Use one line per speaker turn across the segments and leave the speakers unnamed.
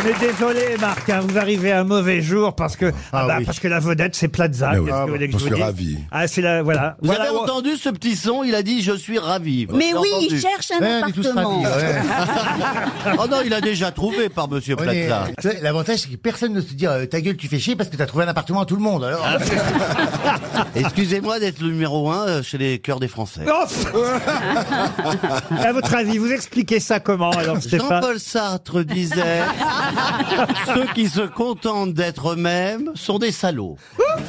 On est désolé, Marc, hein, vous arrivez à un mauvais jour parce que, ah bah, parce que la vedette, c'est Plaza.
Mais oui.
Qu'est-ce que
Ah
vous voulez que
bah,
je vous
on se
dise
ravit.
Ah, c'est la, voilà.
Vous
Voilà,
avez
on-
entendu ce petit son Il a dit Je suis ravi. Vous
Mais
l'avez
oui, il
entendu
cherche un
Ouais, on est tous
appartement.
ravis, ouais.
Oh non, il a déjà trouvé par Monsieur
On est-
Plaza.
Tu sais, L'avantage, c'est que personne ne se dit euh, ta gueule, tu fais chier parce que t'as trouvé un appartement à tout le monde. Alors,
Ah, Excusez-moi d'être le numéro un euh, chez les cœurs des Français.
Oh, pff à votre avis, vous expliquez ça comment, alors, Stéphane
Jean-Paul Sartre disait Ceux qui se contentent d'être eux-mêmes sont des salauds.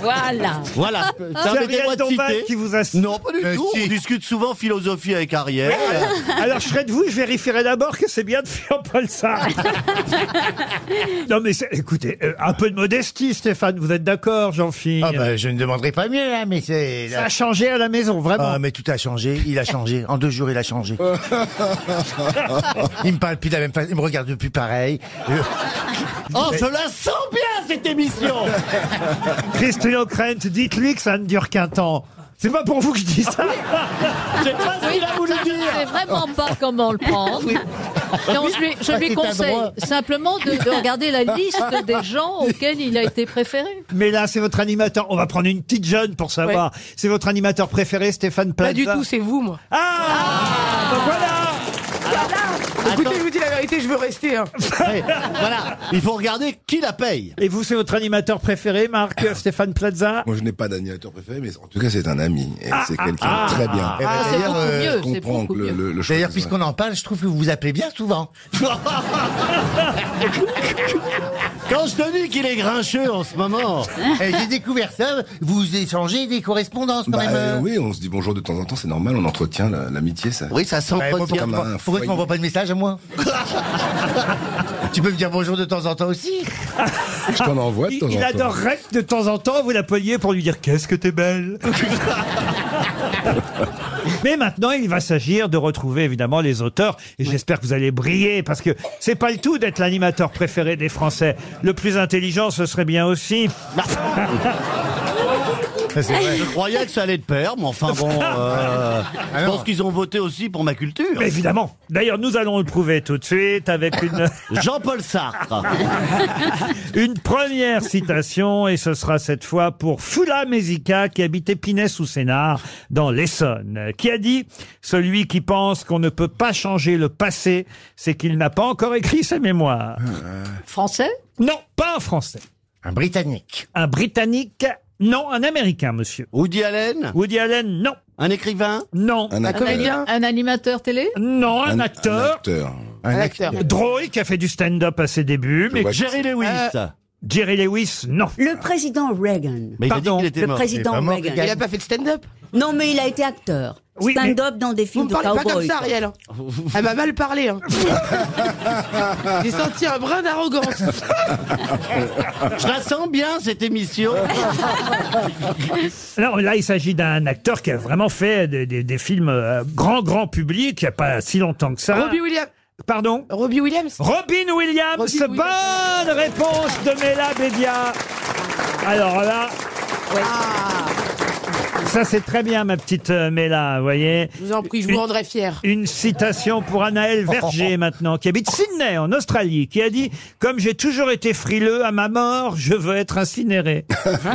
Voilà.
Voilà. Permettez-moi
Gabriel
de
Dombal
citer.
qui vous a...
Non, pas du
Euh,
tout.
si.
On discute souvent philosophie avec Ariel.
Alors, je serais de vous, je vérifierais d'abord que c'est bien de faire Paul Sartre. non, mais c'est- écoutez, euh, un peu de modestie, Stéphane, vous êtes d'accord, Jean-Philippe
ah bah, je ne demanderai pas mieux, hein, mais c'est.
Ça a changé à la maison, vraiment.
Ah, mais tout a changé, il a changé. En deux jours, il a changé. il me parle plus de la même façon, il me regarde plus pareil. Euh,
Oh, je la sens bien cette émission.
euh, Christine O'Krent, dites-lui que ça ne dure qu'un temps. C'est pas pour vous que je dis ça.
C'est pas ce qu'il a voulu dire.
sais vraiment pas comment le prendre. Non, je lui, je
Ah,
lui
c'est un
conseille
droit.
simplement de, de regarder la liste des gens auxquels il a été préféré.
Mais là, c'est votre animateur. On va prendre une petite jeune pour savoir. C'est votre animateur préféré, Stéphane Plaza.
Pas du tout, c'est vous, moi.
Ah, Donc voilà.
Écoutez, je vous dis la vérité, je veux rester. hein.
Ouais, Voilà. Il faut regarder qui la paye. Ah.
Et vous, c'est votre animateur préféré, Marc Stéphane Plaza.
Moi, je n'ai pas d'animateur préféré, mais en tout cas, c'est un ami. Et c'est quelqu'un
ah,
de très bien.
eh ben,
Ah, c'est
d'ailleurs,
beaucoup
euh,
mieux,
Je
c'est
comprends
beaucoup
que le,
mieux.
le- le choix
D'ailleurs,
des-
puisqu'on en parle, je trouve que vous vous appelez bien souvent.
Quand je te dis qu'il est grincheux en ce moment.
Eh, J'ai découvert ça, vous échangez des correspondances quand
Bah,
même.
euh,
euh.
oui, on se dit bonjour de temps en temps, c'est normal, on entretient la- l'amitié, ça.
Oui, ça
Ouais, moi,
s'entretient.
comme
pourquoi pourquoi
un
tu
foyer.
m'envoies Bah, pas de message à moi Tu peux me dire bonjour de temps en temps aussi
Je t'en envoie de
Il,
temps en
il
temps.
adorerait que de temps en temps vous l'appeliez pour lui dire qu'est-ce que t'es belle. Mais maintenant, il va s'agir de retrouver évidemment les auteurs et j'espère que vous allez briller parce que c'est pas le tout d'être l'animateur préféré des Français. Le plus intelligent, ce serait bien aussi.
Je croyais que ça allait de pair, mais enfin bon.
Ah,
euh, je pense qu'ils ont voté aussi pour ma culture.
Mais Évidemment. D'ailleurs, nous allons le prouver tout de suite avec une,
Jean-Paul Sartre.
une première citation, et ce sera cette fois pour Fula Mezica, qui habitait Pinay-sous-Sénard, dans l'Essonne, qui a dit « Celui qui pense qu'on ne peut pas changer le passé, c'est qu'il n'a pas encore écrit ses mémoires.
Français »
Non, pas un Français.
Ah. Un Britannique.
Un Britannique Non, un Américain, monsieur.
Woody Allen,
Woody Allen Non.
un écrivain,
Non.
Un acteur.
comédien.
Un animateur télé
Non, un,
Un- Un
acteur.
acteur.
Un acteur.
Drôle, qui a fait du stand-up à ses débuts, mais
vois-
Jerry Lewis.
Euh,
Jerry Lewis, non.
Le président Reagan.
mais il a dit
pardon.
qu'il était
Le
mort.
président
vraiment
Reagan.
Il a pas fait de stand-up.
Non, mais il a été acteur.
Oui, mais-
Stand-up dans des
Vous
films
me
de
parlez pas comme
cowboys.
ça, Ariel. hein. Elle m'a mal parlé. hein. J'ai senti un brin d'arrogance.
Je la sens bien cette émission.
Non, là, il s'agit d'un acteur qui a vraiment fait des, des- des films euh, grand, grand public, il n'y a pas si longtemps que ça.
Robbie Williams.
Pardon
Robbie Williams.
Robin Williams,
Robin Williams.
bonne réponse de Mela Bédia. Alors là... Ça, c'est très bien, ma petite euh, Mela, vous voyez.
Je vous en prie, je vous rendrai fier.
Une citation pour Anaël Verger maintenant, qui habite Sydney, en Australie, qui a dit « Comme j'ai toujours été frileux, à ma mort, je veux être incinéré.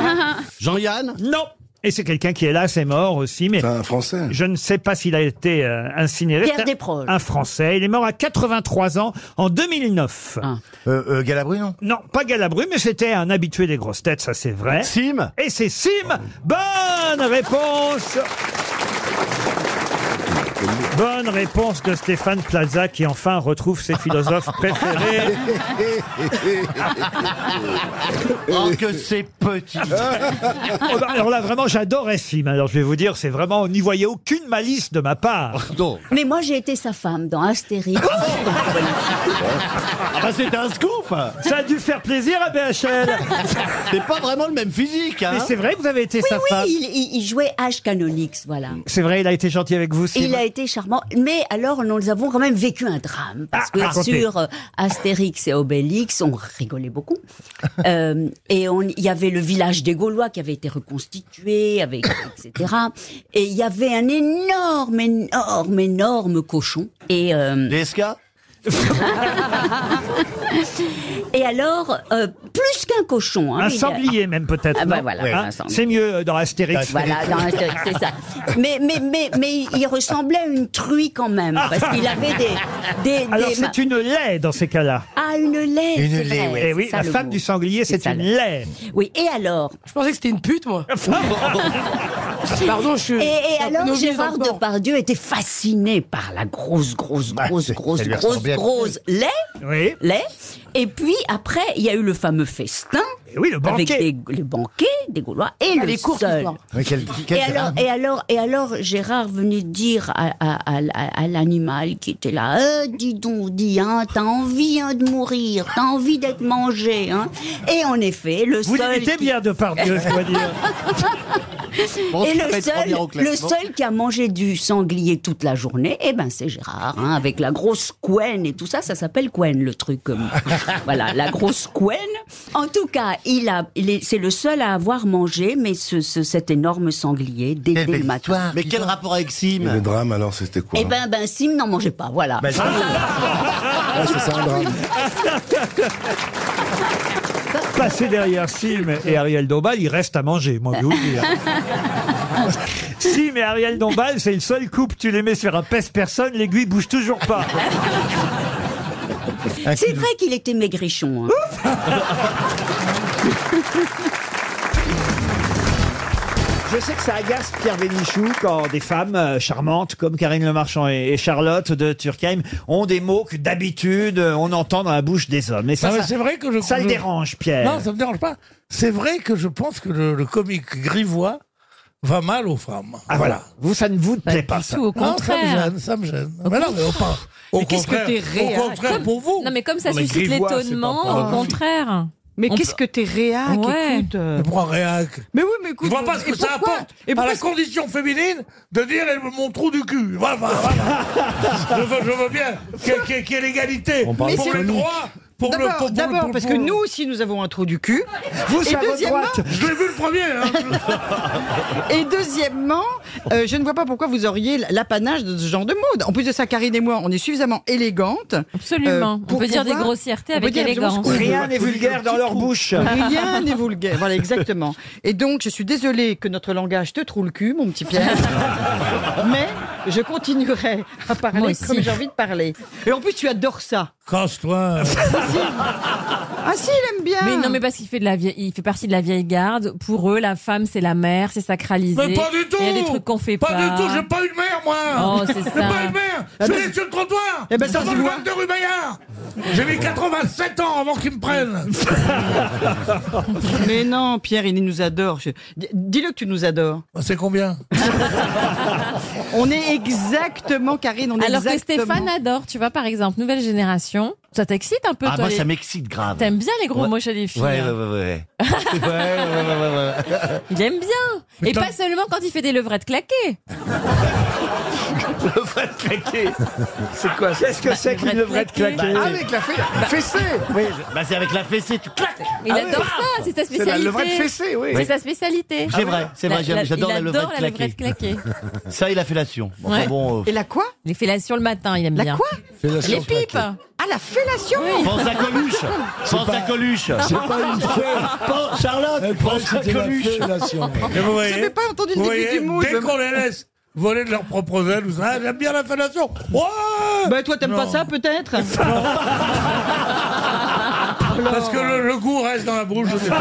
Jean-Yann, »
Non Et c'est quelqu'un qui, hélas, est mort aussi, mais...
C'est un français.
Je ne sais pas s'il a été euh, incinéré.
Pierre
C'est un-
Desproges.
Un Français. Il est mort à 83 ans en 2009.
Ah.
Euh, euh, Galabru, non
Non, pas Galabru, mais c'était un habitué des grosses têtes, ça c'est vrai.
Sim,
Et c'est Sim. Bonne réponse. Bonne réponse de Stéphane Plaza qui enfin retrouve ses philosophes préférés.
oh que c'est petit.
Oh, bah, alors là vraiment j'adorais Sim. Alors je vais vous dire, c'est vraiment, on n'y voyait aucune malice de ma part.
Non.
Mais moi, j'ai été sa femme dans Astérix.
Ah bah c'était un scoop.
Ça a dû faire plaisir à BHL.
C'est pas vraiment le même physique.
Mais
Hein.
c'est vrai que vous avez été sa
oui,
femme.
il, il- il jouait H. Canonix, voilà.
C'est vrai, il a été gentil avec vous, Sim.
Il a été charmant, mais alors nous avons quand même vécu un drame parce
Ah,
que
racontez.
sur euh, Astérix et Obélix, on rigolait beaucoup. Euh, et on, il y avait le village des Gaulois qui avait été reconstitué, avec etc. Et il y avait un énorme, énorme, énorme cochon. Et euh,
Des SK
Et alors, euh, plus qu'un cochon. hein,
Un
il a-
sanglier même peut-être.
Ah bah
non
voilà,
Hein
un sanglier.
C'est mieux euh, dans Astérix.
Voilà, non, c'est c'est ça. Mais, mais, mais, mais il ressemblait à une truie quand même, parce qu'il avait des. des,
Alors
des
c'est une laie dans ces cas-là.
Ah, une laie
Une
c'est
laie,
vrai,
ouais.
Eh
c'est
oui,
ça
la
le
femme
mot.
du sanglier, c'est
ça,
une
le-
laie.
Oui, et alors
Je pensais que c'était une pute, moi. Pardon, je suis.
Et, et
je suis un peu
alors,
novice dans
Gérard
le sport.
Depardieu était fasciné par la grosse, grosse,
Ah,
Bah,
grosse,
c'est-
grosse,
ça lui
grosse,
ressemblait à-
grosse lait,
Oui.
lait. Et puis, après, il y a eu le fameux festin.
Et Eh oui, le
Avec
banquet.
des, les banquets, des Gaulois, et
Ah,
le
les courses,
seul.
l'histoire.
Mais quel- quel-
Et alors, et, alors, et alors, Gérard venait dire à, à- à- à- à l'animal qui était là, Euh, dis donc, dis, hein, t'as envie hein, de mourir, t'as envie d'être mangé. Hein. Et en effet, le
Vous
seul...
limitez
qui-
bien de par Dieu, je dois dire.
Bon,
et
ça va être
le
premier au
seul, le
classement.
seul qui a mangé du sanglier toute la journée, eh ben c'est Gérard, hein, avec la grosse couenne et tout ça, ça s'appelle couenne le truc. euh, voilà, la grosse couenne. En tout cas, il a, il est- c'est le seul à avoir mangé, mais ce, ce- cet énorme sanglier dès,
Quelle
dès
belle
le matin.
histoire.
Mais quel rapport avec
Et
ben,
le
Sim
drame, alors, c'était quoi
Eh ben, ben Sim n'en mangeait pas, voilà.
Bah,
Ouais, c'est ça, un drame.
Passer derrière Sim et Ariel Dombal, il reste à manger, moi, je vous le dis. hein. Sim et Ariel Dombal, c'est le seul couple, tu les mets sur un pèse-personne, l'aiguille bouge toujours pas.
un
C'est
coup de-
vrai qu'il était maigrichon. hein.
Je sais que ça agace Pierre Bénichou quand des femmes euh, charmantes comme Karine Le Marchand et et Charlotte de Turckheim ont des mots que d'habitude euh, on entend dans la bouche des hommes. Et ça,
Non, mais
ça-
c'est vrai que je.
ça le
je-
dérange, Pierre.
Non, ça me dérange pas. C'est vrai que je pense que le, le comique grivois va mal aux femmes.
Ah voilà, vous ça ne vous plaît pas ça.
Au
Non, ça me
contraire.
gêne, ça me gêne. Mais non, mais au, pas- au
Mais qu'est-ce que
contraire,
t'es réel.
Au contraire, pour vous.
Non, mais comme ça
Non, mais
suscite
Grivois, c'est pas
l'étonnement, au
pornographique.
contraire.
Mais
On
qu'est-ce que t'es réac,
Ah, Ouais.
écoute. euh.
Je prends réac.
Mais oui, mais
Je
écoute.
vois pas ce
et
que ça
pourquoi
apporte
Et
à
pourquoi
la condition féminine de dire elle- mon trou du cul. Voilà, voilà, voilà. je, veux, je veux bien qu'il y ait- qu'il y ait- qu'il y ait l'égalité pour
parle
les
comique.
droits, pour le pour-
D'abord,
pour-
d'abord,
pour-
parce que
pour-
nous aussi, nous avons un trou du cul.
Vous
Et
c'est à votre
deuxièmement-
droite.
Je l'ai vu le premier. hein.
Et deuxièmement, euh, je ne vois pas pourquoi vous auriez l'apanage de ce genre de mode. En plus de ça, Karine et moi, on est suffisamment élégantes. Euh,
Absolument. on
pour
peut dire des
pouvoir-
grossiètés
on peut
avec
dire absolument
élégance.
ce qu'on
Rien n'est vulgaire dans leur bouche.
Rien n'est vulgaire. Voilà, exactement. Et donc, je suis désolée que notre langage te troue le cul, mon petit Pierre. Mais je continuerai à
Moi
parler
aussi.
comme j'ai envie de parler. Et en plus, tu adores ça.
Casse-toi.
Ah si, il aime bien.
Mais non, mais parce qu'il fait de la vieille, il fait partie de la vieille garde. Pour eux, la femme, c'est la mère, c'est sacralisé.
Mais pas du tout
Il y a des trucs qu'on fait pas.
Pas du tout, j'ai pas eu de mère, moi
Oh, c'est
J'ai
ça.
pas eu de mère
Eh
Je
ben,
l'ai sur le trottoir
eh ben, ça
Devant
se
le
voit.
bac de rue Maillard J'ai mis 87 ans avant qu'ils me prennent
Mais non, Pierre, il nous adore. Je- D- Dis-le que tu nous adores.
Ah, C'est combien
On est exactement, Karine, on est
Alors que
exactement.
Stéphane adore, tu vois, par exemple, nouvelle génération. Ça t'excite un peu,
Ah,
toi
moi,
les-
ça m'excite grave.
T'aimes bien les gros
Ouais.
mots chez les filles.
Ouais, ouais,
hein.
ouais, ouais. ouais, ouais, ouais, ouais, ouais.
Il aime bien. Et
Putain.
pas seulement quand il fait des levrettes claquées.
Le vrai claqué. C'est quoi ça Bah,
Qu'est-ce
Bah,
que c'est qu'une levrette claquée
Avec la
Bah,
fessée Oui, je- bah c'est avec la fessée, tu claques
Il
Ah
adore ça, c'est sa spécialité.
oui
C'est sa spécialité.
C'est vrai, c'est vrai, j'aime- j'adore la levrette claquée.
claquée.
Ça et la fellation. Bon,
Ouais.
enfin bon, euh,
Et la quoi
Les fellations le matin, il aime
La
bien.
quoi
les pipes
Ah, la fellation
pense à Coluche Pense à Coluche Pense- Charlotte Pense à
Et
Coluche
Vous
Je n'avais
voyez,
pas entendu
vous
le début
voyez
du mot. je
dès
me-
qu'on les laisse voler de leurs propres ailes, vous savez, ah, j'aime bien la fellation Ouais
Bah toi, t'aimes
Non.
pas ça, peut-être
Parce que le, le goût reste dans la bouche. je sais pas.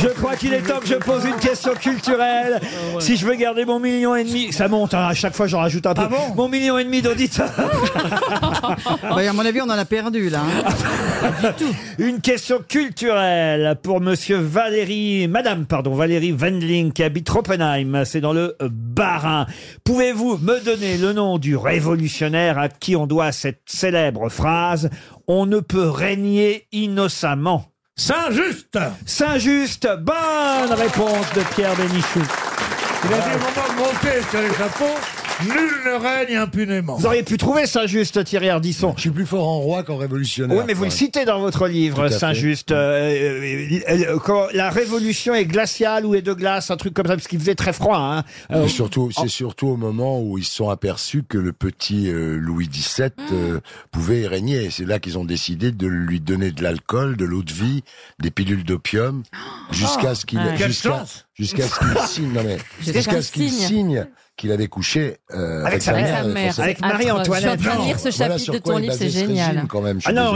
Je crois qu'il est temps que je pose une question culturelle.
Ah
Si je veux garder mon million et demi, ça monte, hein, à chaque fois j'en rajoute un peu.
Ah bon
mon million et demi d'auditeurs.
Bah, à mon avis, on en a perdu, là. hein.
Une question culturelle pour monsieur Valérie, madame, pardon, Valérie Wendling, qui habite Oppenheim, c'est dans le Bas-Rhin. Pouvez-vous me donner le nom du révolutionnaire à qui on doit cette célèbre phrase On ne peut régner innocemment
C'est injuste
Saint-Just, bonne réponse de Pierre Bénichou.
Il a dit, au moment de monter sur l'échafaud, Nul ne règne impunément.
Vous auriez pu trouver Saint-Just, Thierry Ardisson. Je
suis plus fort en roi qu'en révolutionnaire.
Oui, mais vous le citez dans votre livre,
Tout à fait.
Saint-Just. euh, euh, euh, euh, quand la révolution est glaciale ou est de glace, un truc comme ça, parce qu'il faisait très froid. hein. Euh,
Mais surtout, c'est surtout au moment où ils se sont aperçus que le petit euh, Louis XVII euh, pouvait régner. Et C'est là qu'ils ont décidé de lui donner de l'alcool, de l'eau de vie, des pilules d'opium, jusqu'à ce qu'il
Ouais. Quelle
jusqu'à
chance
jusqu'à ce qu'il signe, non mais,
Jusqu'à
jusqu'à ce qu'il
signe.
signe qu'il avait couché euh,
Avec sa mère.
euh,
Avec sa mère.
sa-
Avec Marie-Antoinette. Ah
Je suis en train de lire ce
Non, voilà
chapitre
sur
de
quoi
ton
est
livre,
basé
c'est
ce
génial.
régime, quand
Ah
même, je suis désolé.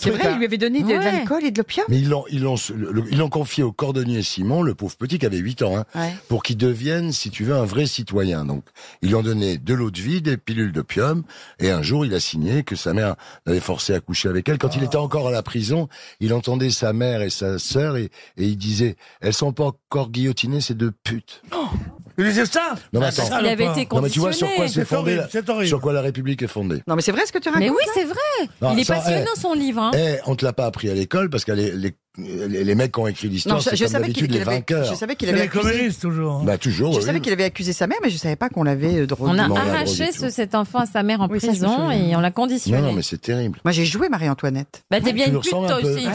C'est
hein.
vrai, il lui avait donné de, de
Ouais.
l'alcool et de l'opium.
Mais ils l'ont, ils l'ont, le- ils l'ont confié au cordonnier Simon, le pauvre petit qui avait 8 ans, hein,
Ouais.
pour qu'il devienne, si tu veux, un vrai citoyen. Donc, ils lui ont donné de l'eau de vie, des pilules d'opium, et un jour, il a signé que sa mère l'avait forcé à coucher avec elle. Quand il était encore à la prison, il entendait sa mère et sa sœur, et, et il disait, elles sont pas encore guillotinées, ces deux putes.
Oh. Il disait ça
Non, mais
Ah,
attends.
ça, le pain.
Non, mais tu vois sur quoi c'est
C'est
fondé,
horrible,
la-
c'est horrible.
sur quoi la République est fondée.
Non, mais c'est vrai ce que tu racontes.
Mais oui,
là
c'est vrai.
Non,
il est
ça,
passionnant
eh,
son livre. hein.
Eh, on te l'a pas appris à l'école parce que les, les, les- les mecs qui ont écrit
Non,
l'histoire,
je,
c'est
je
comme
savais qu'il
d'habitude les
qu'il avait,
vainqueurs.
je savais qu'il
C'est
avait
les
accusé.
communistes, toujours. hein.
Bah toujours.
Je
oui.
savais qu'il avait accusé sa mère, mais je savais pas qu'on l'avait euh, drogué.
On a
Non, la
arraché
drogue et
ce-
tout.
cet enfant à sa mère en
Oui, ça, je me
prison
souviens.
et on l'a
Non,
conditionné.
non, mais c'est terrible.
Moi, j'ai joué Marie-Antoinette.
Bah t'es bien
Tu
une
nous
pute
ressembles
toi
un peu.
aussi.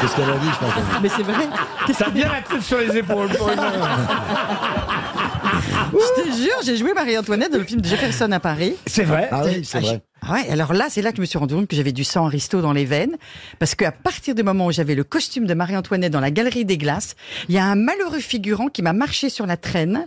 Qu'est-ce qu'elle a dit, je m'en souviens.
Mais c'est vrai.
Ça a bien la tête sur les épaules. pour une heure.
Je te jure, j'ai joué Marie-Antoinette dans le film de Jefferson à Paris.
C'est vrai.
Ah oui, c'est
Ah,
vrai.
je- ah ouais, alors là, c'est là que je me suis rendu compte que j'avais du sang aristo dans les veines. Parce qu'à partir du moment où j'avais le costume de Marie-Antoinette dans la galerie des glaces, il y a un malheureux figurant qui m'a marché sur la traîne.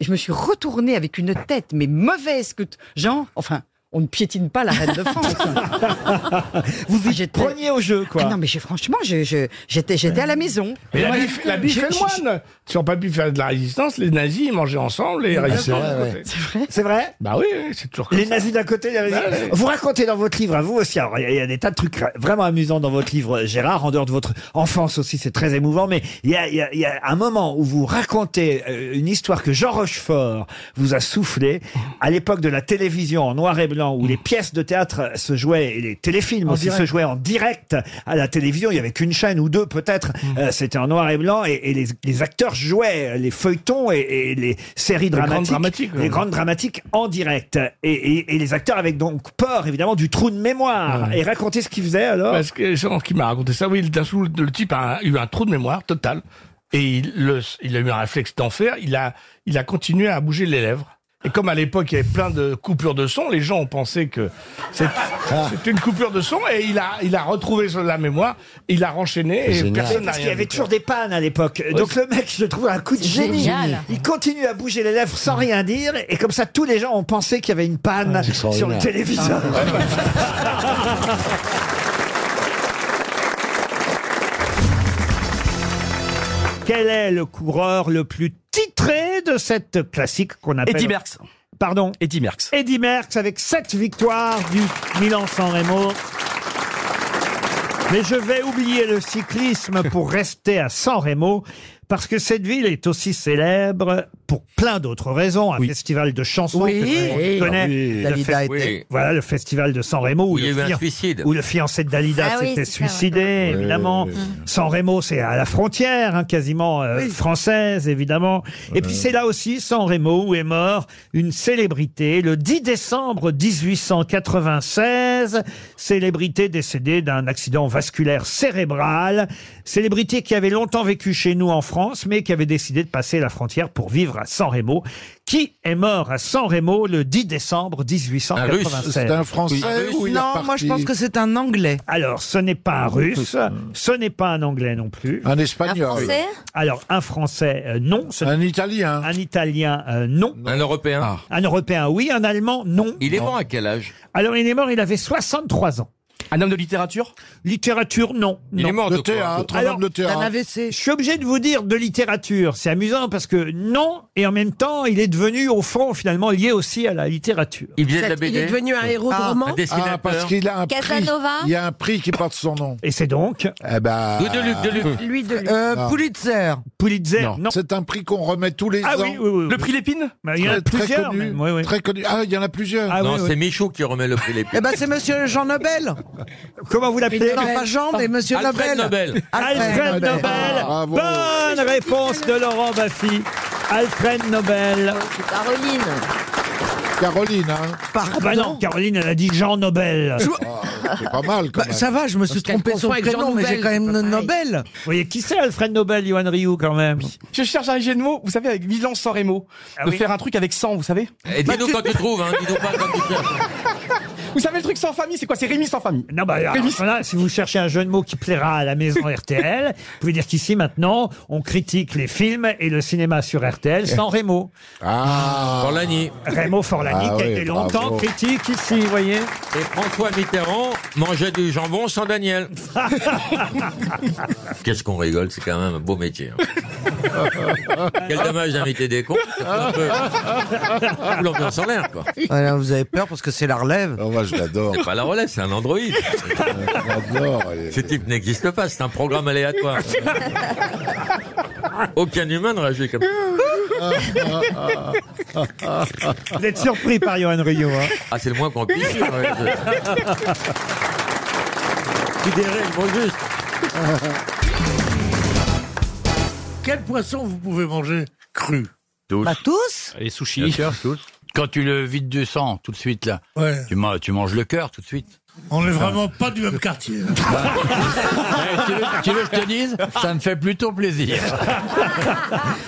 Et je me suis retournée avec une tête, mais mauvaise que. t- Genre, enfin, on ne piétine pas la reine de France.
Vous vous
Ah, j'étais-
preniez au jeu, quoi.
Ah non, mais j'ai- franchement, je- je- j'étais j'étais à la maison.
Mais la
Moi,
bif, la bif
je-
fait le
je-
moine. Ils n'ont pas pu faire de la résistance. Les nazis, ils mangeaient ensemble. Les
Ah,
résistants,
c'est vrai,
de
ouais.
côté.
C'est vrai.
C'est vrai
Bah oui, oui, c'est toujours comme
Les
ça.
nazis d'un côté, les nazis-
Ouais.
Bah Vous racontez dans votre livre, à vous aussi, alors il y, a- il y a des tas de trucs vraiment amusants dans votre livre, Gérard, en dehors de votre enfance aussi, c'est très émouvant, mais il y a, il y a- il y a un moment où vous racontez euh, une histoire que Jean Rochefort vous a soufflé, à l'époque de la télévision en noir et blanc, où les pièces de théâtre se jouaient, et les téléfilms aussi se jouaient en direct à la télévision, il n'y avait qu'une chaîne ou deux peut-être, Euh, c'était en noir et blanc, et, et les, les acteurs jouaient les feuilletons et, et les séries
grandes
dramatiques,
dramatiques, ouais.
les grandes dramatiques en direct. Et, et- et les acteurs avaient donc peur, évidemment, du trou de mémoire. Et raconter ce qu'ils faisaient alors.
Parce que les gens qui m'a raconté ça, oui, d'un coup, le type a eu un trou de mémoire total. Et il, le- il a eu un réflexe d'enfer. Il a, il a continué à bouger les lèvres. Et comme à l'époque, il y avait plein de coupures de son, les gens ont pensé que c'est- c'était une coupure de son. Et il a, il a retrouvé la mémoire. Il a renchaîné. Et
Génial.
personne n'a
parce qu'il
rien
y avait
dit.
toujours des pannes à l'époque. Donc le mec, je le trouve un coup de génie.
Génial.
Il continue à bouger les lèvres sans rien dire. Et comme ça, tous les gens ont pensé qu'il y avait une panne
c'est
sur le
extraordinaire. Ah.
téléviseur. Quel est le coureur le plus titré de cette classique qu'on appelle...
Eddy Merckx.
Pardon
Eddy Merckx.
Eddy Merckx avec sept victoires du Milan-San Remo. Mais je vais oublier le cyclisme pour rester à San Remo, parce que cette ville est aussi célèbre pour plein d'autres raisons. Un festival de chansons
Oui.
que tout le monde
Oui.
connaît. Le
Dalida
fes-
était.
Voilà le festival de San Remo où,
Il y a
le,
eu un
fian-
suicide.
où le fiancé de Dalida
Ah oui,
s'était
c'est ça, ouais.
suicidé, évidemment.
ouais, ouais.
San Remo, c'est à la frontière, hein, quasiment euh, française, évidemment. Et puis c'est là aussi, San Remo, où est mort une célébrité le 10 décembre 1896, célébrité décédée d'un accident vasculaire cérébral, célébrité qui avait longtemps vécu chez nous en France, mais qui avait décidé de passer la frontière pour vivre à San Remo, qui est mort à San Remo le 10 décembre 1896.
Ah, C'est un Français ou il est
Non, moi je pense
reparti
que c'est un Anglais.
Alors, ce n'est pas un russe, ce n'est pas un anglais non plus.
Un
Un
Espagnol.
français
Alors, un français, euh, non. Ce-
Un Italien.
Un italien, euh, non.
Un Européen.
Ah.
Un européen, oui. Un allemand, non.
Il est mort à quel âge
Alors, il est mort, il avait 63 ans.
Un homme de littérature
Littérature, non.
Il
non.
est mort de
Le
quoi
théâtre, un
Alors,
homme de
D'un
théâtre.
AVC.
Je suis obligé de vous dire de littérature. C'est amusant parce que non, et en même temps, il est devenu, au fond, finalement, lié aussi à la littérature.
Il faisait de la BD.
Il est devenu un héros de roman.
un dessinateur.
Ah, parce qu'il a un
Casanova
prix. Il y a un prix qui porte son nom.
Et c'est donc
Eh ben.
Ou de
Ah.
Luc, de
Hum.
Luc.
Lui de lui.
Euh,
Ah.
Non.
Pulitzer.
Pulitzer, non.
Non. C'est un prix qu'on remet tous les
Ah
ans.
oui, oui, oui.
Le
oui.
prix Lépine
Mais Il y en a
Très- très
plusieurs,
connu,
même, oui, oui.
Très connu. Ah, il y en a plusieurs.
Ah oui,
Non,
oui.
c'est Michaud qui remet le prix
Eh
Lépine.
ben, c'est monsieur Jean Nobel.
Comment vous l'appelez
Victor Pajambe et Monsieur
Alfred
Nobel.
Nobel.
Alfred
Alfred
Nobel.
Nobel.
Ah, bravo.
Bonne réponse de Laurent Baffy. Alfred Nobel.
Caroline.
Caroline, hein Ah bah non, Caroline, elle a dit Jean Nobel.
Je-
Ah, C'est pas mal,
Bah, ça va, je me suis trompé sur le prénom, mais j'ai quand même le Nobel.
Vous voyez, qui c'est Alfred Nobel, Yohan Rioux, quand même Ah
Je cherche un jeu de mots, vous savez, avec Milan sans Remo. de
oui.
faire un truc avec 100, vous savez
Et Eh, dis-nous quand tu trouves, hein, dis-nous pas quand tu
Vous savez le truc sans famille, c'est quoi C'est Rémi sans famille.
Non, bah, alors, voilà, si vous cherchez un jeu de mots qui plaira à la maison RTL, vous pouvez dire qu'ici, maintenant, on critique les films et le cinéma sur RTL sans Rémo. Ah
Forlani.
Rémo Forlani,
Ah
qui a
oui,
été longtemps
bravo.
critique ici, vous voyez
Et François Mitterrand mangeait du jambon sans Daniel. Qu'est-ce qu'on rigole, c'est quand même un beau métier. hein. Quel dommage d'inviter des cons. c'est un peu- tout Ah, L'ambiance en l'air, quoi.
Voilà, vous avez peur parce que c'est la relève.
Oh,
moi, je l'adore. C'est pas la relève, c'est un androïde. Ce type n'existe pas, c'est un programme aléatoire. Aucun humain ne réagit comme ça.
Vous êtes surpris par Yohan Rioux, hein
Ah, c'est le moins qu'on puisse dire. ouais. Tu dirais le mot juste.
Quel poisson vous pouvez manger cru
Tous.
Bah, tous
Les sushis. Quand tu le vides du sang, tout de suite, là,
Ouais.
tu, ma- tu manges le cœur, tout de suite.
On est vraiment pas du même quartier.
Eh, tu, veux, tu veux que je te dise Ça me fait plutôt plaisir.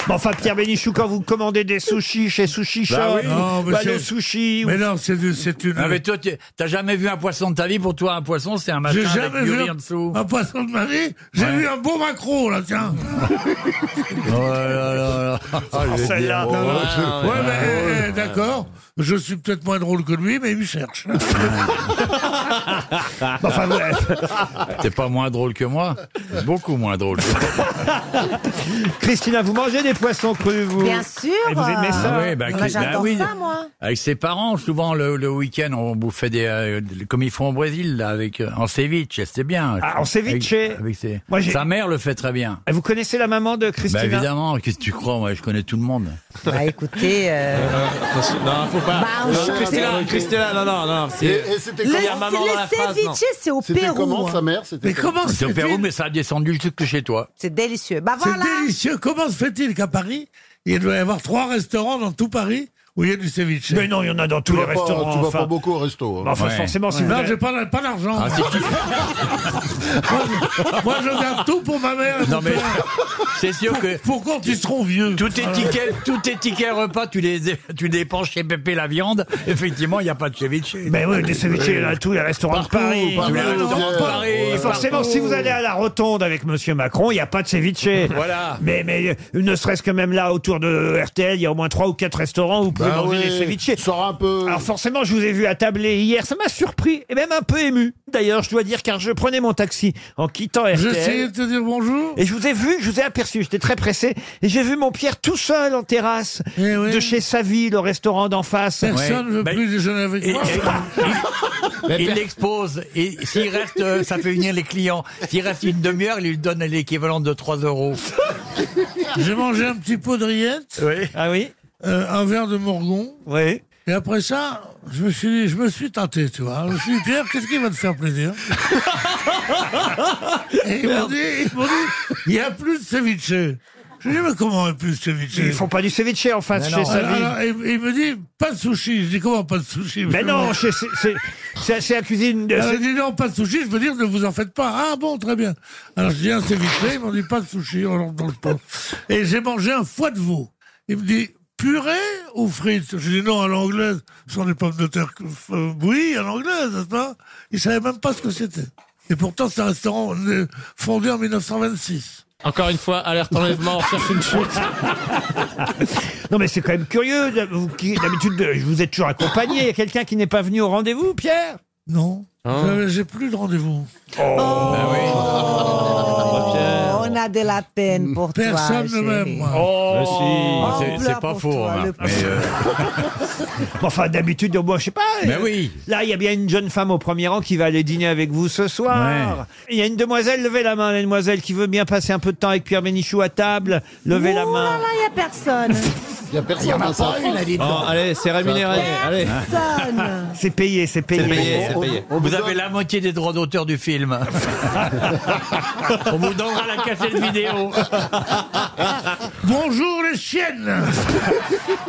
Bon, enfin, Pierre Bénichou, quand vous commandez des sushis chez Sushi Shop,
Non, mais
bah,
c'est-
le sushi...
Mais non, c'est du- c'est une.
Non, Ah, mais toi, tu- t'as jamais vu un poisson de ta vie Pour toi, un poisson, c'est un machin
J'ai
avec
jamais
du
vu
riz en dessous.
un poisson de ma vie. J'ai
Ouais.
vu un beau macro, là, tiens.
Oh là là là.
Ah,
Oh, je vais te
Celle-là. Ah,
dire.
hein,
Ouais,
Ouais, ouais,
mais,
ouais,
eh, eh,
ouais.
d'accord. Je suis peut-être moins drôle que lui, mais il me cherche.
Enfin, bref. T'es pas moins drôle que moi Beaucoup moins drôle.
Christina, vous mangez des poissons crus, vous
Bien sûr.
Et vous aimez ça
Ah oui, bah,
Moi,
Chris-
j'adore
bah oui.
ça, moi.
Avec ses parents, souvent le, le week-end, on bouffait des, euh, de- comme ils font au Brésil, là, avec euh, en ceviche, c'était bien.
Ah, en ceviche.
Avec- avec ses-
Moi, j'ai-
sa mère le fait très bien.
Et Vous connaissez la maman de Christina
Bah évidemment, qu'est-ce que tu crois Moi, je connais tout le monde. Euh,
Bah écoutez.
non, faut
Bah,
pas.
Christella, Christella, non, non, non. c'est-
le
Il y a maman dans la phrase, non.
ceviche, c'est au Pérou. hein.
Mais comment se
C'est au Pérou,
fait-il
mais ça a descendu jusque chez toi.
C'est délicieux. Bah
C'est
voilà.
délicieux. Comment se fait-il qu'à Paris, il doit y avoir trois restaurants dans tout Paris où il y a du ceviche
Mais non, il y en a dans tous les
Ah,
restaurants. Ah, enfin.
beaucoup au
hein.
resto. hein.
Bah, enfin, forcément, si vous Ah,
Non,
avez-
j'ai pas, pas d'argent.
Ah,
moi, moi, je garde tout pour ma mère. et
Non,
mon
mais-
père.
C'est sûr que.
Pourquoi tu trop vieux
Tout tes
Voilà.
tickets, tous tes tickets repas, tu les, tu dépenses chez Pépé la viande. Effectivement, il n'y a pas de ceviche.
Mais Eh oui, des ceviches, là, tous les restaurants de Paris.
partout,
Tous les
partout,
restaurants de
partout,
Paris.
partout.
Et forcément, si vous allez à la rotonde avec Monsieur Macron, il n'y a pas de ceviche.
Voilà.
Mais, mais euh, ne serait-ce que même là, autour de RTL, il y a au moins trois ou quatre restaurants où vous pouvez
Bah
manger
oui,
des ceviches. Sors un peu. Alors forcément, je vous ai vu attablé hier. Ça m'a surpris et même un peu ému. D'ailleurs, je dois dire, car je prenais mon taxi en quittant RTL.
J'essayais de te dire bonjour.
Et je vous ai vu, je vous ai aperçu, j'étais très pressé, et j'ai vu mon Pierre tout seul en terrasse de chez Savy, le restaurant d'en face.
Personne ne veut plus déjeuner avec moi.
Il l'expose. Et s'il reste, euh, ça fait venir les clients. S'il reste une demi-heure, il lui donne l'équivalent de 3 euros.
J'ai mangé un petit pot de rillettes.
Ah oui
euh, un verre de morgon.
Oui.
Et après ça, je me suis dit, je me suis tenté, tu vois. Je me suis dit, Pierre, qu'est-ce qui va te faire plaisir Et ils m'ont dit, ils m'ont dit, il n'y a plus de ceviche. Je lui ai dit, mais comment il n'y a plus de ceviche Ah,
Ils font pas du ceviche en face chez Savy.
Alors, il, il me dit, pas de sushi. Je dis, comment pas de sushi
Mais non, chez- c'est- c'est- c'est c'est la cuisine. de-
Alors,
c'est-
il dit, non, pas de sushi. Je veux dire, ne vous en faites pas. Ah bon, très bien. Alors, je dis, ah, un ceviche. Ils m'ont dit, pas de sushi. On rentre dans le pot. Et j'ai mangé un foie de veau. Il me dit, purée ou frites Je dis, non, à l'anglaise. Ce sont des pommes de terre euh, bouillies à l'anglaise, n'est-ce pas Il savait même pas ce que c'était. Et pourtant, c'est un restaurant euh, fondé en 1926.
Encore une fois, alerte enlèvement, on cherche une chute.
Non, mais c'est quand même curieux. de- Vous, qui, d'habitude, de- je vous ai toujours accompagné. Il y a quelqu'un qui n'est pas venu au rendez-vous, Pierre Oh.
Non.
Hein
J'avais- J'ai plus de rendez-vous.
Ah, oh, On a de la peine pour toi.
Personne ne m'aime,
chérie.
moi.
Ah, Mais si,
Oh,
c'est-
on
c'est
pleure
pas
pour
faux.
toi,
remarque,
le
mais, euh,
Enfin, d'habitude, au moins, je sais pas.
Mais
euh,
oui.
Là, il y a bien une jeune femme au premier rang qui va aller dîner avec vous ce soir. Il y a une demoiselle, levez la main, la demoiselle qui veut bien passer un peu de temps avec Pierre Bénichou à table. Levez la
Ouh là
main.
là, il n'y a personne.
Il y a personne
Il y en a
dans sa
pas
France.
une, elle est dedans. Oh, allez, c'est rémunéré, allez. Personne. C'est payé, c'est payé.
C'est payé, c'est payé. vous avez la moitié des droits d'auteur du film. On vous donnera la cassette vidéo.
Bonjour les chiennes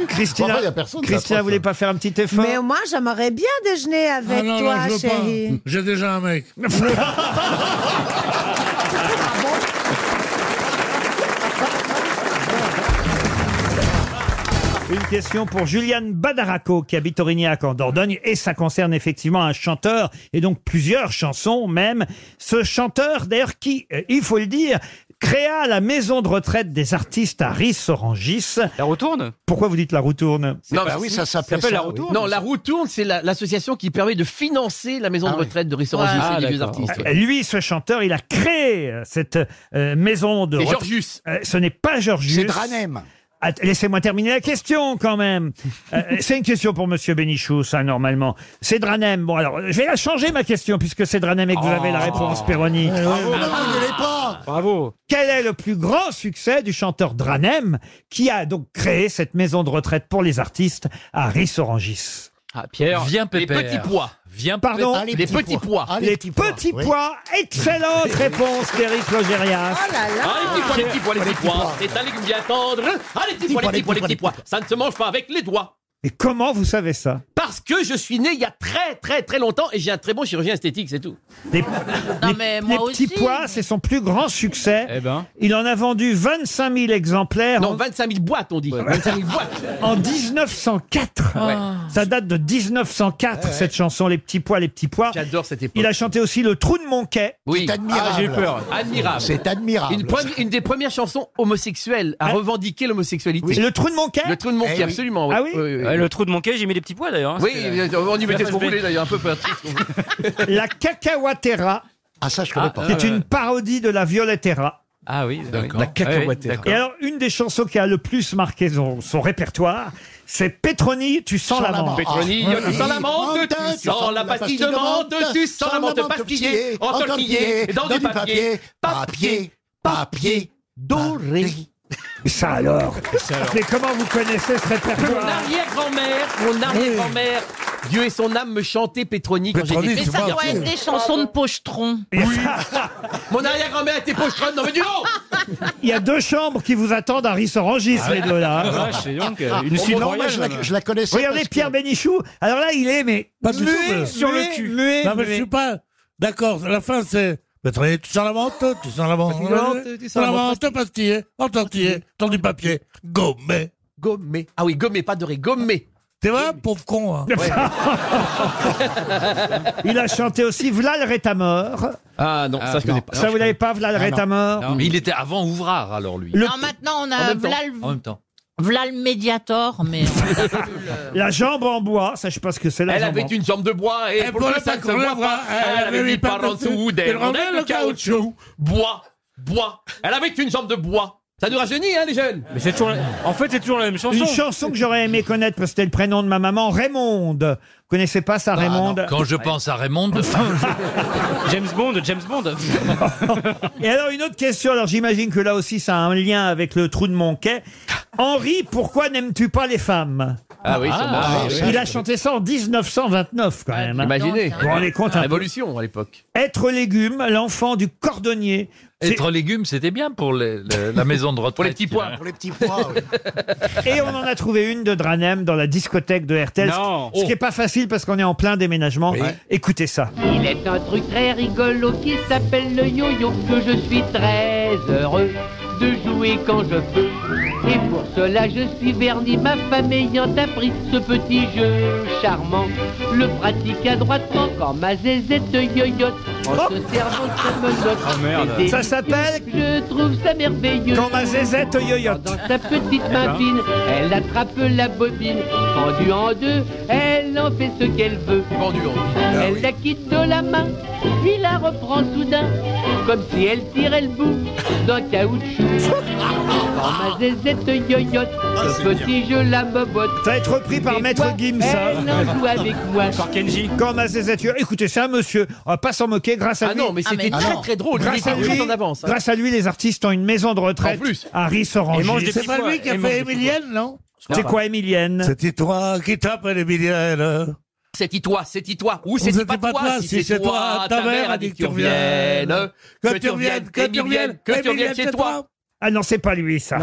Christina,
Enfin, il y a personne, c'est atroce.
Christina, vous voulez pas faire un petit effort
Mais moi, j'aimerais bien déjeuner avec
Ah non,
toi,
non, je veux pas.
chérie.
J'ai déjà un mec.
Ah Une question pour Juliane Badaraco qui habite Aurignac en Dordogne et ça concerne effectivement un chanteur et donc plusieurs chansons même. Ce chanteur d'ailleurs qui, euh, il faut le dire, créa la maison de retraite des artistes à Ris-Orangis. La retourne Pourquoi vous dites la retourne
Non, bah oui, ça s'appelle
s'appelle
la roue tourne. Non, la roue tourne, c'est la- l'association qui permet de financer la maison de retraite de Rissorangis
Ah,
et des vieux
d'accord.
artistes.
Euh, Lui, ce chanteur, il a créé euh, cette euh, maison de.
Et
retraite.
Georgius.
Euh, ce n'est pas Georgius.
C'est Dranem.
Att- Laissez-moi terminer la question quand même. Euh, c'est une question pour Monsieur Bénichou, ça normalement. C'est Dranem. Bon alors, je vais la changer ma question puisque c'est Dranem et que vous avez la réponse, Péroni.
Oh. Ah, Bravo, non, je l'ai pas.
Bravo. Quel est le plus grand succès du chanteur Dranem qui a donc créé cette maison de retraite pour les artistes à Ris-Orangis
Ah, Pierre, viens pépère.
petits pois.
Viens
Pardon
pépère. les petits pois.
les, petits pois. Excellente réponse d'Éric Logérias.
Oh
Ah, les petits pois, les petits pois, les petits pois. C'est un légume bien tendre. Ah, les petits pois, les petits pois, les petits pois. Ça ne se mange pas avec les doigts.
Et comment vous savez ça
Parce que je suis né il y a très très très longtemps et j'ai un très bon chirurgien esthétique, c'est tout.
Les,
Non,
les-
mais moi
les petits
aussi.
pois, c'est son plus grand succès. Il en a vendu 25 000 exemplaires. Non,
25 000 boîtes, on dit. 25 000 boîtes.
En 1904.
Ouais.
Ça date de 1904, cette chanson, Les petits pois, les petits pois.
J'adore cette époque.
Il a chanté aussi Le trou de mon quai.
Oui.
admirable.
Ah, j'ai eu peur. Admirable.
C'est admirable.
Une, pre- une des premières chansons homosexuelles à revendiquer l'homosexualité.
Oui. Le trou de mon quai
Le trou de mon
Eh
quai,
oui.
absolument.
Ah oui Ouais, le
trou de mon quai, j'ai mis des petits pois d'ailleurs.
hein,
Oui,
c'était-
euh,
on y mettait
Ça
ce qu'on
fait-
voulait d'ailleurs, un peu Patrice.
La cacahuatera. Ah, ça, je
connais pas.
C'est
ah, ouais.
une parodie de la violettera.
Ah oui,
D'accord. Et alors, une des chansons qui a le plus marqué son, son répertoire, c'est Petroni, tu sens la menthe.
Petroni, tu sens la menthe, Ah. tu sens la pastille de menthe, tu sens la menthe pastillée, entortillée, dans du papier, papier,
papier doré. Ça alors Mais comment vous connaissez ce
Mon
répertoire
arrière-grand-mère, mon arrière-grand-mère, Dieu et son âme me chantaient Pétroni quand j'étais
Pétroni,
petit.
c'est Mais ça doit
être des chansons de pochetron.
Mon arrière-grand-mère était pochetronne, non mais du non
Il y a deux chambres qui vous attendent à Rissorangis,
Ah
les
ouais.
deux là.
Ah, vache, dis donc, euh, une suite
non,
royale,
moi,
hein.
même.
Regardez Pierre Bénichou. Alors là, il est mais
Pas du
muet
tout, mais-
sur le cul.
Non, mais je suis pas. D'accord, la fin c'est. Pétroni, tu sens la menthe, tu sens la menthe,
Pastille de menthe,
tu
sens la
la
menthe,
menthe, pastillée, entortillée, dans du papier, gommé.
Gommé. Ah oui, gommé, pas doré, gommé.
T'es vrai, pauvre con, hein.
Il a chanté aussi Vlal Rétamor.
Ah non, Ah,
ça, je connais pas. Ça, vous l'avez pas, Vlal Rétamor
Non, mais il était avant Ouvrard alors lui.
Le-
Non, maintenant, on
En
a
même temps.
v'là le-
En même temps.
v'là le Mediator, mais on a plus le-
Euh, La jambe en bois, ça je sais pas ce que c'est la
Elle
jambe
avait
en-
une jambe de bois et, pour le sac, ça ne voit pas. Elle avait mis par en dessous des rondelles de caoutchouc. Bois, bois. Elle avait une jambe de bois. Ça nous rajeunit, hein, les jeunes Mais c'est toujours... En fait, c'est toujours la même
Une chanson que j'aurais aimé connaître parce que c'était le prénom de ma maman, Raymonde. Vous connaissez pas ça, Raymonde
Quand je pense à Raymond... James Bond, James Bond.
Et alors une autre question, alors j'imagine que là aussi ça a un lien avec le trou de mon quai. Henri, pourquoi n'aimes-tu pas les femmes
Ah oui, ça m'a- Ah, oui, oui.
Il a chanté ça en 1929 quand même. hein.
Imaginez.
Vous vous rendez compte hein. un peu
Révolution à l'époque.
Être légume, l'enfant du cordonnier. C'est-
Être légumes, c'était bien pour les- le- Euh, la maison de retraite. Pour les petits pois. Pour les petits pois,
Et on en a trouvé une de Dranem dans la discothèque de RTL. ce-
Non.
Ce qui est pas facile parce qu'on est en plein déménagement. Écoutez ça.
Il est un truc très rigolo qui s'appelle le yo-yo que je suis très heureux de jouer quand je peux. Et pour cela je suis verni, ma femme ayant appris ce petit jeu charmant. Le pratique adroitement quand ma zézette yo-yote en se servant de sa menotte. C'est
Oh. Ça
délicieux,
s'appelle
Je trouve ça merveilleux.
Quand ma zézette yo-yote.
Dans sa petite
Eh
main
ben.
fine, elle attrape la bobine. Pendue en deux, elle en fait ce qu'elle veut. elle la quitte de la main, puis la reprend soudain, comme si elle tirait le bout d'un caoutchouc. Quand ma zézette yoyote, ce petit jeu la bobote.
Ça va être repris par
Et
Maître
toi,
Gims.
Elle en joue avec moi.
Quand ma zézette yo- Écoutez ça, monsieur. On va pas s'en moquer grâce à
Ah
lui.
non, mais c'était Ah, mais- très, très drôle. Il
Grâce
était
à, lui,
toujours en avance, hein.
grâce à lui, les artistes ont une maison de retraite
En plus.
à Ris-Orangis.
C'est pas lui qui a fait Emilienne, non
C'est quoi Émilienne
C'était toi qui t'appelles Émilienne.
C'est toi, c'est toi. Ou c'est
C'était
pas toi, si c'est toi, ta mère a dit que tu reviennes.
Que tu reviennes, que tu reviennes,
que tu reviennes chez toi.
Ah non, c'est pas lui, ça.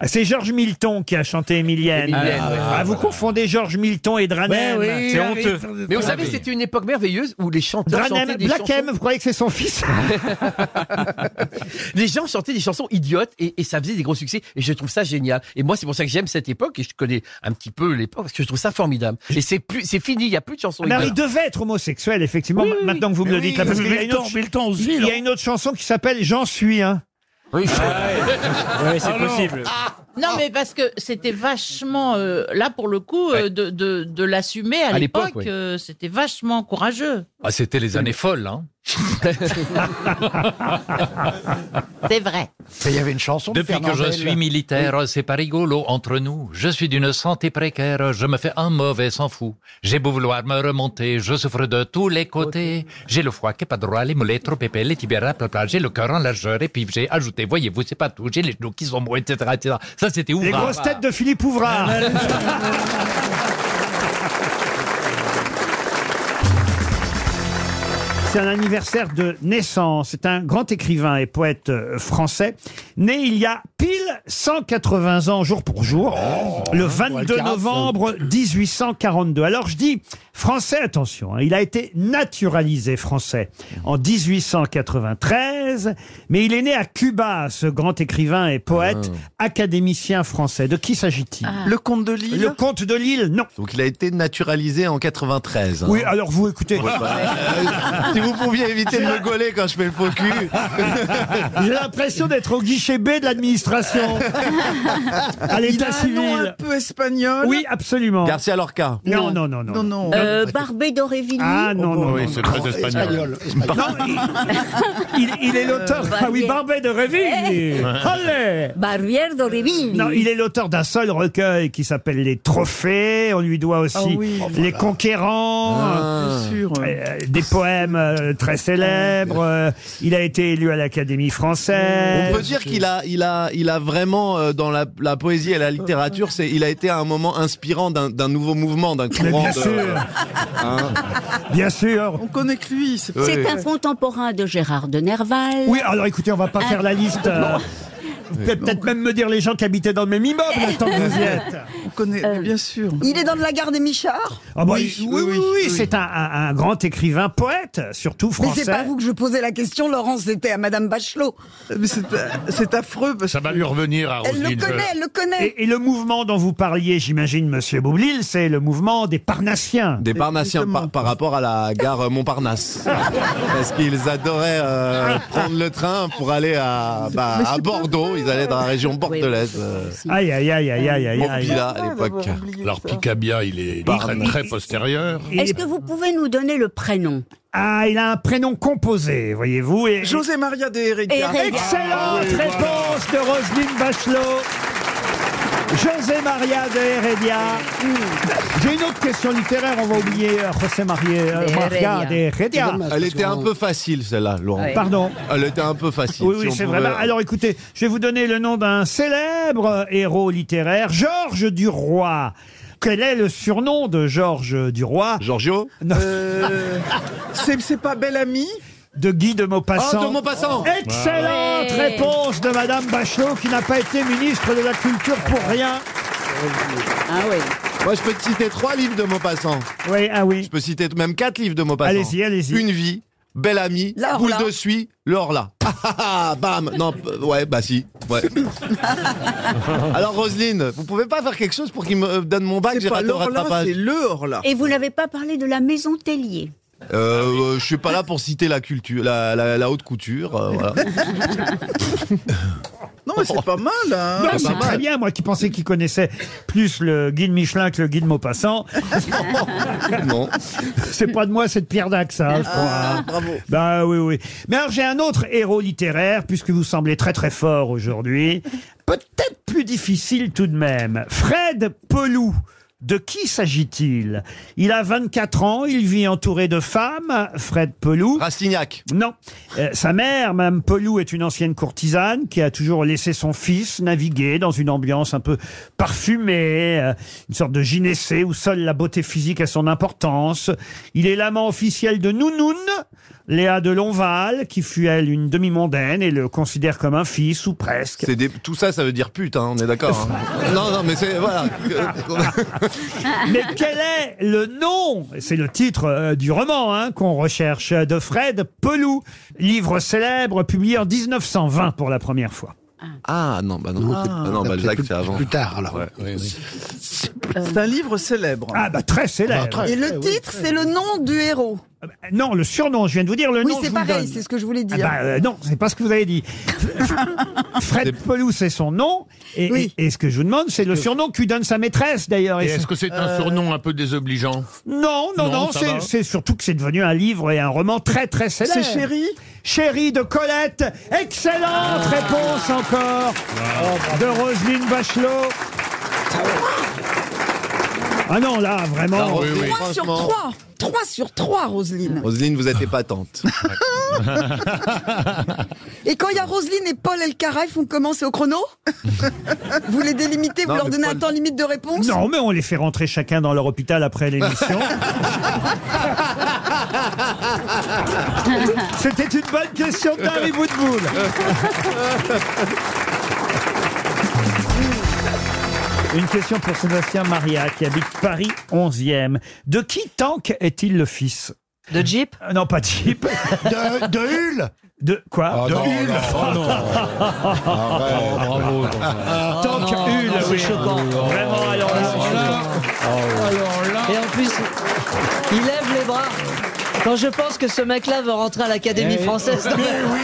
Ah, C'est Georges Milton qui a chanté Émilienne.
Émilienne,
Ah,
ouais.
ah, vous confondez Georges Milton et Dranem.
C'est honteux. Mais vous savez, c'était une époque merveilleuse où les chanteurs chantaient
Dranem,
des
Black
chansons.
M, vous croyez que c'est son fils
les gens chantaient des chansons idiotes et, et ça faisait des gros succès et je trouve ça génial. Et moi, c'est pour ça que j'aime cette époque et je connais un petit peu l'époque parce que je trouve ça formidable. Et c'est plus, c'est fini, il y a plus de chansons
Marie
idiotes.
devait être homosexuel, effectivement, maintenant que vous me
Mais
le
oui,
dites. Là, parce
mais
qu'il y a
Milton-
une autre,
Milton aussi,
il y
non
a une autre chanson qui s'appelle J'en suis un. Ah Oui,
c'est Ah non. possible.
Non, mais parce que c'était vachement, euh, là pour le coup, euh, de, de, de l'assumer à,
À l'époque,
l'époque,
oui.
euh, c'était vachement courageux.
Ah, c'était les années folles, hein.
C'est vrai.
Il y avait une chanson.
de
Depuis que
Fernandel.
je suis militaire, c'est pas rigolo entre nous. Je suis d'une santé précaire, je me fais un mauvais sans fou. J'ai beau vouloir me remonter, je souffre de tous les côtés. J'ai le foie qui est pas droit, les mollets trop épais, les tibias plat, j'ai le cœur en largeur et puis j'ai ajouté, voyez-vous, c'est pas tout, j'ai les genoux qui sont mous, etc., etc. Ça c'était ouf.
Les
Ah.
grosses têtes de Philippe Ouvrard. C'est un anniversaire de naissance. C'est un grand écrivain et poète euh, français, né il y a pile 180 ans, jour pour jour,
Oh.
le 22
Alcaraz,
novembre 1842. Alors je dis français, attention, hein, il a été naturalisé français en 1893, mais il est né à Cuba, ce grand écrivain et poète, académicien français. De qui s'agit-il
Ah. Le comte de Lille
Le comte de Lille, non.
Donc il a été naturalisé en 93. hein.
Oui, alors vous écoutez.
Ouais, bah, euh, si vous pouviez éviter de me gauler quand je fais le faux cul.
J'ai l'impression d'être au guichet B de l'administration. À
Il a
l'état
un
civil.
nom
un peu espagnol. Oui, absolument.
Garcia Lorca.
Non, non, non, non.
Non, non.
Euh, Barbé d'Aurevilly.
Ah non, non.
Oh, Oui,
non,
c'est
non.
très espagnol.
Non, il, il- il est l'auteur.
Euh,
ah oui, Barbet de Réville.
Eh.
Allez
Barbière d'Aurevilly.
non, il est l'auteur d'un seul recueil qui s'appelle Les Trophées. On lui doit aussi
Ah oui. Oh,
Les Conquérants,
Ah.
euh, euh, des poèmes euh, très célèbres.
Ah
euh, il a été élu à l'Académie française.
On peut dire qu'il a, il a, il a vraiment euh, dans la, la poésie et la littérature, c'est, il a été à un moment inspirant d'un d'un nouveau mouvement, d'un courant.
bien
de-
sûr.
Hein.
Bien sûr.
On connaît que lui. C'est
Ah. C'est un contemporain de Gérard de Nerval.
Oui, alors écoutez, on va pas faire la liste. euh, Vous pouvez peut-être même me dire les gens qui habitaient dans le même immeuble le temps que vous y êtes.
On connaît,
Euh,
bien sûr.
Il est dans de la gare des Michards
Ah bah, il- oui, oui, oui, c'est un, un- un grand écrivain poète, surtout
Mais
français.
c'est pas vous que je posais la question, Laurence, c'était à Madame Bachelot.
C'est affreux. Parce
Ça va lui revenir à
Elle le
Roselyne.
connaît, elle le connaît.
Et, et le mouvement dont vous parliez, j'imagine, Monsieur Boublil, c'est le mouvement des Parnassiens.
Des Parnassiens par, par rapport à la gare Montparnasse. Parce qu'ils adoraient euh, prendre le train pour aller à, bah, à Bordeaux. Ils allaient dans la région bordelaise. euh,
Aïe, aïe, aïe, aïe, aïe, aïe, aïe.
Montpila
Ah,
à l'époque.
Alors Picabia, il est très, très postérieur.
Est-ce que vous pouvez nous donner le prénom
Ah, il a un prénom composé, voyez-vous. Et...
José Maria de Heredia.
Heredia.
Excellente réponse de Roselyne Bachelot. José Maria de Heredia. J'ai une autre question littéraire, on va oublier euh, José Maria euh,
De
Maria de
Heredia.
Heredia.
Elle était un peu facile, celle-là, Laurent.
Ouais.
Pardon
Elle était un peu facile.
Oui,
si
oui,
on
c'est
pouvait-
vrai. Bah, alors écoutez, je vais vous donner le nom d'un célèbre euh, héros littéraire, Georges Duroy. Quel est le surnom de Georges Duroy
Giorgio
Non,
Euh, c'est c'est pas Ah, belle amie
De Guy de Maupassant.
Oh, de Maupassant.
Excellente
Ouais.
réponse de Madame Bachelot, qui n'a pas été ministre de la Culture pour rien.
Ah oui.
Moi, je peux te citer trois livres de Maupassant.
Oui, ah oui.
Je peux citer même quatre livres de Maupassant.
Allez-y, allez-y.
Une vie, Belle Amie,
L'Orla.
Boule de Suie, L'Orla. Ah, ah, ah, Bam Non, p- ouais, bah si. Ouais. Alors, Roselyne, vous pouvez pas faire quelque chose pour qu'il me euh, donne mon bac
C'est
J'ai
pas
raté le
l'Orla,
rattrapage.
c'est le Orla.
Et vous n'avez pas parlé de la maison Tellier.
Euh, euh, je suis pas là pour citer la culture, la, la- la haute couture. euh, voilà. Oh.
Non, mais c'est pas mal. hein.
Non, c'est très bien, moi qui pensais qu'il connaissait plus le guide Michelin que le guide Maupassant.
non.
C'est pas de moi, c'est de Pierre Dax, ça, je crois.
Ah, bravo.
Bah oui, oui. Mais alors j'ai un autre héros littéraire, puisque vous semblez très très fort aujourd'hui. Peut-être plus difficile tout de même. Fred Pelou. De qui s'agit-il Il a 24 ans, il vit entouré de femmes, Fred Pelou.
Rastignac.
Non. Euh, sa mère, Mme Pelou, est une ancienne courtisane qui a toujours laissé son fils naviguer dans une ambiance un peu parfumée, euh, une sorte de gynécée où seule la beauté physique a son importance. Il est l'amant officiel de Nounoun, Léa de Lonval, qui fut elle une demi-mondaine et le considère comme un fils ou presque.
C'est des- Tout ça, ça veut dire pute, hein, on est d'accord. hein. non, non, mais c'est. Voilà.
Mais quel est le nom C'est le titre euh, du roman hein, qu'on recherche euh, de Fred Pelou, livre célèbre publié en 1920 pour la première fois.
Ah non, bah non, c'est- ah non, bah, Jacques, c'est avant.
plus
tard alors.
C'est un livre célèbre.
Ah bah très célèbre.
Et le titre, c'est le nom du héros.
Non, le surnom, je viens de vous dire Euh, le
Oui,
nom.
c'est pareil, c'est ce que je voulais dire.
Ah bah, euh, non, c'est pas ce que vous avez dit. Fred Pelou, c'est son nom. Et, et- et ce que je vous demande, c'est le surnom que lui donne sa maîtresse d'ailleurs.
Et
c'est-
est-ce que c'est un
Euh,
surnom un peu désobligeant
Non, non, non,
Non, ça
c'est-
va.
c'est surtout que c'est devenu un livre et un roman très très célèbre.
C'est Chéri
Chéri de Colette. Excellente réponse encore de Roselyne Bachelot. Ah non, là,
Là,
vraiment.
oui, oui.
3 sur
Franchement.
3 3 sur 3, Roselyne
Roselyne, vous êtes épatante.
Et quand il y a Roselyne et Paul Elkarat, ils font comment C'est au chrono Vous les délimitez, vous
Non,
leur
mais
donnez un
Paul-
temps limite de réponse
Non, mais on les fait rentrer chacun dans leur hôpital après l'émission. C'était une bonne question d'Harry Woodbull. Une question pour Sébastien Maria qui habite Paris 11e. De qui Tank est-il le fils De Jeep Non, pas de Jeep. De, Hull Ah, De quoi De Hull Oh,
Bravo.
Tank Hull, oui.
Oh,
Vraiment, alors là,
oh.
Et en plus, il lève les bras. Quand je pense que ce mec-là veut rentrer à
Eh,
l'Académie française.
Mais
oui,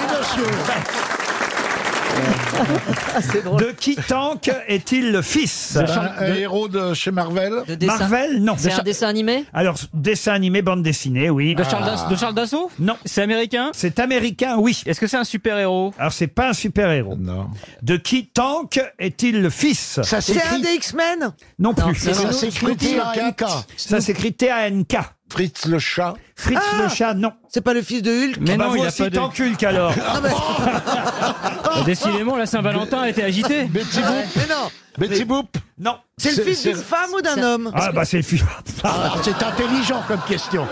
De qui Tank est-il le fils
C'est un, un héros de chez Marvel
Marvel, eh, non.
C'est un dessin
animé Alors, dessin animé, bande dessinée, oui.
De Charles Das- de Charles
Dassault Non. C'est américain C'est américain, oui. Est-ce que c'est un super-héros Alors, c'est pas un super-héros. Non. De qui Tank est-il le fils
C'est un
des X-Men
Non plus.
c'est Ça Snoop- s'écrit Snoopy T-A-N-K. T-A-N-K.
Ça s'écrit T-A-N-K. Fritz le chat Fritz
Ah
le chat, non. C'est pas le fils de Hulk
Mais non, il a
aussi
pas de- Bah,
Tank Hulk, alors.
Ah bah
Décidément, la Saint-Valentin était agitée.
Betty Boop Ah Mais non
Betty
Boop Non.
C'est le fils d'une femme ou d'un homme
Ah bah c'est le fils.
Ah,
C'est intelligent comme question.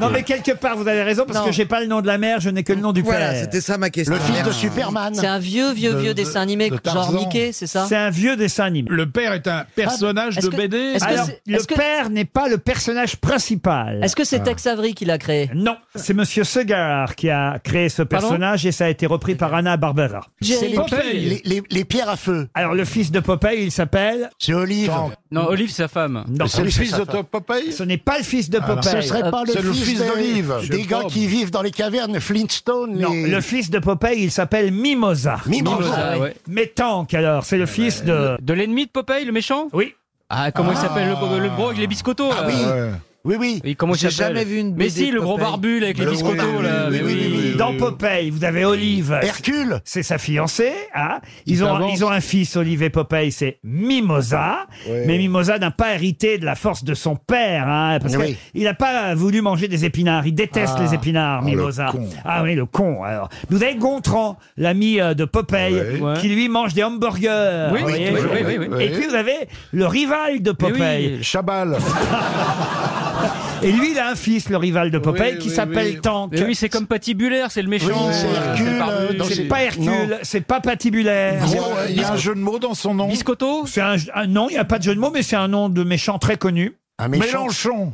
Non mais quelque part vous avez raison parce
Non.
que j'ai pas le nom de la mère, je n'ai que le nom du père.
Voilà, Ah, c'était ça ma question. Le fils de Merci. Superman.
C'est un vieux, vieux,
Euh,
vieux dessin animé, genre Mickey, c'est ça
C'est un vieux dessin animé.
Le père est un personnage Ah, est-ce de que- BD? est-ce que
Alors,
c'est-
le
est-ce que-
père n'est pas le personnage principal.
Est-ce que c'est Tex
Avery qui l'a créé Non, c'est Monsieur Segar qui a créé ce
Pardon
personnage et ça a été repris par Anna Barbera.
C'est les Popeye. les-
pierres à feu. Alors le fils de Popeye, il s'appelle C'est Olive.
Non, Olive, sa femme.
C'est le fils de
Popeye
Ce n'est pas le fils de Popeye.
Alors,
Ce serait pas le
C'est
fils, des-
Je
des gars
crois.
qui vivent dans les cavernes Flintstone.
Non,
les-
le fils de Popeye, il s'appelle Mimosa.
Mimosa, Mimosa,
ouais.
Mais Tank, alors, c'est le fils de...
De l'ennemi de Popeye, le méchant
Oui.
Ah, comment il
Ah.
s'appelle le, le brogue, les biscottos Ah là. oui. Ouais.
Oui, oui.
Et comment il
J'ai
s'appelle
jamais vu une
Mais
BD
si, le gros
Popeye.
barbu là, avec les
Mais oui,
biscottos
oui,
là.
oui,
mais
oui, oui, oui. Dans Popeye, vous avez Olive.
Hercule.
C'est sa fiancée. hein.
Qui
ils, ont,
s'avance.
ils ont un fils, Olive et Popeye, c'est Mimosa.
Ouais.
Mais Mimosa n'a pas hérité de la force de son père. hein, parce
Oui.
qu'il n'a pas voulu manger des épinards. Il déteste
Ah.
les épinards,
Oh, le
Mimosa.
con.
Ah oui, le con. Alors. Vous avez Gontran, l'ami euh, de Popeye,
Ouais.
qui lui mange des hamburgers.
Oui,
vous voyez.
oui, oui, oui, oui.
Et puis vous avez le rival de Popeye. Chabal. Et lui, il a un fils, le rival de Popeye,
Oui,
qui
oui,
s'appelle
oui.
Tank.
Mais oui, c'est comme Patibulaire, c'est le méchant.
Oui, c'est Hercule,
le barbu.
euh, dans
C'est
ses-
pas Hercule,
Non.
c'est pas Patibulaire.
Gros, euh, il y a un jeu
de mots dans son nom. Biscotto C'est un, un- non, il n'y a pas de jeu de mots, mais c'est un nom de méchant très connu. Un
méchant. Ah.
Mélenchon.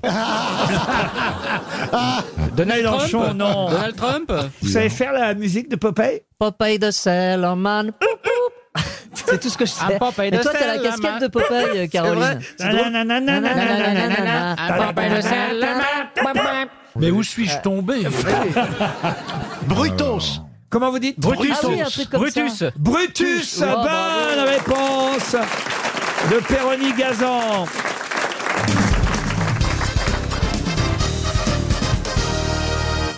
Donald
Mélenchon,
Trump
non.
Donald Trump
Vous savez faire la musique de Popeye
Popeye de Sellerman. C'est tout ce que je sais.
Un Popeye
Mais
de
toi, t'as la
Sellerman.
casquette de Popeye, Caroline. C'est drôle.
Nananananananana. Un Popeye de Sellerman.
Mais où suis-je tombé
Brutus. Euh, Comment vous dites
Brutus. Ah oui, un truc comme Brutus. ça.
Brutus.
Oh,
bonne
bravo.
réponse de Péroni Gazan.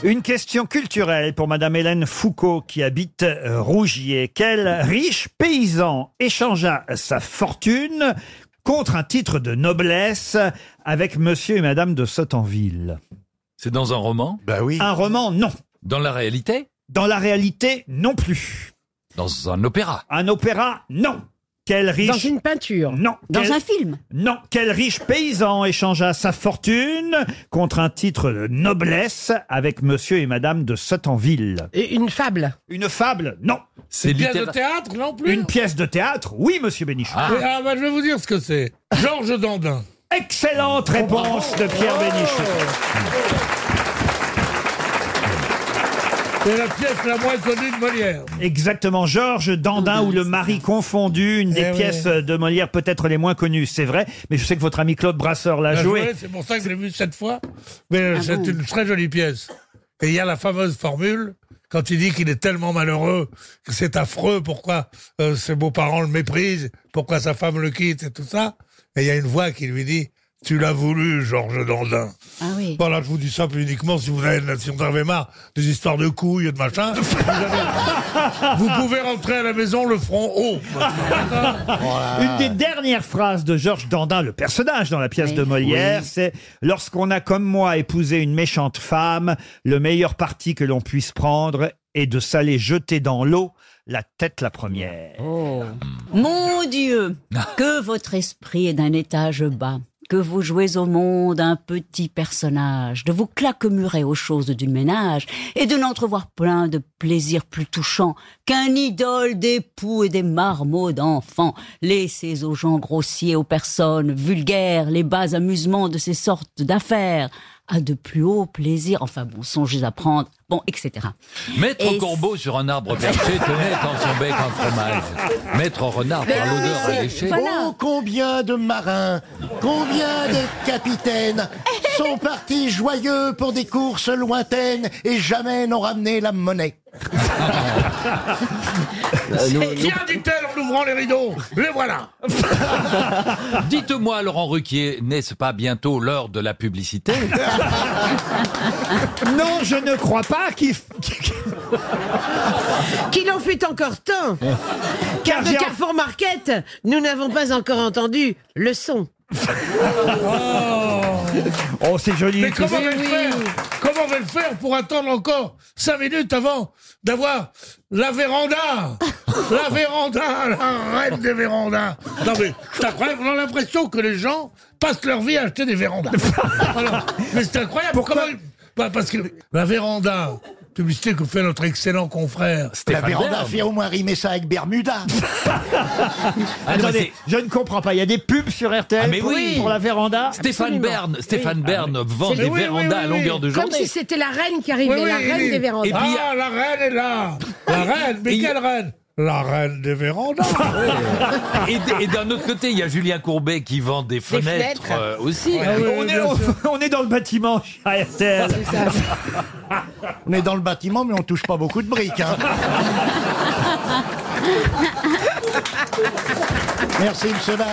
Une question culturelle pour Madame Hélène Foucault qui habite euh, Rougier. Quel riche paysan échangea sa fortune contre un titre de noblesse avec monsieur et madame de Sottenville.
C'est dans un roman
Bah oui. Un roman, non.
Dans la réalité
Dans la réalité, non plus.
Dans un opéra
Un opéra, non. Quel riche. Dans
une peinture.
Non.
Dans
Quel-
un
film.
Non. Quel riche paysan échangea sa fortune contre un titre de noblesse avec monsieur et madame de Sottenville.
Une fable.
Une fable, non.
C'est Une pièce littéra- de théâtre, non plus
Une pièce de théâtre, oui, monsieur Bénichou.
Ah, bah, je vais vous dire ce que c'est. Georges Dandin.
Excellente réponse de Pierre Bénichou.
C'est la pièce la moins connue de Molière.
Exactement, Georges Dandin ou Le mari confondu, une des
Eh oui.
pièces de Molière peut-être les moins connues, c'est vrai, mais je sais que votre ami Claude Brasseur l'a
La
joué.
jouée, C'est pour ça que je l'ai vu sept fois. Mais euh,
Ah
c'est
bon
une très jolie pièce. Et il y a la fameuse formule, quand il dit qu'il est tellement malheureux, que c'est affreux, pourquoi euh, ses beaux-parents le méprisent, pourquoi sa femme le quitte et tout ça. Et il y a une voix qui lui dit Tu l'as voulu, Georges Dandin.
Ah oui.
Voilà, je vous dis ça uniquement si vous avez, si vous en avez marre des histoires de couilles et de machin. vous, avez- vous pouvez rentrer à la maison le front haut.
Une des dernières phrases de Georges Dandin, le personnage dans la pièce de Molière,
Oui.
c'est Lorsqu'on a comme moi épousé une méchante femme, le meilleur parti que l'on puisse prendre est de s'aller jeter dans l'eau la tête la première.
Oh. Mon Dieu, que votre esprit est d'un étage bas, que vous jouez au monde un petit personnage, de vous claquemurer aux choses du ménage et de n'entrevoir plein de plaisirs plus touchants qu'un idole d'époux et des marmots d'enfants. Laissez aux gens grossiers, aux personnes vulgaires, les bas amusements de ces sortes d'affaires à de plus hauts plaisirs, enfin bon, songez à prendre, bon, etc.
Mettre
Et
au corbeau sur un arbre perché tenait dans son bec un fromage. Mettre au renard Ah, par l'odeur alléchée.
Oh, combien de marins, combien de capitaines sont partis joyeux pour des courses lointaines et jamais n'ont ramené la monnaie. Euh,
Tiens, dit-elle en ouvrant les rideaux, les voilà.
Dites-moi, Laurent Ruquier, n'est-ce pas bientôt l'heure de la publicité
Non, je ne crois pas qu'il
Qu'il en fût encore temps Car de
j'ai en-
Carrefour Market, nous n'avons pas encore entendu le son.
Oh, c'est joli.
Mais
tout
comment
ça.
on va le faire Comment on va le faire pour attendre encore 5 minutes avant d'avoir la véranda La véranda, la reine des vérandas Non mais, c'est incroyable, on a l'impression que les gens passent leur vie à acheter des vérandas. Voilà. mais c'est incroyable. Pourquoi Bah, Parce que la véranda, publicité que fait notre excellent confrère.
La véranda fait au moins rimer ça avec Bermuda.
Ah, Attendez, je ne comprends pas. Il y a des pubs sur RTL
Ah, mais
pour,
oui.
pour la véranda.
Stéphane Bern, Stéphane Bern vend
C'est-
des
Oui, oui,
vérandas
oui,
à
oui.
longueur de
Comme
journée.
si c'était la reine qui arrivait, la reine des vérandas.
Ah, la reine est là La reine, mais quelle reine La reine des vérandas
Et, d- et d'un autre côté, il y a Julien Courbet qui vend des fenêtres,
fenêtres.
euh, aussi.
Ah oui, on, est, on- on est dans le bâtiment à RTL.
On est dans le bâtiment, mais on touche pas beaucoup de briques. hein. Merci, monsieur Dame.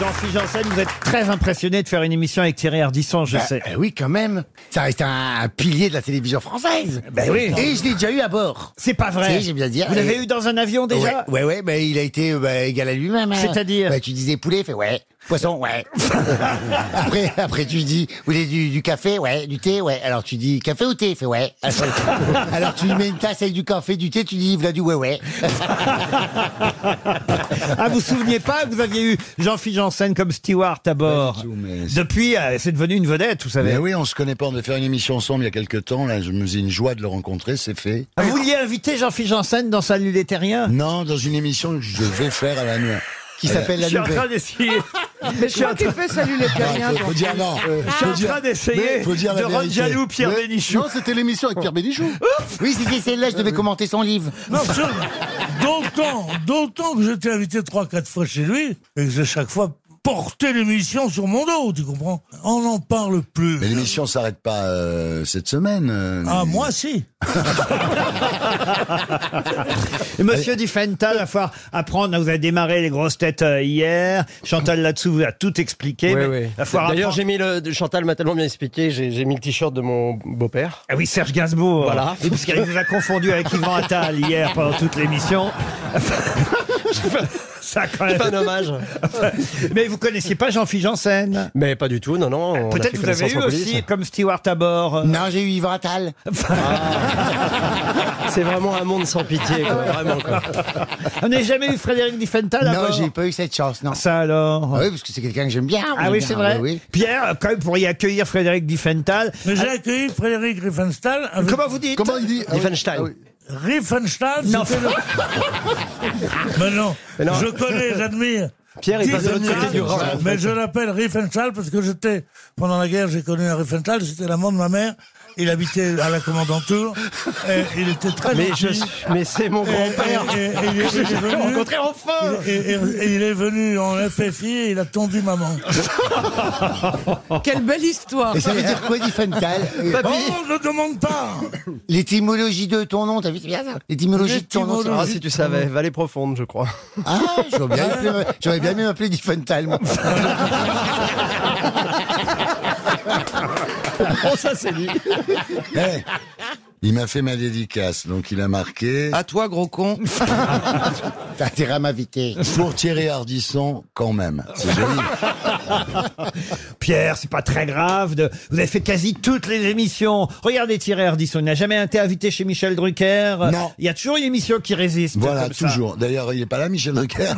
Jean-Philippe Janssen, vous êtes très impressionné de faire une émission avec Thierry Ardisson, je
Bah,
sais.
euh, oui, quand même. Ça reste un, un pilier de la télévision française.
Ben oui.
Et je l'ai déjà eu à bord.
C'est pas vrai.
Si, j'ai bien dire.
Vous l'avez
Et-
eu dans un avion déjà
Ouais, ouais, ouais, ben, il a été euh, ben, égal à lui-même. hein.
C'est-à-dire
Ben, Tu disais poulet, il fait ouais. Poisson, ouais. après, après, tu dis, vous voulez du, du café, ouais. Du thé, ouais. Alors tu dis café ou thé, il fait ouais. Alors, alors, tu lui mets une tasse avec du café, du thé, tu dis, voilà du ouais, ouais.
Ah, vous vous souveniez pas que vous aviez eu Jean-Philippe Janssen comme steward à bord Depuis, euh, c'est devenu une vedette, vous savez.
Mais oui, on se connaît pas, on devait faire une émission ensemble il y a quelques temps. Là, je me faisais une joie de le rencontrer, c'est fait.
Ah, Vous vouliez inviter Jean-Philippe Janssen dans sa nuit des terriens
Non, dans une émission que je vais faire à la nuit.
Qui s'appelle La Je suis en Nouvelle. train d'essayer. Mais je suis en train-
Non, faut, faut dire non.
Je suis
Faut
en
dire-
train d'essayer
Mais faut dire la
de rendre
vérité.
jaloux Pierre
Mais-
Bénichou.
Non, c'était l'émission avec Pierre Bénichou.
Oui, c'était celle-là, je devais commenter son livre.
Non, je- d'autant, d'autant que j'étais invité trois, quatre fois chez lui et que j'ai chaque fois porter l'émission sur mon dos, tu comprends On n'en parle plus.
Mais l'émission s'arrête pas euh, cette semaine. euh,
Ah,
mais-
moi, si.
Et Monsieur Di Fenta, il va falloir apprendre. Vous avez démarré les grosses têtes euh, hier. Chantal là-dessous vous a tout expliqué. mais il va falloir
D'ailleurs,
apprendre-
j'ai mis le. Chantal m'a tellement bien expliqué, j'ai j'ai mis le t-shirt de mon beau-père.
Ah oui, Serge Gainsbourg.
Voilà.
Oui, parce qu'il nous a confondu avec Yvan Attal hier pendant toute l'émission. Ça, quand même.
C'est un hommage.
Mais vous connaissiez pas Jean-Philippe Janssen
Mais pas du tout, non, non. on a fait
Peut-être vous avez
connaissance
eu
en coulisses.
aussi, comme Stewart à bord. euh, Ah.
Non, j'ai eu Yvan Attal.
C'est vraiment un monde sans pitié,
Ah
quoi, vraiment. Quoi.
On n'a jamais eu Frédéric Di Fenta là
Non, j'ai pas eu cette chance, non. Ah
Ça alors
Oui, parce que c'est quelqu'un que j'aime bien. bah
Ah oui, c'est vrai.
Oui,
Pierre, euh, quand même, pour y accueillir Frédéric Ah, Diffenthal.
Mais j'ai accueilli Frédéric Riefenstahl. avec-
Comment vous dites Ah
Comment il dit
Riefenstahl.
Riefenstahl,
Non.
c'était le... mais, non.
Mais non.
je connais, j'admire.
Pierre, il passe de l'autre côté du
Diffenthal,
Rhin, en fait.
Mais je l'appelle Riefenstahl parce que j'étais, pendant la guerre, j'ai connu un Riefenstahl, c'était l'amant de ma mère. Il habitait à la commandanture. Et il était très
Mais, je
gentil.
suis- mais c'est mon grand-père.
Et- et- et- et- et-
Je
il est
l'ai
venu-
rencontré enfin.
Et, et- et il est venu en FFI et il a tondu maman.
Quelle belle histoire
Et ça veut dire quoi, Diffental
Oh, ne demande pas
L'étymologie de ton nom, t'as vu, c'est bien ça L'étymologie de ton nom. c'est-
Ah, si tu savais, vallée profonde, je crois.
Ah, j'aurais bien, aimé- j'aurais bien aimé m'appeler Diffental. moi.
Oh,
Bon, ça c'est dit.
Eh, il m'a fait ma dédicace, donc il a marqué.
À toi, gros con. T'as intérêt à m'inviter.
Pour Thierry Hardisson, quand même. C'est joli.
Pierre, c'est pas très grave. De... Vous avez fait quasi toutes les émissions. Regardez Thierry Ardisson. Il n'a jamais été invité chez Michel Drucker.
Non.
Il y a toujours une émission qui résiste.
Voilà,
comme ça.
toujours. D'ailleurs, il n'est pas là, Michel Drucker.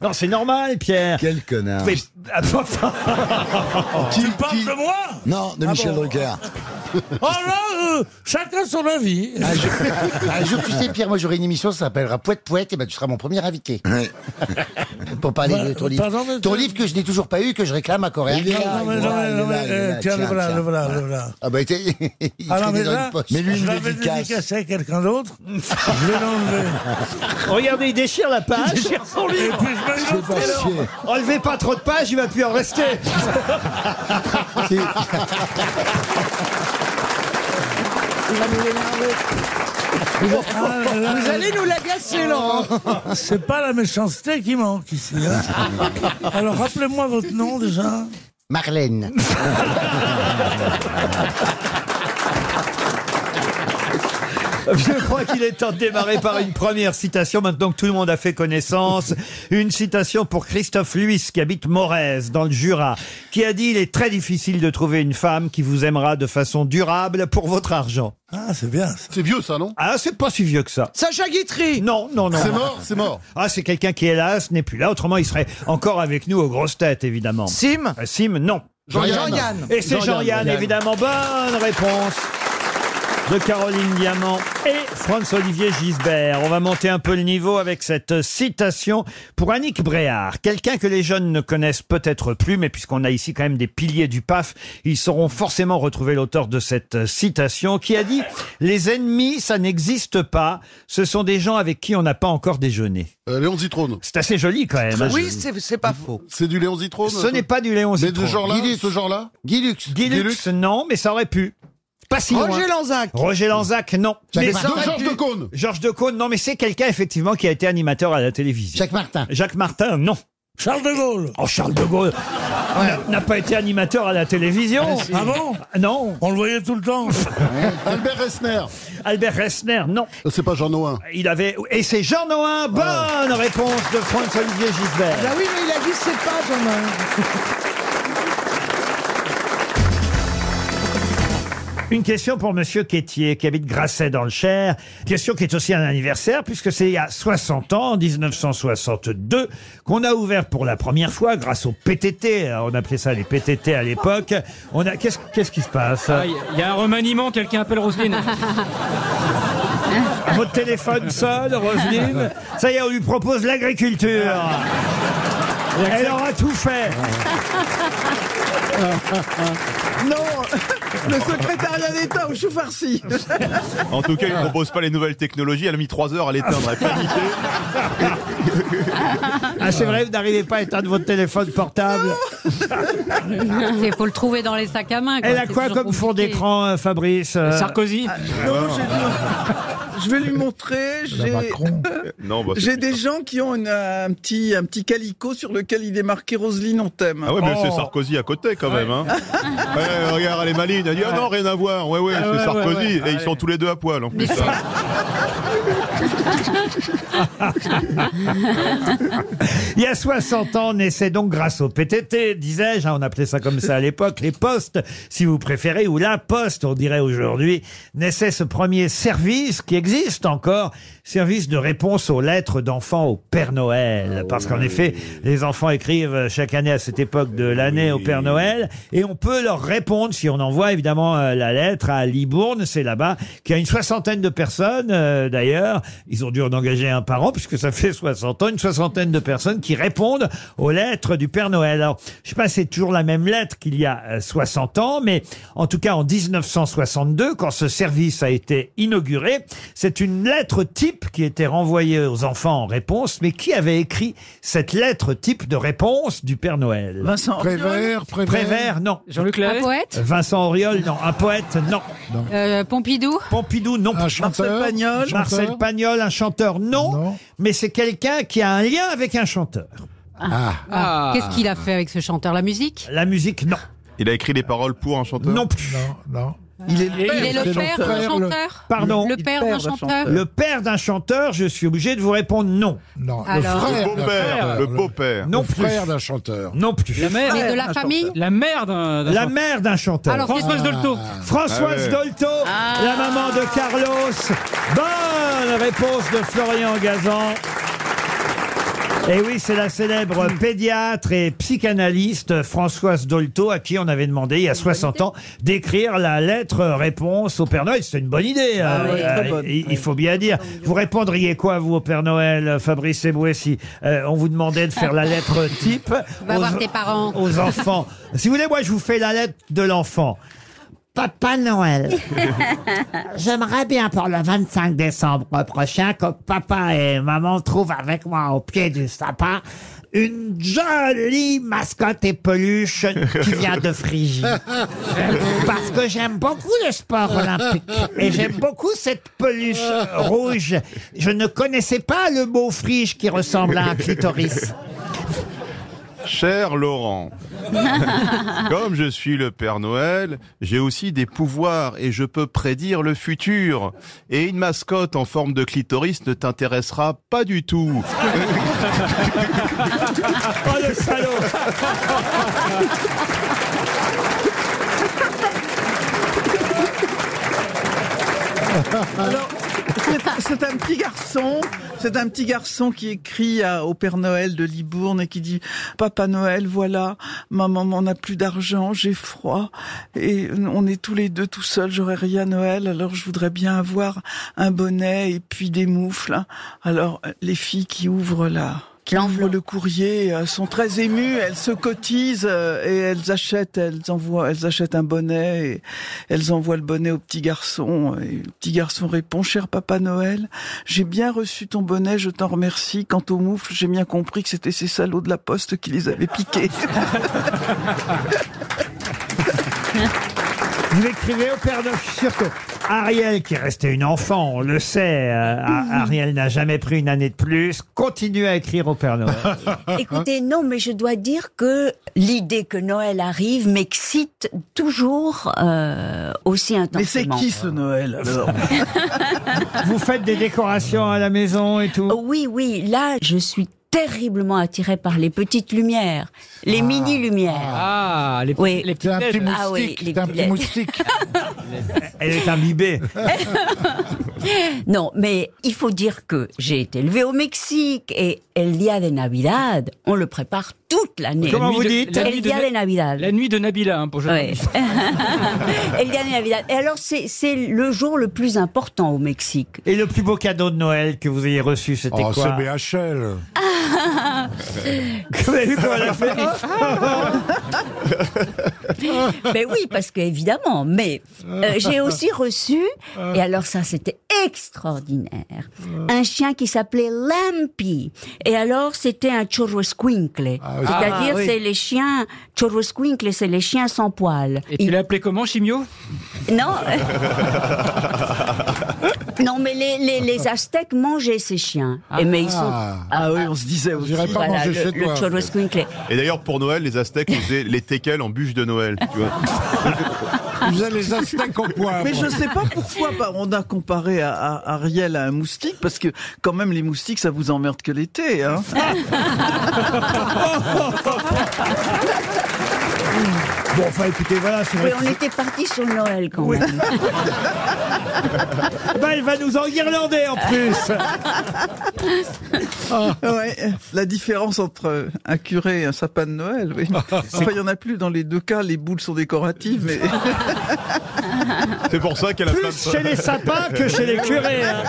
Non, c'est normal, Pierre.
Quel connard.
Mais-
Ah,
Tu parles de moi
Non, de
Ah,
Michel Drucker.
Oh là, euh, chacun son avis.
Un jour, un jour, tu sais, Pierre, moi j'aurai une émission, ça s'appellera Poète Poète, et ben tu seras mon premier invité.
Ouais.
Pour parler
Ouais,
de ton
euh,
livre.
pardon, mais-
ton livre que je n'ai toujours pas eu, que je réclame à Ah, Coréen.
Il est là,
Ah, Non, mais
il est
non,
là,
mais
il est
non,
là, il est
mais
là,
tiens, le
tiens,
voilà,
tiens.
le voilà, le voilà.
Ah bah, il était- il
Alors, mais
traînait dans
là,
une poche.
Mais lui,
je
une
l'avais
dédicace.
dédicacé à quelqu'un d'autre, je vais l'enlever.
Regardez, il déchire la page.
Et puis je vais l'enlever.
Enlevez pas trop de pages, il va plus en rester.
Ah, là, là, Ah,
Vous allez nous la gâcher, Laurent
C'est pas la méchanceté qui manque ici. hein. Alors rappelez-moi votre nom déjà.
Marlène.
Je crois qu'il est temps de démarrer par une première citation, maintenant que tout le monde a fait connaissance. Une citation pour Christophe Luis, qui habite Morez, dans le Jura, qui a dit « Il est très difficile de trouver une femme qui vous aimera de façon durable pour votre argent.
Ah, c'est bien. ça. »
C'est vieux, ça, non Ah, c'est pas si vieux que ça.
Sacha Guitry
Non, non, non.
C'est mort, c'est mort.
Ah, c'est quelqu'un qui, hélas, n'est plus là. Autrement, il serait encore avec nous aux grosses têtes, évidemment.
Sim
Euh, Sim, non.
Jean-Yann.
Et c'est Jean-Yann, évidemment. Bonne réponse de Caroline Diamant et François-Olivier Gisbert. On va monter un peu le niveau avec cette citation pour Annick Bréard. Quelqu'un que les jeunes ne connaissent peut-être plus, mais puisqu'on a ici quand même des piliers du PAF, ils sauront forcément retrouver l'auteur de cette citation qui a dit « Les ennemis, ça n'existe pas. Ce sont des gens avec qui on n'a pas encore déjeuné.
Euh, Léon Zitrone.
C'est assez joli quand même. hein.
Oui, c'est c'est pas faux.
C'est du Léon Zitrone
Ce n'est pas du Léon
Mais
Zitrone.
de genre là,
Guilux.
ce genre-là
Guilux.
Guilux, non, mais ça aurait pu. Pas si loin.
Roger Lanzac
Roger Lanzac, non.
J'avais
Mais
De
pas-
Georges-
Georges de Cône.
Georges Decaune, non, mais c'est quelqu'un effectivement qui a été animateur à la télévision.
Jacques Martin.
Jacques Martin, non.
Charles de Gaulle.
Oh, Charles de Gaulle n'a- n'a pas été animateur à la télévision.
Ah bon
Non.
On le voyait tout le temps.
Albert Resner.
Albert Ressner, non.
C'est pas Jean Ah. Noin.
Il avait. Et c'est Jean Noin. Bonne réponse de François-Olivier Gisbert.
Ah oui, mais il a dit c'est pas Jean-Marc.
Une question pour Monsieur Quétier, qui habite Grasset dans le Cher. Question qui est aussi un anniversaire, puisque c'est il y a 60 ans, en 1962, qu'on a ouvert pour la première fois, grâce aux PTT. hein, On appelait ça les PTT à l'époque. On a, qu'est-ce, qu'est-ce qui se passe?
Ah, Il y a un remaniement, quelqu'un appelle Roselyne.
Votre téléphone sonne, Roselyne. Ça y est, on lui propose l'agriculture. Elle aura tout fait.
Non, le secrétariat d'État au chou farci.
En tout cas, il ne propose pas les nouvelles technologies. Elle a mis 3 heures à l'éteindre. Elle panique.
Ah, c'est vrai, vous n'arrivez pas à éteindre votre téléphone portable.
Il faut le trouver dans les sacs à main.
Elle a quoi comme fond d'écran, euh, Fabrice euh
Sarkozy
Non,
Ah,
j'ai dit- je vais lui montrer. J'ai
Non, bah, c'est-
j'ai des gens qui ont une, euh, un, petit, un petit calicot sur lequel il est marqué Roselyne, on t'aime.
Ah ouais, mais c'est
Oh.
Sarkozy à côté quand même. Hein. Ouais, regarde, elle est maligne. Elle dit Ah non, rien à voir. Ouais, ouais,
Ah
c'est
ouais,
Sarkozy.
ouais, ouais.
Et
Ah
ils sont tous les deux à poil en plus. hein.
Il y a 60 ans, naissait donc grâce au PTT, disais-je, hein, on appelait ça comme ça à l'époque, les postes, si vous préférez, ou la poste, on dirait aujourd'hui, naissait ce premier service qui existe encore, service de réponse aux lettres d'enfants au Père Noël. Parce qu'en effet, les enfants écrivent chaque année à cette époque de l'année au Père Noël, et on peut leur répondre si on envoie évidemment euh, la lettre à Libourne, c'est là-bas, Hein, qu'il y a une soixantaine de personnes, euh, d'ailleurs, ils ont dû en engager un par an, puisque ça fait 60 ans, une soixantaine de personnes qui répondent aux lettres du Père Noël. Alors, je sais pas, c'est toujours la même lettre qu'il y a euh, 60 ans, mais en tout cas, en 1962, quand ce service a été inauguré, c'est une lettre type qui était renvoyée aux enfants en réponse, mais qui avait écrit cette lettre type de réponse du Père Noël
Vincent
Prévert, Prévert.
Prévert, non.
Jean-Luc Lahaye Un poète
Vincent Auriol, non. Un poète, non.
Euh, Pompidou
Pompidou, non.
chanteur Marcel Pagnol Chanteur
Marcel Pagnol, un chanteur, non. Mais c'est quelqu'un qui a un lien avec un chanteur. Ah.
Ah, Qu'est-ce qu'il a fait avec ce chanteur La musique
La musique, non.
Il a écrit des paroles pour un chanteur
Non plus.
Non, non.
Il est
Il est le père d'un chanteur
Pardon
Le père d'un chanteur
Le père d'un chanteur, je suis obligé de vous répondre non.
Non,
le Alors
Le
frère
beau-père. Le beau-père.
Non
le
plus.
frère d'un chanteur.
Non plus.
La mère.
Mais de la famille
La mère d'un. d'un
La
chanteur.
mère d'un chanteur.
Alors, Françoise
Ah.
Dolto.
Françoise
Ah ouais.
Dolto, la maman de Carlos. Bonne réponse de Florian Gazan. Et oui, c'est la célèbre
Hmm.
pédiatre et psychanalyste Françoise Dolto à qui on avait demandé il y a 60 ans d'écrire la lettre réponse au Père Noël. C'était une bonne idée,
Ah
euh,
oui,
euh,
très bonne.
il, il faut bien dire. Vous répondriez quoi, vous, au Père Noël, Fabrice Eboué, si euh, on vous demandait de faire la lettre type
Va voir
aux-
tes parents.
aux enfants. Si vous voulez, moi, je vous fais la lettre de l'enfant.
Papa Noël, j'aimerais bien pour le 25 décembre prochain que papa et maman trouvent avec moi au pied du sapin une jolie mascotte et peluche qui vient de Phrygie. Parce que j'aime beaucoup le sport olympique et j'aime beaucoup cette peluche rouge. Je ne connaissais pas le mot frige qui ressemble à un clitoris.
Cher Laurent, comme je suis le Père Noël, j'ai aussi des pouvoirs et je peux prédire le futur. Et une mascotte en forme de clitoris ne t'intéressera pas du tout.
Oh le salaud
Alors, c'est- c'est un petit garçon, c'est un petit garçon qui écrit à- au Père Noël de Libourne et qui dit Papa Noël, voilà, ma maman n'a plus d'argent, j'ai froid et on est tous les deux tout seuls, j'aurais rien à Noël, alors je voudrais bien avoir un bonnet et puis des moufles. Alors les filles qui ouvrent la qui ouvrent le courrier euh, sont très émues, elles se cotisent euh, et elles achètent, elles envoient, elles achètent un bonnet et elles envoient le bonnet au petit garçon. Et le petit garçon répond Cher Papa Noël, j'ai bien reçu ton bonnet, je t'en remercie. Quant aux moufles, j'ai bien compris que c'était ces salauds de la poste qui les avaient piqués.
Vous écrivez au Père Noël, surtout. Ariel, qui est resté une enfant, on le sait, euh, A- Ariel n'a jamais pris une année de plus, continue à écrire au Père Noël.
Écoutez, non, mais je dois dire que l'idée que Noël arrive m'excite toujours euh, aussi
Mais c'est
intensément.
qui ce Noël alors
Vous faites des décorations à la maison et tout
Oui, oui, là, je suis terriblement attirée par les petites lumières, les mini-lumières.
Ah, les,
Oui.
les petites LED.
Ah oui, les petites LED.
Elle est imbibée.
Non, mais il faut dire que j'ai été élevée au Mexique et, et
El Día de Navidad, on le prépare toute l'année.
Comment La nuit vous de- dites la nuit
El
de
Día
Na-
de Navidad.
La nuit de Nabila, hein, pour je...
El Día de Navidad. Et alors, c'est c'est le jour le plus important au Mexique.
Et le plus beau cadeau de Noël que vous ayez reçu, c'était
Oh,
quoi
BHL.
Vous avez vu comment elle a fait
mais oui, parce que évidemment. Mais euh, j'ai aussi reçu,
Ah.
et alors ça c'était extraordinaire, un chien qui s'appelait Lampy. Et alors c'était un churrosquincle.
oui.
C'est-à-dire
Ah, oui.
c'est les chiens, churrosquincle, c'est les chiens sans poils.
Et tu l'as appelé comment, Chimio
Non, non, mais les, les, les Aztèques mangeaient ces chiens. et mais ils sont.
Ah.
oui, on se disait aussi.
J'irais pas manger chez
le,
toi.
le churrosquincle.
Et d'ailleurs, pour Noël, les Aztèques faisaient les teckels en bûche de Noël, tu vois.
Vous avez les Aztèques au poivre.
Mais je sais pas pourquoi bah, on a comparé à, à- Ariel à un moustique, parce que quand même les moustiques, ça vous emmerde que l'été. Hein
Bon, enfin, écoutez, voilà, c'est vrai
Mais
que
on était parti sur Noël quand même.
Bah, elle va nous en guirlander en plus.
Ouais, la différence entre un curé et un sapin de Noël, oui. Enfin, il y en a plus dans les deux cas, les boules sont décoratives, mais.
C'est pour ça qu'elle a
Plus
pas de-
chez les sapins que chez les curés, hein.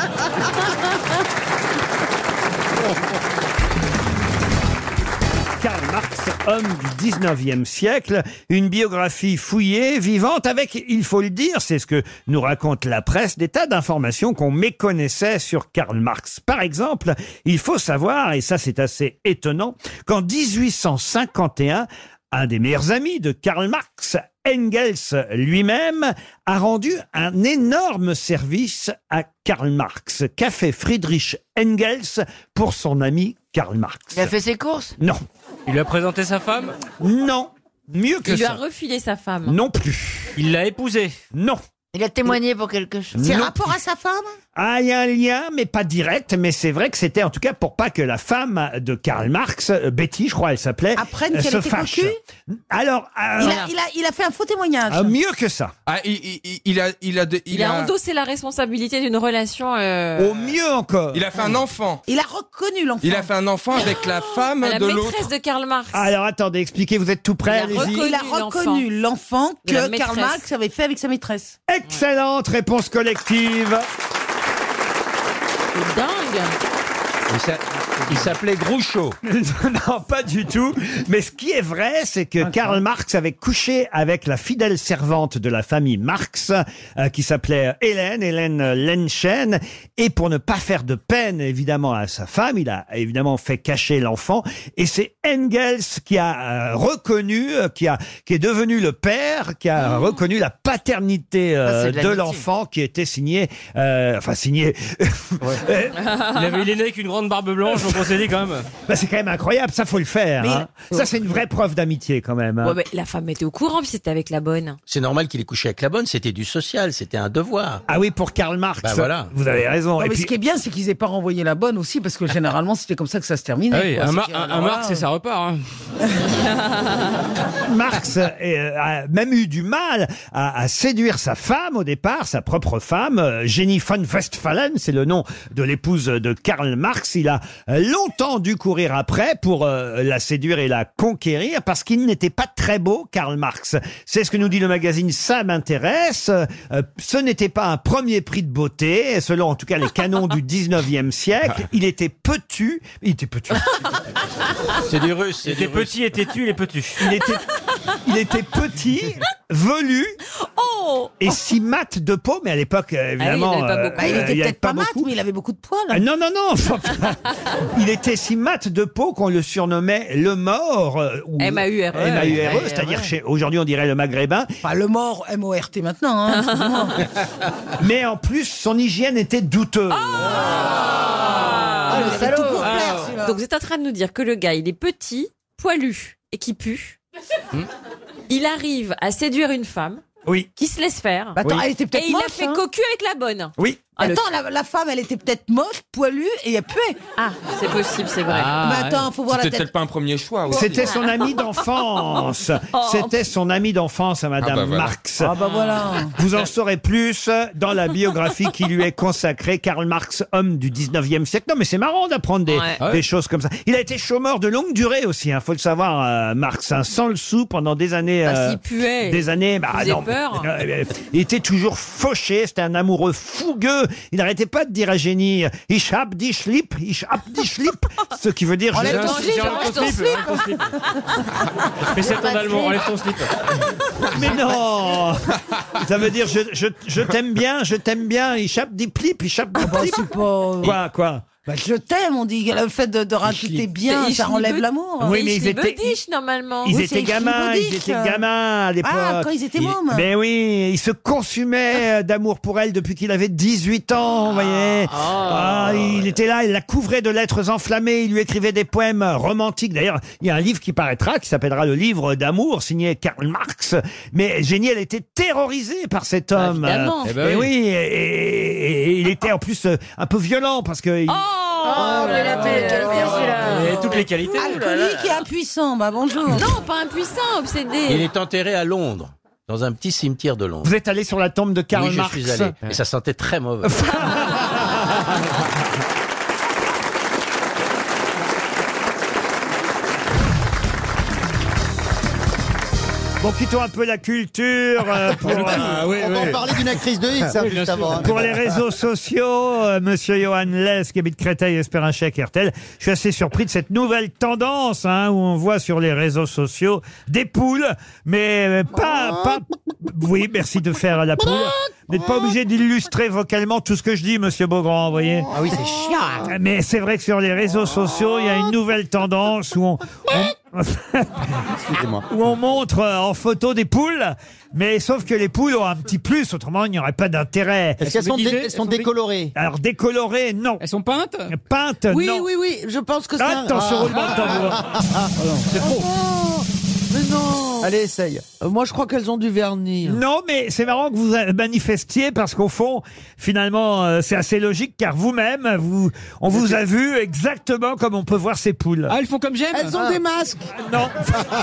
Karl Marx, homme du 19e siècle, une biographie fouillée, vivante, avec, il faut le dire, c'est ce que nous raconte la presse, des tas d'informations qu'on méconnaissait sur Karl Marx. Par exemple, il faut savoir, et ça c'est assez étonnant, qu'en 1851, un des meilleurs amis de Karl Marx, Engels lui-même, a rendu un énorme service à Karl Marx, qu'a fait Friedrich Engels pour son ami Karl Marx.
Il a fait ses courses
Non.
Il lui a présenté sa femme
Non. Mieux que
Il lui a
ça.
refilé sa femme.
Non plus. Il l'a épousée Non.
Il a témoigné pour quelque chose.
Non.
à sa femme
Ah, il y a un lien, mais pas direct, mais c'est vrai que c'était en tout cas pour pas que la femme de Karl Marx, euh, Betty, je crois, elle s'appelait,
Apprenne
euh,
qu'elle
se
était
fâche.
cocu
Alors,
il,
alors
a, il, a, il a fait un faux témoignage.
ah, mieux que ça.
Ah, il, il- il a, il a, de-
Il, a, endossé la responsabilité d'une relation. euh,
Au mieux encore.
Il a fait un enfant.
Il a reconnu l'enfant.
Il a fait un enfant avec la femme
à la
de l'autre. Bah,
maîtresse de Karl Marx.
Alors attendez, expliquez, vous êtes tout prêts,
Il a
allez-y.
reconnu, l'enfant
De la
que
maîtresse.
Karl Marx avait fait avec sa maîtresse.
Excellente réponse collective.
C'est dingue.
Il s'appelait Groucho.
non, pas du tout. Mais ce qui est vrai, c'est que Karl Marx avait couché avec la fidèle servante de la famille Marx, euh, qui s'appelait Hélène, Hélène Lenchen. Et pour ne pas faire de peine, évidemment, à sa femme, il a évidemment fait cacher l'enfant. Et c'est Engels qui a euh, reconnu, euh, qui, a, qui est devenu le père, qui a reconnu la paternité euh,
Ah, c'est de
de
l'amitié.
l'enfant, qui était signé, euh, enfin signé. Euh,
Eh, Il, avait, il est né avec une grande barbe blanche, donc on s'est dit quand même.
Bah, c'est quand même incroyable, ça faut le faire.
Mais il-
hein. Ça c'est une vraie preuve d'amitié quand même. hein.
Ouais, mais la femme était au courant, puis c'était avec la bonne.
C'est normal qu'il ait couché avec la bonne, c'était du social, c'était un devoir.
Ah oui, pour Karl Marx.
Bah voilà.
Vous avez raison.
Non,
Et
Ah, mais
puis-
ce qui est bien, c'est qu'ils aient pas renvoyé la bonne aussi, parce que généralement, c'était comme ça que ça se terminait.
Ah oui,
quoi.
un,
C'est
mar-
que,
un- un
alors là,
Marx et ça repart. hein.
Marx euh, a même eu du mal à, à séduire sa femme au départ, sa propre femme, euh, Jenny von Westphalen, c'est le nom de l'épouse de Karl Marx. Il a longtemps dû courir après pour euh, la séduire et la conquérir parce qu'il n'était pas très beau, Karl Marx. C'est ce que nous dit le magazine Ça m'intéresse. Euh, ce n'était pas un premier prix de beauté, selon en tout cas les canons du 19e siècle. Il était petit, il était petit.
C'est du russe.
Il
c'est
était
du russe.
petit et têtu, il est petit.
Il était, il était petit, velu
Oh.
et si mat de peau, mais à l'époque, euh, évidemment. euh,
Ah, il
euh,
était
y avait
peut-être pas, mat,
beaucoup.
mais il avait beaucoup de poils.
Ah, non, non, non. il était si mat de peau qu'on le surnommait le mort. euh, ou-
M.A.U.R.E..
M.A.U.R.E., E, c'est-à-dire chez, aujourd'hui on dirait le maghrébin.
E. Enfin, le mort, M-O-R-T maintenant. hein,
Ah,
excusez-moi.
Mais en plus, son hygiène était douteuse.
Ah, le salaud.
Ah,
plaire,
ouais.
celui-là.
Donc vous êtes en train de nous dire que le gars, il est petit, poilu et qui pue. Il arrive à séduire une femme
Oui.
qui se laisse faire.
Bah attends, Oui. elle était peut-être
Et il
moche,
a fait
hein.
cocu avec la bonne.
Oui.
Attends, la, la femme, elle était peut-être moche, poilue, et elle puait.
Ah, c'est possible, c'est vrai.
Mais attends, faut voir la
C'était
tête.
peut-être pas un premier choix. aussi.
C'était son ami d'enfance. C'était son ami d'enfance à Madame
Ah bah voilà.
Marx.
Ah bah voilà.
Vous en saurez plus dans la biographie qui lui est consacrée, Karl Marx, homme du 19e siècle. Non, mais c'est marrant d'apprendre des,
Ouais.
des choses comme ça. Il a été chômeur de longue durée aussi, il faut le savoir, euh, Marx, hein, sans le sou pendant des années.
Bah,
euh,
s'il puait,
des années. Bah,
il faisait
non,
peur.
euh, euh, il était toujours fauché, c'était un amoureux fougueux. Il n'arrêtait pas de dire à Génie Ich hab dich lieb, ich hab dich lieb, ce qui veut dire
Enlève
je-
ton slip, enlève ton slip.
hein.
Fais ça en allemand, enlève ton slip.
Mais non Ça veut dire je, je, je t'aime bien, je t'aime bien, il chape des plips, il chape
Ah,
des
bah,
plips. Quoi, quoi
Bah, je t'aime, on dit. Le fait de, de rajouter bien,
C'est
ça
ich
enlève
liebe-
l'amour.
Oui, mais
ich
ils
liebe
étaient-
dich, normalement.
Ils
Oui,
étaient
c'est
gamins, ils
Schliebodic.
étaient gamins à l'époque.
Ah, quand ils étaient mômes.
Ben oui, ils se consumaient euh, d'amour pour elle depuis qu'il avait 18 ans, vous voyez. Ah, il était là, il la couvrait de lettres enflammées, il lui écrivait des poèmes romantiques. D'ailleurs, il y a un livre qui paraîtra, qui s'appellera Le Livre d'amour, signé Karl Marx. Mais Génie, elle était terrorisée par cet
Ah,
homme.
évidemment. Eh ben
Et
oui.
oui, et, et- et il était en plus euh, un peu violent parce que... il-
Oh, mais la belle qualité, celui-là.
Et toutes les qualités.
Ah. Alcoolique et impuissant, bah bonjour.
Oh Non, pas impuissant,
Il
obsédé.
est enterré à Londres, dans un petit cimetière de Londres.
Vous êtes allé sur la tombe de Karl
oui,
Marx
je suis allé. Et ça sentait très mauvais.
Bon, quittons un peu la culture euh, pour, euh,
Ah oui,
On va en parler d'une actrice de X, hein, juste avant. hein.
pour les réseaux sociaux. euh, Monsieur Johan Less, qui habite Créteil, espère un chèque RTL. Je suis assez surpris de cette nouvelle tendance hein, où on voit sur les réseaux sociaux des poules, mais euh, pas... pas... Oui, merci de faire la poule. Vous n'êtes pas obligé d'illustrer vocalement tout ce que je dis, Monsieur Beaugrand, vous voyez Euh,
Ah oui, c'est chiant. hein.
mais c'est vrai que sur les réseaux sociaux, il y a une nouvelle tendance où on, on- où on montre euh, en photo des poules, mais sauf que les poules ont un petit plus, autrement il n'y aurait pas d'intérêt.
Est-ce qu'elles sont, dé- elles sont décolorées
Alors décolorées, non.
Elles sont peintes
Peintes,
Oui,
non.
oui, oui, je pense que c'est un-
Attention,
Ah.
roulement de tambour.
C'est trop.
Oh, mais non
Allez, essaye.
Euh, Moi, je crois qu'elles ont du vernis.
Non, mais c'est marrant que vous euh, manifestiez parce qu'au fond, finalement, euh, c'est assez logique car vous-même, vous, on vous a vu exactement comme on peut voir ces poules.
Ah, elles font comme j'aime
Elles ont des masques
Non,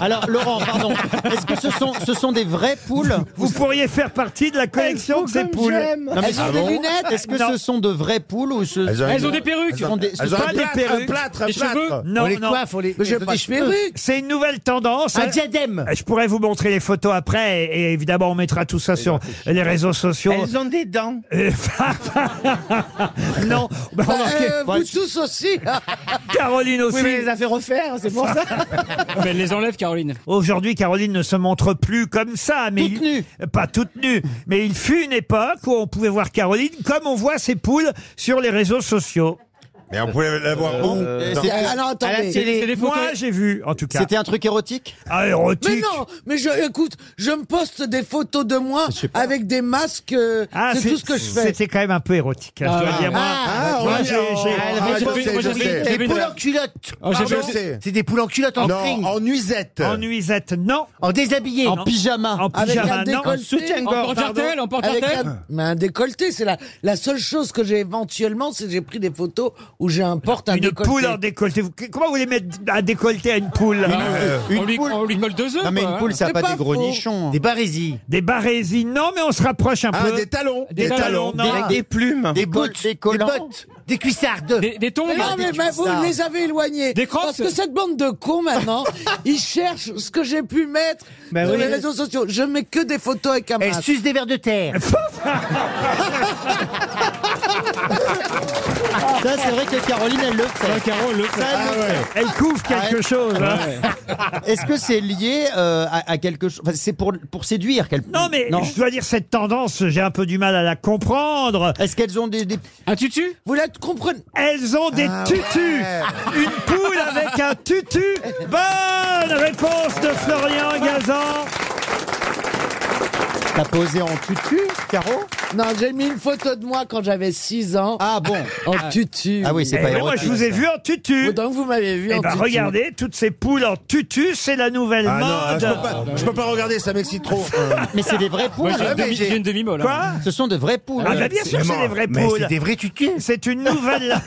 Alors, Laurent, pardon. Est-ce que ce sont, ce sont des vraies poules
vous pourriez faire partie de la collection de ces poules.
Non, mais Elles ont des lunettes Est-ce que
Non.
ce sont de vraies poules ou ce
Elles ont-
Elles ont des perruques
ce sont des... ce
Elles ont
sont
pas
un
des
plâtre, un
perruques.
plâtre, un
Des cheveux
plâtre.
Non,
on les
non.
coiffe, on les...
Mais je
elles ont
pas
des
de
cheveux.
perruques.
C'est une nouvelle tendance.
Un diadème
Je pourrais vous montrer les photos après, et et évidemment, on mettra tout ça sur les réseaux sociaux.
ont des dents.
Euh, non, bah, remarquez,
Euh,
bah,
vous tous aussi.
Caroline aussi.
a fait refaire, c'est pour ça.
Mais elles les enlève, Caroline.
Aujourd'hui, Caroline ne se montre plus comme ça, mais
Toute
il-
nue.
pas toute nue. Mais il fut une époque où on pouvait voir Caroline comme on voit ses poules sur les réseaux sociaux.
Mais on pouvait l'avoir
Euh,
où Dans-
C'était-
Alors, attendez.
à la télé.
Moi, j'ai vu, en tout cas.
C'était un truc érotique
Ah, érotique.
Mais non, mais je, écoute, je me poste des photos de moi avec des masques. euh,
Ah,
c'est tout ce que je fais.
C'était quand même un peu érotique. hein, je dois dire, moi,
Ah,
moi, j'ai- j'ai- Ah,
Ah, je
Moi,
sais,
moi,
je
j'ai-
sais.
j'ai-
Des poules en culotte. Ah,
Oh, j'ai
Je
vu-
sais.
C'est des poules en culotte en string.
Non, en nuisette.
en nuisette, non.
En déshabillé.
En-
En pyjama.
En
Avec
pyjama,
un
non.
décolleté.
En porte-cartel, en
Avec
porte-cartel.
Ah.
un- mais un décolleté, c'est la, la seule chose que j'ai éventuellement, c'est que j'ai pris des photos où j'ai un porte, un
Une
décolleté.
poule en décolleté. Vous- Comment vous voulez mettre un décolleté à une poule
on, lui, on lui colle deux œufs.
Euh, Non mais
quoi,
une
hein.
poule, ça n'a
C'est
pas,
pas
des gros
faux.
nichons. Des barésies.
Des barésies, non, mais on se rapproche un
Ah,
peu.
des talons.
Des talons,
non.
Des-
plumes.
Des bottes. Des collants. Des bottes. Des cuissardes.
Des, des tombes.
Mais non, mais, mais vous
ça.
les avez éloignés.
Des crocs.
Parce que cette bande de cons, maintenant, ils cherchent ce que j'ai pu mettre sur les réseaux sociaux. Je mets que des photos avec un
Elles
masque.
sucent des vers de terre. Ça, c'est vrai que Caroline, elle le fait. Ça, elle le fait.
Ah Elle couvre quelque
ouais.
chose. hein.
Est-ce que c'est lié euh, à, à quelque chose enfin, C'est pour, pour séduire qu'elle.
Non, mais je dois dire, cette tendance, j'ai un peu du mal à la comprendre.
Est-ce qu'elles ont des. des-
Un tutu
Vous la comprenez Ah
Elles ont des tutus. Une poule avec un tutu. Bonne réponse de Florian Gazan.
T'as posé en tutu, Caro
Non, j'ai mis une photo de moi quand j'avais 6 ans.
Ah bon
En tutu. Oh,
Ah oui, c'est
Eh
pas
ben, Moi,
érotique,
je vous ai
ça.
vu en tutu.
Donc vous m'avez vu
Eh
en
ben,
tutu.
regardez, toutes ces poules en tutu, c'est la nouvelle
Ah non,
mode.
je peux pas- je peux pas regarder, ça m'excite trop. Mais c'est des vraies poules.
Moi, j'ai une
Ouais, mais
demi-
j'ai-
j'ai une demi-molle, hein.
Ah, Quoi
Ce sont de vraies poules.
Ah, bah, bien sûr, c'est des vraies poules. tutus. C'est une nouvelle.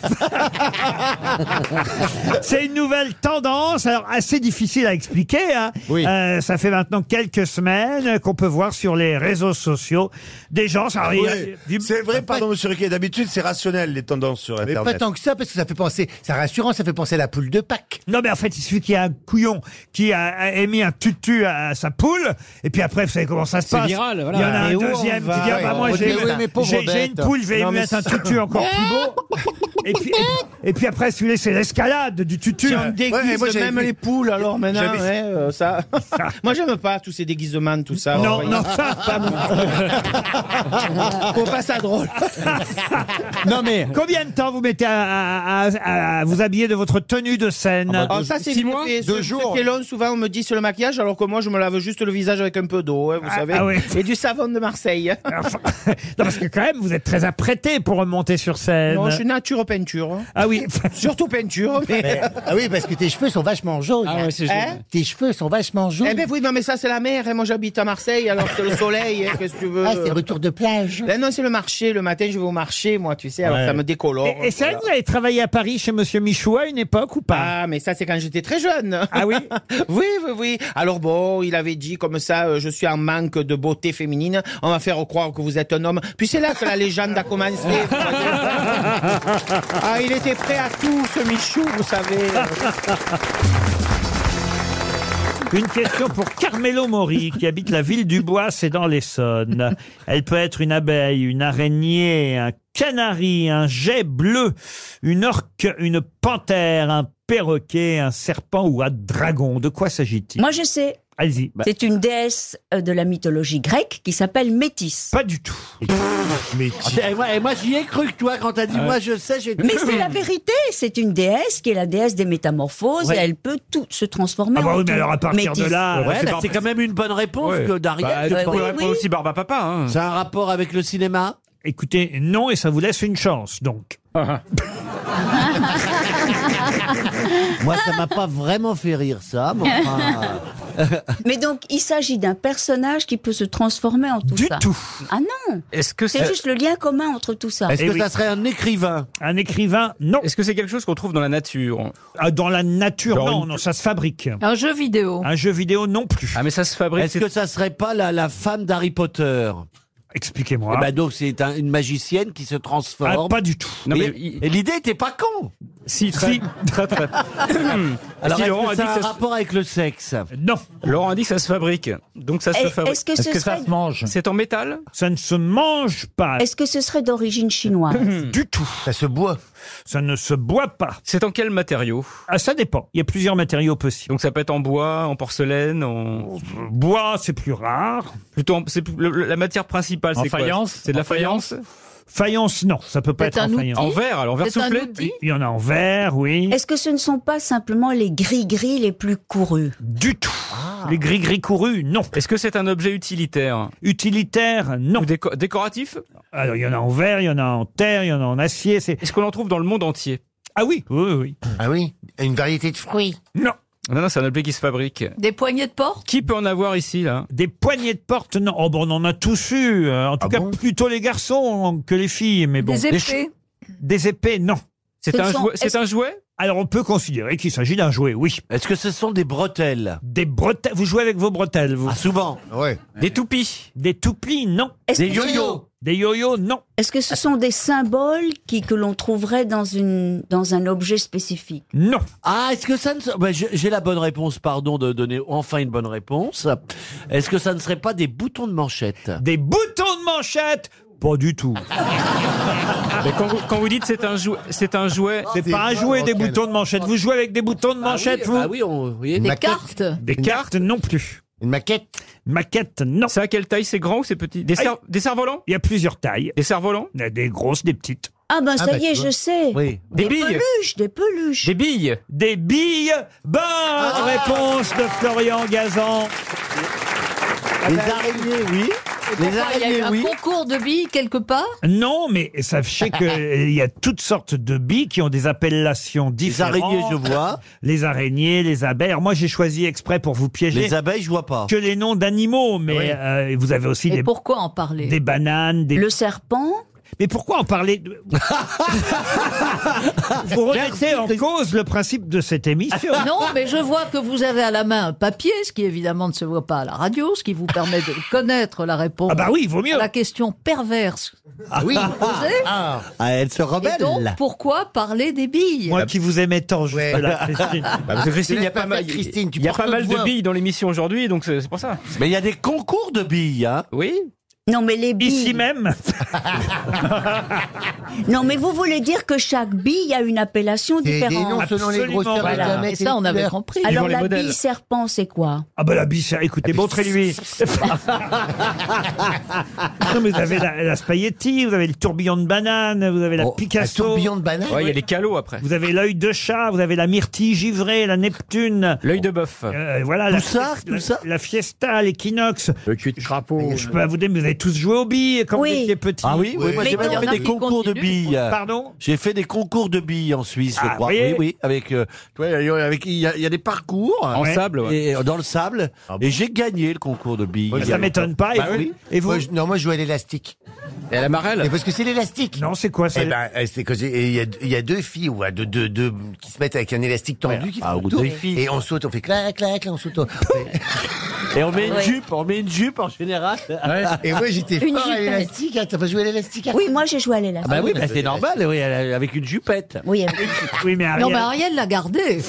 c'est une nouvelle tendance, alors assez difficile à expliquer. hein. Euh, ça fait maintenant quelques semaines qu'on peut voir sur les réseaux sociaux des gens. ça arrive-
C'est vrai, pardon, monsieur Riquet, d'habitude, c'est rationnel, les tendances sur
Mais
Internet.
pas tant que ça, parce que ça fait penser, ça rassurant, ça fait penser à la poule de Pâques.
Non, mais en fait, il suffit qu'il y ait un couillon qui a, a émis un tutu à, à sa poule, et puis après, vous savez comment ça se
C'est
passe.
viral, voilà.
Il y en a
Et
un
où on
deuxième
va
qui dit ah, bah,
Ouais,
moi,
on
j'ai
dit, oui, mais pauvre
j'ai- j'ai une
bête.
poule, je vais
Non,
lui
mais
mettre un
ça-
tutu encore plus beau. Et puis, et puis après, celui-là, c'est l'escalade du tutu.
poules alors
maintenant, ouais,
hein, euh, ça. moi j'aime pas tous ces déguisements, tout ça.
Non, non, ça, pas
Faut pas ça drôle.
Non mais combien de temps vous mettez à, à- à- à vous habiller de votre tenue de scène
Ah, bah,
Alors Ah, Oh, ça c'est mois, deux jours. long, souvent on me dit c'est le maquillage, alors que moi je me lave juste le visage avec un peu d'eau, hein, vous savez,
ah ouais.
et du savon de Marseille.
Non, parce que quand même, vous êtes très apprêté pour remonter sur scène.
non, je suis nature peinture. hein.
Ah oui.
Surtout peinture. Mais...
Mais- ah oui, parce que tes cheveux sont vachement jaunes.
Ah ouais, c'est
Hein
jaune.
Tes cheveux sont vachement jaunes.
Eh ben oui, non mais ça c'est la mer, et moi j'habite à Marseille, alors c'est le soleil, hein, qu'est-ce que tu veux.
Ah, c'est retour de plage.
Ben non, c'est le marché, le matin je vais au marché, moi, tu sais, alors
Ouais.
ça me décolore.
Et, et c'est vrai que vous avez travaillé à Paris chez Monsieur Michou à une époque ou pas
Ah, mais ça, c'est quand j'étais très jeune.
Ah oui
Oui, oui, oui. Alors bon, il avait dit comme ça, euh, je suis en manque de beauté féminine, on va faire croire que vous êtes un homme. Puis c'est là que la légende a commencé. vous voyez. ah, il était prêt à tout, ce Michou, vous savez.
Une question pour Carmelo Mori, qui habite la ville du Bois, c'est dans l'Essonne. Elle peut être une abeille, une araignée, un canari, un jet bleu, une orque, une panthère, un perroquet, un serpent ou un dragon. De quoi s'agit-il
Moi, je sais.
Allez-y.
Bah.
C'est une déesse euh, de la mythologie grecque qui s'appelle Métis.
Pas du tout.
Et moi, et moi, j'y ai cru que toi, quand t'as dit
Ouais.
moi je sais, j'ai
Mais c'est la vérité, c'est une déesse qui est la déesse des métamorphoses
Ouais.
et elle peut tout se transformer
Ah bah
en
oui, mais
tout.
alors à partir de
Métis.
là, Ouais, c'est bah, pas- c'est quand même une bonne réponse
Euh,
Ouais. que d'Ariel. Bah, je oui, pense. oui. aussi
Barba Papa.
C'est un rapport avec le
hein.
cinéma
Écoutez, non, et ça vous laisse une chance, donc.
Moi, ça m'a pas vraiment fait rire, ça. Mais,
Mais donc, il s'agit d'un personnage qui peut se transformer en tout ça.
tout.
Ah non
Est-ce
que
c'est
ça-
juste le lien commun entre tout ça
Est-ce que Eh oui. ça serait
un écrivain
Un écrivain, non. Ah,
Est-ce que c'est quelque chose qu'on trouve dans la nature
Dans la nature, non, non, ça se fabrique.
Un jeu vidéo.
Un jeu vidéo non plus.
Ah mais ça se fabrique.
Ah Est-ce que ça serait pas la, la femme d'Harry Potter
Expliquez-moi.
Eh ben donc, c'est un- une magicienne qui se transforme.
Ah,
pas du tout.
Non,
Et-
mais il-
et l'idée était pas con.
Si, très, très, très.
Alors,
Si,
est-ce
Laurent
que ça
a dit
a
que
un
ça se-
rapport avec le sexe
Non.
Laurent a dit que ça se fabrique. Donc ça se
Est-
fabrique.
est-ce que Est-ce ce que ça serait- se
mange C'est en métal
Ça ne se mange pas.
Est-ce que ce serait d'origine chinoise
Du tout. Ça se boit. Ça ne se boit pas.
Hmm. C'est en quel matériau
Ah, ça dépend. Il y a plusieurs matériaux possibles.
Donc ça peut être en bois, en porcelaine, en...
Bois, c'est plus rare.
Plutôt, en- c'est plus- le- le- la matière principale,
En
c'est quoi
faïence
C'est de la
En faïence
faïence
Faïence, non, ça peut pas
C'est
être
un
en
outil
faïence.
En verre, alors, en verre
C'est un soufflé outil
Il y en a en verre, oui.
Est-ce que ce ne sont pas simplement les gris-gris les plus courus
Du tout. Les gris-gris courus, non.
Ah. Est-ce que c'est un objet utilitaire
Utilitaire, non.
décoratif
Alors, il y en a en verre, il y en a en terre, il y en a en acier. Est-ce
qu'on en trouve dans le monde entier
Ah oui, oui, oui.
Ah oui Une variété de fruits
Non.
Non, non, c'est un objet qui se fabrique.
Des poignées de porte
Qui peut en avoir ici, là
Des poignées de porte, non. Oh, bon, on en a tous eu. euh, En tout
Ah
cas, plutôt les garçons que les filles, mais bon.
Des
Des
épées.
ch- Des épées, non.
C'est
un,
jouet- c'est un jouet
Alors, on peut considérer qu'il s'agit d'un jouet, oui.
Est-ce que ce sont des bretelles Ah,
Des bretelles Vous jouez avec vos bretelles, vous
Souvent.
Ouais.
Des toupies
Des toupies, non.
Est-ce Des que- yo-yos
Des yo-yos, non.
Est-ce que ce sont des symboles qui, que l'on trouverait dans, une, dans un objet spécifique
Non.
Ah, est-ce que ça ne... se- bah, je- J'ai la bonne réponse, pardon de donner enfin une bonne réponse. Est-ce que ça ne serait pas des boutons de manchette
Des boutons de manchette Pas du tout.
Mais quand vous, quand vous dites c'est un jouet, c'est un jouet. Oh,
C'est pas un jouet, des boutons de manchette. Vous jouez avec des boutons de
Ah oui,
manchette, vous
bah oui, on- oui.
Des cartes
Des cartes non plus.
Une maquette
Maquette, non. Ah,
C'est à quelle taille C'est grand ou c'est petit Des, cerfs- des cerfs-volants
Il y a plusieurs tailles.
Des cerfs-volants
Des grosses, des petites.
Ah ben
Ah
ça
bah,
y est,
tu vois.
je sais.
Oui.
Des,
Des billes.
peluches, des peluches.
Des billes
Des billes Bonne
Ah.
réponse de Florian Gazan.
Les araignées, oui.
Pourquoi, Ah, Il y a eu un concours de billes quelque part
Non, mais sachez qu'il euh, y a toutes sortes de billes qui ont des appellations différentes.
araignées, je vois.
Les araignées, les abeilles. Alors moi, j'ai choisi exprès pour vous piéger.
Les abeilles, je vois pas.
Que les noms d'animaux, mais euh, vous avez aussi
Et
des,
pourquoi en parler
des bananes, des...
Le serpent
Mais pourquoi en parler de- Vous remettez en cause le principe de cette émission.
Non, mais je vois que vous avez à la main un papier, ce qui évidemment ne se voit pas à la radio, ce qui vous permet de connaître la réponse
Ah bah oui, vaut mieux.
à la question perverse.
oui.
posée.
ah,
Ah, elle se
Et donc, pourquoi parler des billes
Moi qui vous aimais tant, je
Bah, parce que Christine, il y a pas mal,
Christine, tu
il y a
portes
pas mal
notre
de
voix.
billes dans l'émission aujourd'hui, donc c'est c'est pour ça.
Mais il y a des concours de billes, hein
Oui.
Non, mais les billes.
Ici même
Non, mais vous voulez dire que chaque bille a une appellation
Des- des
différente.
noms selon les Absolument. grosseurs, les diamètres Et ça, et les on avait couleurs. compris.
Alors,
Suivant les
la
modèles.
bille serpent, c'est quoi
Ah bah la biche, écoutez, montrez-lui. non, mais vous avez la, la spaghetti, vous avez le tourbillon de banane, vous avez la
Oh,
Picasso. tourbillon
de banane
Ouais, il y a les calots après.
Vous avez l'œil de chat, vous avez la myrtille givrée, la Neptune.
L'œil de bœuf.
Euh, voilà, la, la- la fiesta, l'équinox.
Le cul de crapaud.
Je peux vous dire, mais vous avez tous joué aux billes quand
Oui.
vous étiez petit.
Ah oui, oui, moi
Mais
j'ai même
il y en
fait
a
des
qui
concours de billes.
Pardon
J'ai fait des concours de billes en Suisse, je crois.
Ah, vous voyez
Oui, oui, avec, euh, tu vois, avec, il y, a- il y a des parcours
En Ouais. sable, ouais. Ah
et, euh, dans le sable, et j'ai gagné le concours de billes.
Ça m'étonne pas. Et
Bah
vous,
oui.
et vous
Moi, je- Non, moi je joue à l'élastique.
Et à la marelle
Mais parce que c'est l'élastique.
Non, c'est quoi ça
Eh ben, euh, c'est que j'ai- et il y, a- il y a deux filles ouais, deux, deux, deux, qui se mettent avec un élastique tendu qui
Ah,
font
ou
le tour.
des filles.
et on saute, on fait clac clac, on saute. on-
Et on met une
Ouais.
jupe, on met une jupe en général.
et moi j'étais
Une
fort à
jupette.
l'élastique. Ah, T'as pas joué à l'élastique
Oui, moi j'ai joué à l'élastique.
Bah oui, bah, c'est normal, oui, elle a- avec une jupette.
Oui,
Oui, mais Ariel,
Non, mais Ariel l'a gardé.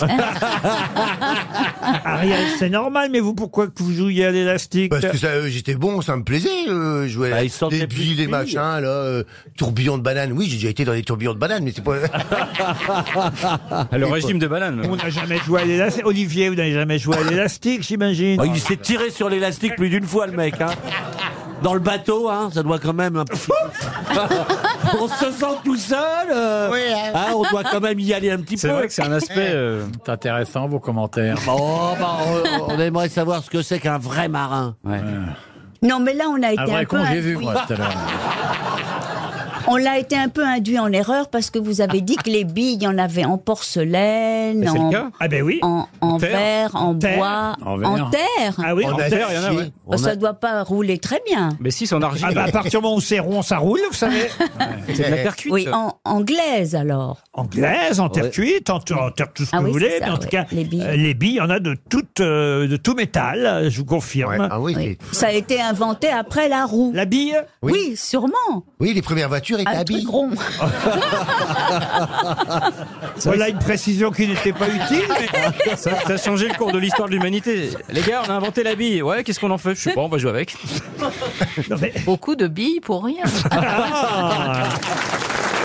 Ariel, c'est normal, mais vous, pourquoi que vous jouiez à l'élastique
Parce que ça, euh, j'étais bon, ça me plaisait. Euh, jouer
Bah,
à
il sortait
les
plus
billes,
de
les
billes.
machins, là, euh, tourbillon de banane. Oui, j'ai déjà été dans des tourbillons de banane, mais c'est pas.
Ah, Le régime de banane.
On n'a jamais joué à l'élastique. Olivier, vous n'avez jamais joué à l'élastique, j'imagine.
Oh, il s'est tiré sur l'élastique plus d'une fois, le mec. Hein. Dans le bateau, hein, ça doit quand même. un petit- on se sent tout seul. euh, hein, on doit quand même y aller un petit peu.
C'est vrai que c'est un aspect euh, intéressant, vos commentaires.
Oh, bah, on, on aimerait savoir ce que c'est qu'un vrai marin.
Non, mais là,
Ah,
on a été
Un
un,
vrai
peu.
con, j'ai vu,
induit-
moi, tout à l'heure.
On l'a été un peu induit en erreur parce que vous avez dit que les billes, il y en avait en porcelaine,
C'est le
en,
cas.
Ah ben oui.
en, en
terre.
verre, en
terre.
bois,
En verre.
en terre.
Ah oui,
On
en
a
terre.
il y en a,
chié.
ouais.
Bon, ça doit pas rouler très bien.
Mais si, c'est en argile.
Ah bah à partir du moment où c'est rond, ça roule, vous savez.
C'est de la terre cuite.
Oui, en, en glaise alors.
En glaise, en terre
Ouais.
cuite, en, en terre tout ce
Ah
que
oui,
vous voulez.
c'est ça,
mais en tout
ouais.
cas,
Les billes.
euh, les billes, il y en a de, toutes, euh, de tout métal, euh, je vous confirme.
Ouais. Ah oui,
Oui.
les-
Ça a été inventé après la roue.
La bille
Oui, sûrement.
oui, les premières voitures étaient
Un
à
truc
billes.
rond.
Voilà une précision qui n'était pas utile. mais-
Ça, ça a changé le cours de l'histoire de l'humanité. Les gars, on a inventé la bille. Ouais, qu'est-ce qu'on en fait Je sais pas, on va jouer avec.
Non, mais-
Beaucoup de billes pour rien.
Ah.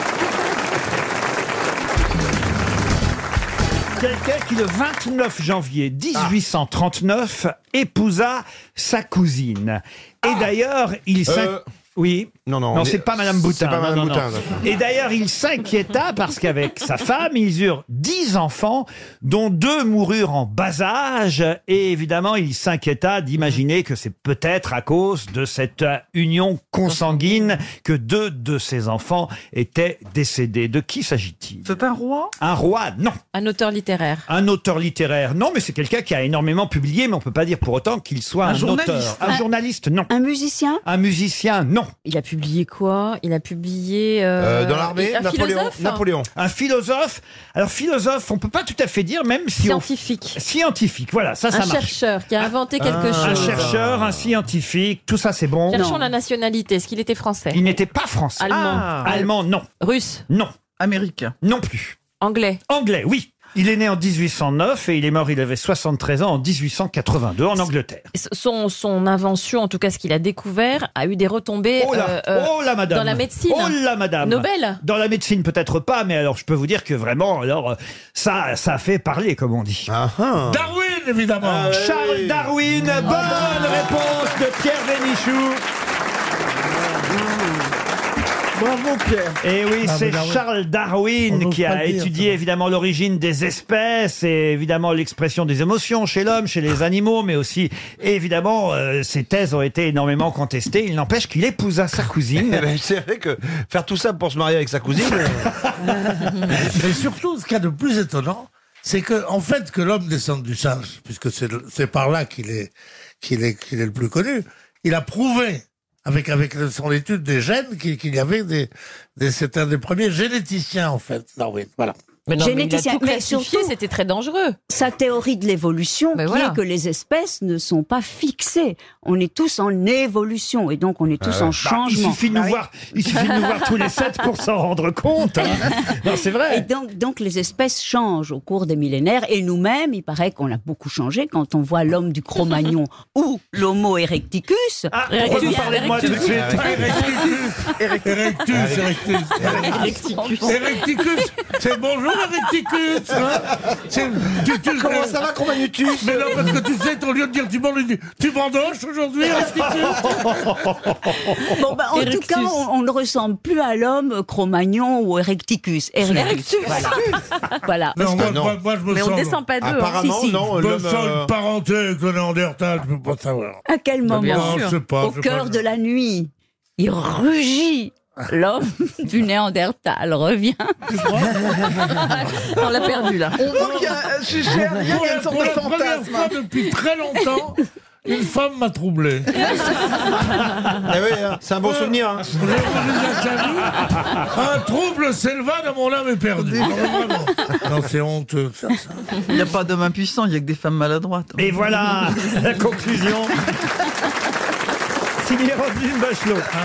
Quelqu'un qui, le 29 janvier 1839, épousa sa cousine. Et d'ailleurs, il s'in-
Euh,
Oui.
Non, non,
Non,
on
c'est
est-
pas Madame Boutin.
c'est pas
non,
Madame
non, non.
Boutin,
Et d'ailleurs, il s'inquiéta parce qu'avec sa femme, ils eurent dix enfants, dont deux moururent en bas âge. Et évidemment, il s'inquiéta d'imaginer que c'est peut-être à cause de cette euh, union consanguine que deux de ses enfants étaient décédés. De qui s'agit-il
C'est un roi
Un roi Non.
Un auteur littéraire.
Un auteur littéraire Non, mais c'est quelqu'un qui a énormément publié, mais on peut pas dire pour autant qu'il soit
Un
un,
journaliste.
auteur. Un journaliste Non.
Un musicien
Un musicien Non.
Il a publié quoi Il a publié.
Euh, dans l'armée,
Un
Napoléon.
philosophe
Napoléon.
Un philosophe. Alors philosophe, on peut pas tout à fait dire, même si on
Scientifique.
scientifique. Voilà, ça, ça
un
marche. Ah. Euh,
chercheur qui a inventé quelque
Un
chose.
chercheur, un scientifique, tout ça, c'est bon.
Cherchons la nationalité. Est-ce qu'il était français
Il n'était pas français.
Allemand.
Ah. Allemand, non.
Russe.
Non.
Américain.
Non plus.
Anglais.
Anglais, oui. Il est né en 1809 et il est mort, il avait 73 ans, en 1882 en Angleterre.
S- Son, son invention, en tout cas ce qu'il a découvert, a eu des retombées
Oh là,
euh, euh,
oh là, madame.
dans la médecine.
Oh là, madame.
Nobel.
Dans la médecine, peut-être pas, mais alors je peux vous dire que vraiment, alors, euh, ça, ça fait parler, comme on dit.
ah. Darwin, évidemment
Ah,
Ah,
Charles Darwin,
Ah,
bonne réponse de Pierre Vénichou.
Bravo Pierre.
Et Eh oui,
Ah,
c'est
mais Darwin.
Charles Darwin
On
qui
n'ose pas
a
le dire,
étudié évidemment l'origine des espèces et évidemment l'expression des émotions chez l'homme, chez les animaux, mais aussi évidemment euh, ses thèses ont été énormément contestées. Il n'empêche qu'il épousa sa cousine.
Eh ben, c'est vrai que faire tout ça pour se marier avec sa cousine.
Euh, Mais surtout, ce qu'il y a de plus étonnant, c'est que, en fait, que l'homme descende du singe, puisque c'est le- c'est par là qu'il est, qu'il est, qu'il est le plus connu, il a prouvé, avec, avec son étude des gènes, qu'il qu'il y avait des, des c'est un des premiers généticiens, en fait, Darwin. Voilà.
Généticien, mais
classifié,
surtout,
c'était très dangereux.
Sa théorie de l'évolution, qui
voilà.
est que les espèces ne sont pas fixées. On est tous en évolution et donc on est tous
Ah ouais.
en
Bah,
changement.
il suffit de nous voir, il suffit de nous voir tous les sept pour s'en rendre compte. hein. Non, c'est vrai.
Et donc, donc les espèces changent au cours des millénaires et nous-mêmes, il paraît qu'on a beaucoup changé quand on voit l'homme du Cro-Magnon ou l'Homo erecticus.
Ah, pourquoi vous parlez de moi tout de suite
Erectus, Erectus.
Erecticus.
Erecticus. C'est bonjour, Erecticus. hein. Ah, C'est- tu- tu-
Comment ça va, Cromagnutus
Mais non, parce que tu sais, ton lieu de dire tu bandes- tu bandoches aujourd'hui, Erecticus.
Bon, bah, en tout cas, on, on ne ressemble plus à l'homme euh, Cro-Magnon ou Erecticus. Erectus. Voilà. Voilà.
Non, moi, moi, moi, je me sens.
hein. Si, si.
Je me sens une parenté avec le Néandertal, je peux pas savoir.
À quel
Bah,
moment
bien sûr. Non, je sais pas,
Au
je sais
cœur
pas.
de la nuit, il rugit. L'homme du Néandertal revient.
On l'a perdu
hein.
là.
On voit qu'il y a, chez Cher, il y a
Pour la-
une sorte
pour
de
la première
fantasme.
fois depuis très longtemps, une femme m'a troublé.
c'est un bon
Euh,
souvenir. hein.
Un trouble s'éleva dans mon âme éperdue. Non, mais vraiment.
Non, c'est honteux. ça, ça. Il n'y a pas d'homme impuissant, il n'y a que des femmes maladroites.
Et voilà la conclusion. Signé Roselyne Bachelot.
Ah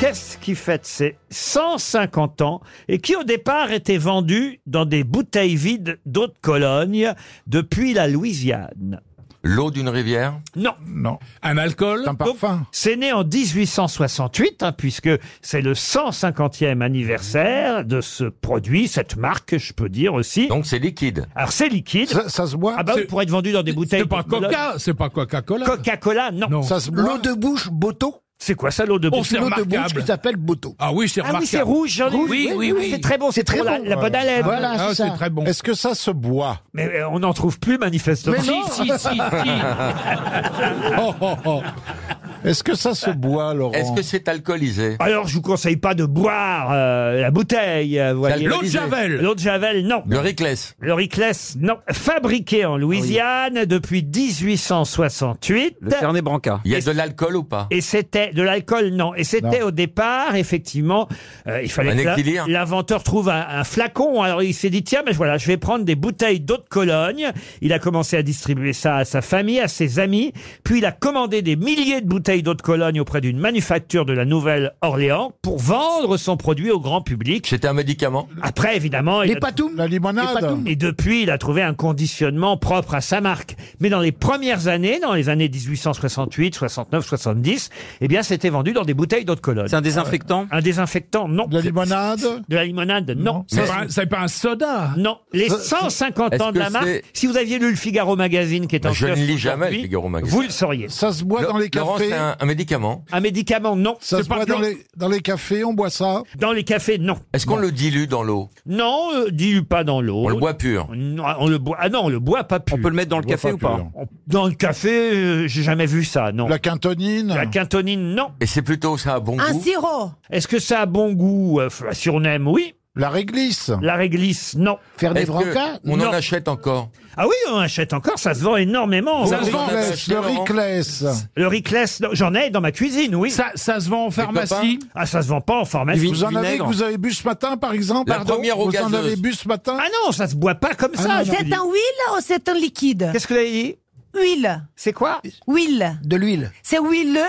Qu'est-ce qui fête ses 150 ans et qui au départ était vendu dans des bouteilles vides d'eau de Cologne depuis la Louisiane
L'eau d'une rivière
Non.
Non. Un alcool Un parfum
C'est né en 1868, hein, puisque c'est le 150e anniversaire de ce produit, cette marque, je peux dire aussi.
Donc c'est liquide.
Alors c'est liquide. Ça,
se boit
Ah bah oui,
C'est-
pour être vendu dans des bouteilles.
C'est pas
de Cologne.
Coca, c'est pas Coca-Cola.
Coca-Cola, non.
Ça se boit. L'eau
de bouche, Boto C'est quoi ça, l'eau de
Oh,
bouche
c'est
L'eau de
remarquable.
bouche qui s'appelle Boto.
Ah oui, c'est
Ah oui,
remarquable.
c'est rouge, j'en ai-
Rouge,
oui, oui, oui. C'est très bon, c'est pour la- la bonne haleine. Voilà, Ah, c'est ça.
bon.
Est-ce
que ça se boit
Mais euh, on n'en trouve plus manifestement.
Mais non. Si, si, si, si.
Est-ce que ça se boit, Laurent Est-ce que c'est alcoolisé
Alors, je vous conseille pas de boire euh, la bouteille, euh, vous voyez.
L'eau de Javel.
L'eau de Javel, non.
Le Riclès.
Le Riclès, non. Fabriqué en Louisiane depuis 1868. Le Fernet Branca.
Il y a de l'alcool ou pas
Et c'était de l'alcool, non. Et c'était
Non.
au départ, effectivement, euh, il fallait
Un
que la-
équilibre.
l'inventeur trouve un, un flacon. Alors il s'est dit tiens, mais voilà, je vais prendre des bouteilles d'eau de Cologne. Il a commencé à distribuer ça à sa famille, à ses amis. Puis il a commandé des milliers de bouteilles d'eau de Cologne auprès d'une manufacture de la Nouvelle-Orléans pour vendre son produit au grand public.
C'était un médicament
Après, évidemment, il
Les
a-
patoums La
et pas
limonade
tout. Et depuis, il a trouvé un conditionnement propre à sa marque. Mais dans les premières années, dans les années 1868, 69, 70, eh bien, c'était vendu dans des bouteilles d'eau de Cologne. Ah
C'est un désinfectant
Un désinfectant, non. De la limonade De la limonade, non.
C'est pas un- c'est pas un soda
Non. Les
Ça-
150
Est-ce
ans de
que
la marque,
c'est-
si vous aviez lu le Figaro Magazine qui est en
Bah, Je ne
kiosque
lis jamais le
aujourd'hui,
Figaro Magazine.
Vous le sauriez. Ça se
Laurent, c'est un, un médicament.
Un médicament, non.
Ça se boit dans les, dans les cafés, on boit ça
Dans les cafés, non.
Est-ce qu'on le dilue dans l'eau
Non, euh, dilue pas dans l'eau.
On le boit pur.
Non, on le boit. Ah non, on le boit pas pur. On peut le mettre dans le
boit café pas ou pas pur.
On- Dans le café, euh, j'ai jamais vu ça, non. La quintonine La quintonine, non.
Et c'est plutôt ça à bon
Un
goût
sirop Est-ce que ça a bon goût Euh, f- Si on aime, oui. La réglisse La réglisse, non. Faire
Est-ce que On en achète encore.
Ah oui, on achète encore, ça se vend énormément.
Le
Ça se vend-
Riclès, le Riclès.
Le Riclès, non, j'en ai dans ma cuisine, oui.
Ça, ça se vend en pharmacie
Ah, ça se vend pas en pharmacie.
Vous en avez que vous
Euh,
avez bu ce matin, par exemple
La Ah,
pardon
première au
Vous en
gazeuse.
avez bu ce matin Ah
Ah non, ça se boit pas comme ça. je vous dis.
C'est un huile ou c'est un liquide
Qu'est-ce que vous avez dit
Huile.
C'est quoi
Huile.
De l'huile.
C'est huileux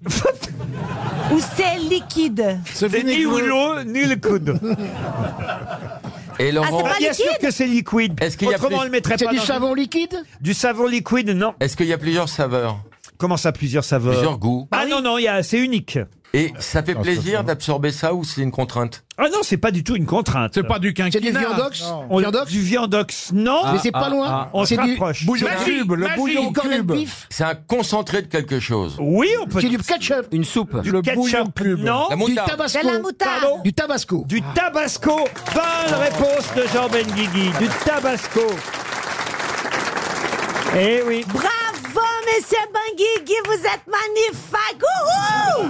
ou c'est liquide
C'est ni l'eau, ni le coude.
Et
Laurent- c'est pas
Bien sûr
liquide
que c'est liquide.
Est-ce qu'il y a
Autrement,
plus-
on le mettrait
C'est
pas
du
dans-
savon
liquide
Du savon liquide, non.
Est-ce qu'il y a plusieurs saveurs
Comment ça, plusieurs saveurs
Plusieurs goûts.
Ah non, non, il y a- c'est unique.
Et ça fait plaisir d'absorber ça ou c'est une contrainte
Ah non, c'est pas du tout une contrainte.
C'est pas du quinquennat. C'est du viandox
On- Du viandox, non. Ah,
Mais c'est pas loin.
On se
C'est du
rapproche.
bouillon Magie, cube, le magie, bouillon cornet de cube. bif. C'est un concentré de quelque chose.
Oui, on peut.
C'est du ketchup. Une soupe.
Du ketchup, non.
La moutarde.
Pardon du
Ah.
tabasco. Du tabasco. Bonne réponse de Jean Benguigui. Du tabasco. Eh oui.
Bravo, monsieur Benguigui, vous êtes magnifique. Ouhou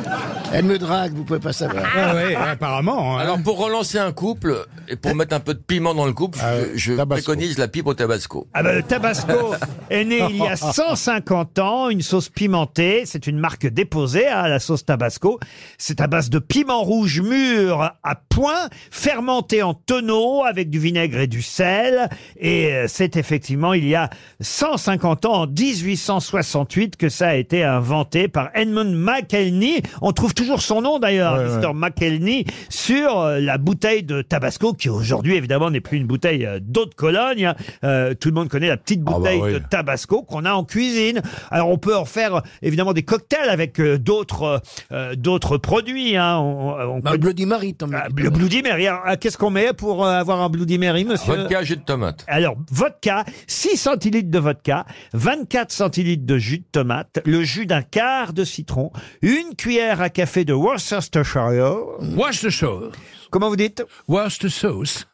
Elle me drague, vous pouvez pas savoir.
Ah ouais, apparemment, hein.
Alors pour relancer un couple et pour mettre un peu de piment dans le couple, je- je, préconise la pipe au tabasco.
Ah bah, le Tabasco est né il y a 150 ans, une sauce pimentée, c'est une marque déposée à la sauce Tabasco. C'est à base de piment rouge mûr à point, fermenté en tonneau avec du vinaigre et du sel. Et euh, c'est effectivement il y a 150 ans, en 1868, que ça a été inventé par Edmund McElney. On trouve toujours son nom d'ailleurs, Mr. McElney, sur euh, la bouteille de Tabasco qui aujourd'hui évidemment n'est plus une bouteille euh, d'eau de Cologne. Euh, tout le monde connaît la petite bouteille de Tabasco qu'on a en cuisine. Alors on peut en faire euh, évidemment des cocktails avec euh, d'autres euh, d'autres produits. Hein. On, Bloody Mary, le Bloody Mary. Alors, ah, Qu'est-ce qu'on met pour euh, avoir un Bloody Mary, monsieur
Vodka, jus de tomate.
alors, vodka, 6 centilitres de vodka, 24 centilitres de jus de tomate, le jus d'un quart de citron, une cuillère à café de Worcestershire. Worcestershire. Comment vous dites Worcestershire.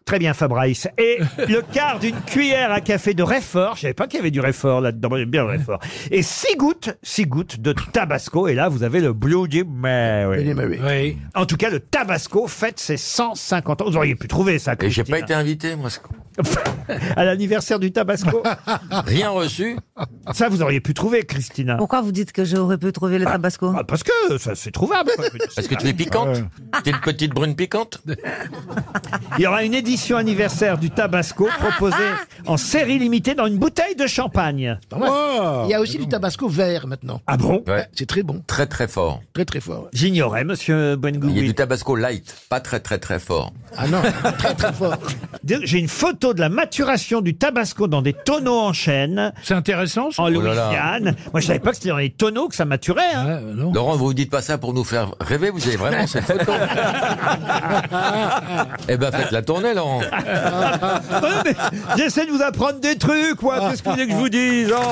Très bien, Fabrice. Et le quart d'une cuillère à café de réfort. Je savais pas qu'il y avait du réfort là-dedans. Moi, J'aime bien le réfort. Et 6 gouttes, 6 gouttes de tabasco. Et là, vous avez le Bloody Mary. Oui. En tout cas, le tabasco fête ses 150 ans. Vous auriez pu trouver ça,
Et j'ai
Christine.
pas été invité, moi. c'est con.
À l'anniversaire du Tabasco.
Rien reçu.
Ça, vous auriez pu trouver, Christina.
Pourquoi vous dites que j'aurais pu trouver le tabasco
Ah, parce que ça, c'est trouvable.
Parce que tu es
Ah
piquante. T'es une petite brune piquante.
Il y aura une édition anniversaire du Tabasco proposée en série limitée dans une bouteille de champagne.
Ah
Oh.
Oh.
Il y a aussi du tabasco vert maintenant.
Ah bon
C'est très bon. Très très fort.
Très très fort.
J'ignorais, monsieur Bengou.
Il y a du tabasco light, pas très très très fort.
Ah non, très très fort.
J'ai une photo de la maturation du Tabasco dans des tonneaux en chêne. C'est intéressant. En
Oh là là.
Louisiane. Moi, je savais pas que c'était dans les tonneaux que ça maturait. hein.
Laurent, vous ne dites pas ça pour nous faire rêver, vous avez vraiment cette photo. eh ben, faites la tournée, Laurent. Ah,
Ouais, mais J'essaie de vous apprendre des trucs, moi. Qu'est-ce que vous voulez que je vous dise Oh.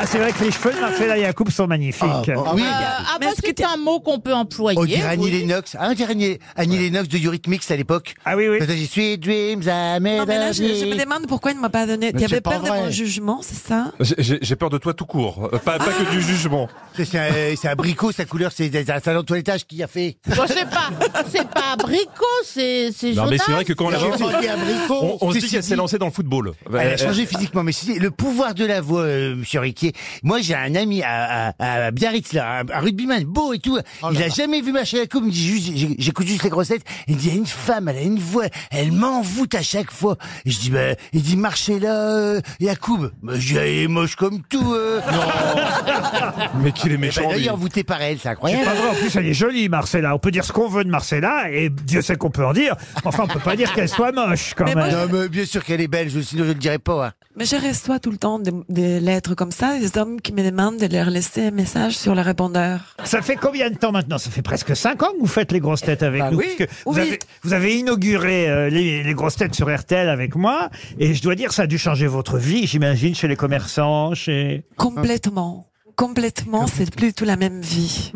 Ah, c'est vrai que les cheveux de Marcella Yacoub sont magnifiques.
Oh,
bah,
ah, parce que c'est un mot qu'on peut employer.
On dirait Annie
oui.
Oh, Lennox. Ah, on dirait Annie, Annie Lennox de Eurythmics à l'époque.
Ah oui, oui.
J'y suis, dreams, I made
Non, Ah, mais là, je,
of
je me
me.
demande pourquoi il ne m'a pas donné.
Mais
Tu avais
c'est pas
peur de
vrai.
mon jugement, c'est ça
J'ai- J'ai j'ai peur de toi tout court, Euh, pas, pas
Ah.
que du jugement. C'est un, c'est un bricot, sa couleur, c'est un salon de toilettage qui a fait.
Bon, c'est pas, c'est pas abricot, c'est, c'est
Non, mais
Jonas.
c'est vrai que quand on l'a-
J'ai dit abricot.
On- on se dit
Ceci
qu'elle s'est
dit-
lancée
dans le football.
Bah, euh,
Elle a changé physiquement, mais si- le pouvoir de la voix, euh, monsieur Riquet. Moi, j'ai un ami à, à, à Biarritz, là, un, un rugbyman beau et tout. il a jamais vu ma chaîne à coupe. Il me dit juste, j'ai- j'écoute juste les grossettes. Il me dit, il y a une femme, elle a une voix, elle m'envoûte à chaque fois. Et je dis, bah, il dit, marchez là, euh, Yacoub. Bah, je dis, elle est moche comme tout, euh. bah,
Mais qu'il est
méchant, lui. envoûté par elle, c'est
C'est
incroyable.
pas vrai, en plus elle est jolie Marcella, on peut dire ce qu'on veut de Marcella, et Dieu sait qu'on peut en dire, enfin on peut pas dire qu'elle soit moche quand même.
non, mais bien sûr qu'elle est belle, je- sinon je le dirais pas. hein.
Mais je reçois tout le temps des, des lettres comme ça, des hommes qui me demandent de leur laisser un message sur le répondeur.
Ça fait combien de temps maintenant Ça fait presque 5 ans que vous faites les grosses têtes avec
Bah
nous.
oui.
puisque vous,
Oui.
avez, vous avez inauguré euh, les, les grosses têtes sur RTL avec moi, et je dois dire ça a dû changer votre vie, j'imagine, chez les commerçants, chez...
Complètement. Complètement, c'est plus du tout la même vie.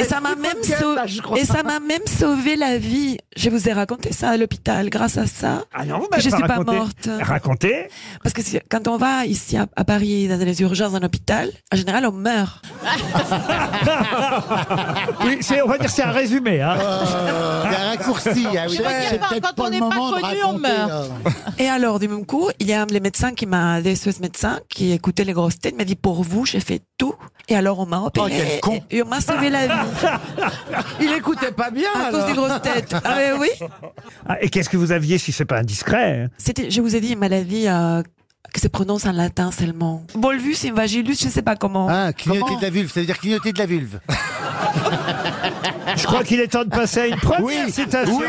Et ça m'a même, sau- et ça m'a même sauvé la vie. Je vous ai raconté ça à l'hôpital grâce à ça.
Ah non, vous
que
m'avez
je
pas
suis pas
raconté.
morte.
Racontez.
Parce que si- quand on va ici à, à Paris dans les urgences d'un hôpital, en général on meurt.
Oui, c'est- on va dire que c'est un résumé. Hein.
Euh, Il y a un raccourci. hein, oui.
Je veux dire,
quand- quand on n'est pas connu, on meurt.
hein.
Et alors, du même coup, il y a un des médecins qui m'a, des Suisses médecins, qui écoutait les grosses têtes, m'a dit pour vous, j'ai fait tout. Et alors, on m'a
Oh,
opéré.
quel con.
Et on m'a sauvé la vie.
Il écoutait pas bien.
À
alors.
cause des grosses têtes. Ah ouais, oui.
Ah, et qu'est-ce que vous aviez si c'est pas indiscret hein?
C'était, je vous ai dit, une maladie euh, que se prononce en latin seulement. Bolvus invagilus, je sais pas comment.
Hein, Ah, clignoter de la vulve, ça veut dire clignoter de la vulve.
Je crois qu'il est temps de passer à une première
Oui,
citation.
oui,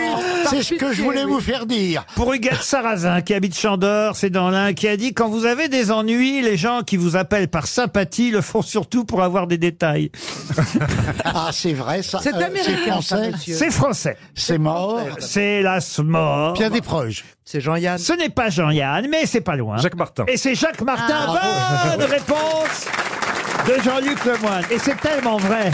c'est ce que je voulais vous faire
dire. Pour Huguette Sarrazin, qui habite Chandor, c'est dans l'un, qui a dit Quand vous avez des ennuis, les gens qui vous appellent par sympathie le font surtout pour avoir des détails.
Ah, c'est vrai, ça.
C'est
euh,
américain,
C'est français.
ça, monsieur. C'est français.
C'est mort.
C'est hélas mort.
Pierre
Desproges. C'est Jean-Yann. Ce n'est pas Jean-Yann, mais c'est pas loin. Jacques Martin. Et c'est Jacques Martin.
Ah,
Bonne réponse de Jean-Luc Lemoyne. Et c'est tellement vrai.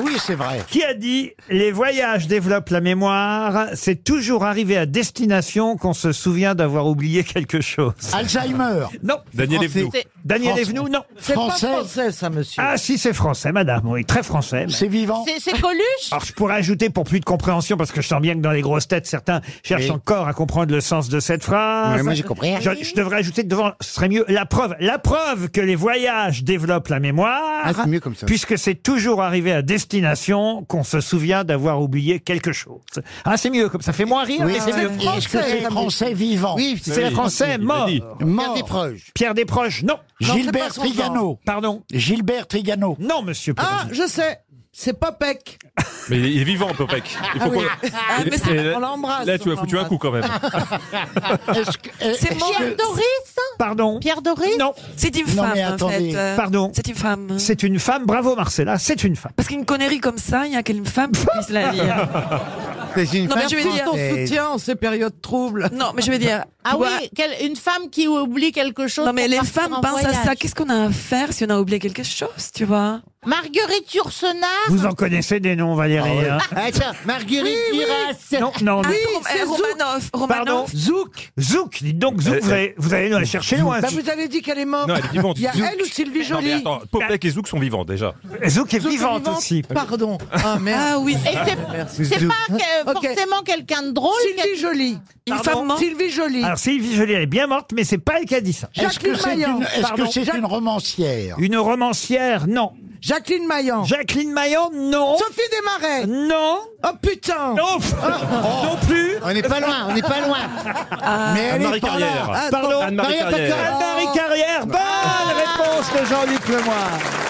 oui, c'est vrai. Qui a dit Les voyages développent la mémoire. C'est toujours arrivé à destination qu'on se souvient d'avoir oublié quelque chose.
Alzheimer.
Non.
Daniel Français. Evenou. C'est-
Daniel
Français.
Evenou, non.
C'est pas Français. français,
ça, monsieur. Ah, si, c'est français, madame. Oui, très français. C'est vivant.
C'est c'est Coluche
Alors, je pourrais ajouter pour plus de compréhension, parce que je sens bien que dans les grosses têtes, certains cherchent
Oui.
encore à comprendre le sens de cette phrase.
Ouais, moi, j'ai compris.
Je, je devrais ajouter devant, ce serait mieux, la preuve. La preuve que les voyages développent la mémoire.
Ah, c'est mieux comme ça.
Puisque c'est toujours arrivé à destination qu'on se souvient d'avoir oublié quelque chose. Ah, c'est mieux comme ça. Fait moins rire,
Oui,
mais c'est
c'est
mieux.
français. Est-ce que c'est français vivant
Oui,
Oui,
c'est
il l'a
français
dit,
mort.
il l'a dit. Mort. Pierre Desproges.
Pierre Desproges, non.
Gilbert
Non, c'est pas son
Trigano.
genre. Pardon. Gilbert Trigano. Non, monsieur.
Ah, je sais. C'est Popek.
Mais il est- il est vivant, Popek. Il
Ah
faut
oui.
qu'on-
Ah, mais
Et-
ça,
et-
on l'embrasse,
Là, tu
on
as foutu un
l'embrasse.
coup quand même.
C'est mort.
Pierre Doris hein
Pardon
Pierre Doris
Non.
C'est une
Non,
femme,
mais
en
attendez.
fait. euh,
Pardon.
C'est une femme.
C'est une femme. Bravo, Marcella. C'est une femme.
Parce qu'une connerie comme ça, il n'y a qu'une femme qui puisse la dire.
C'est
Non, mais je vais dire.
en ces périodes troubles.
Non, mais je vais dire.
Ah oui, quelle- une femme qui oublie quelque chose.
Non, mais
pour
les
partir
femmes
en
pensent à ça.
voyage.
Qu'est-ce qu'on a à faire si on a oublié quelque chose, tu vois
Marguerite Yourcenar
Vous en connaissez des noms, Valérie. hein.
Attends, Marguerite Duras.
Non, non, non.
euh, Romanov,
Pardon Zouk. Zouk, dites donc,
Eh,
Zouk, vous allez, vous allez nous la chercher loin.
Bah, vous avez dit qu'elle est morte.
Non, elle est vivante.
Il y a
Zouk.
elle ou Sylvie
Non, mais
Joly
attends, Popek et Zouk sont vivants déjà.
Zouk est
Zouk est
vivante
vivante
aussi.
Pardon. Ah, merde.
Ah oui.
Et c'est-
Merci.
c'est pas que-
Ok.
forcément quelqu'un de drôle.
Sylvie Joly.
Une femme morte
Sylvie Joly.
Alors, Sylvie Joly, elle est bien morte, mais c'est pas elle qui a dit ça.
Est-ce que Jacqueline c'est Maillan. une- est-ce que
Pardon.
c'est une
romancière Une romancière, non.
Jacqueline Maillan.
Jacqueline Maillan, non.
Sophie Desmarais.
Non.
Oh putain. Oh.
Non, non plus.
On n'est pas loin, on n'est pas loin.
Ah.
Mais elle est
Anne-Marie
pas
Carrière.
là. Ah,
Pardon, Anne-Marie
Maria Oh. Ah.
Carrière.
Packer.
Anne-Marie Carrière. Bonne réponse de Jean-Luc Lemoyne.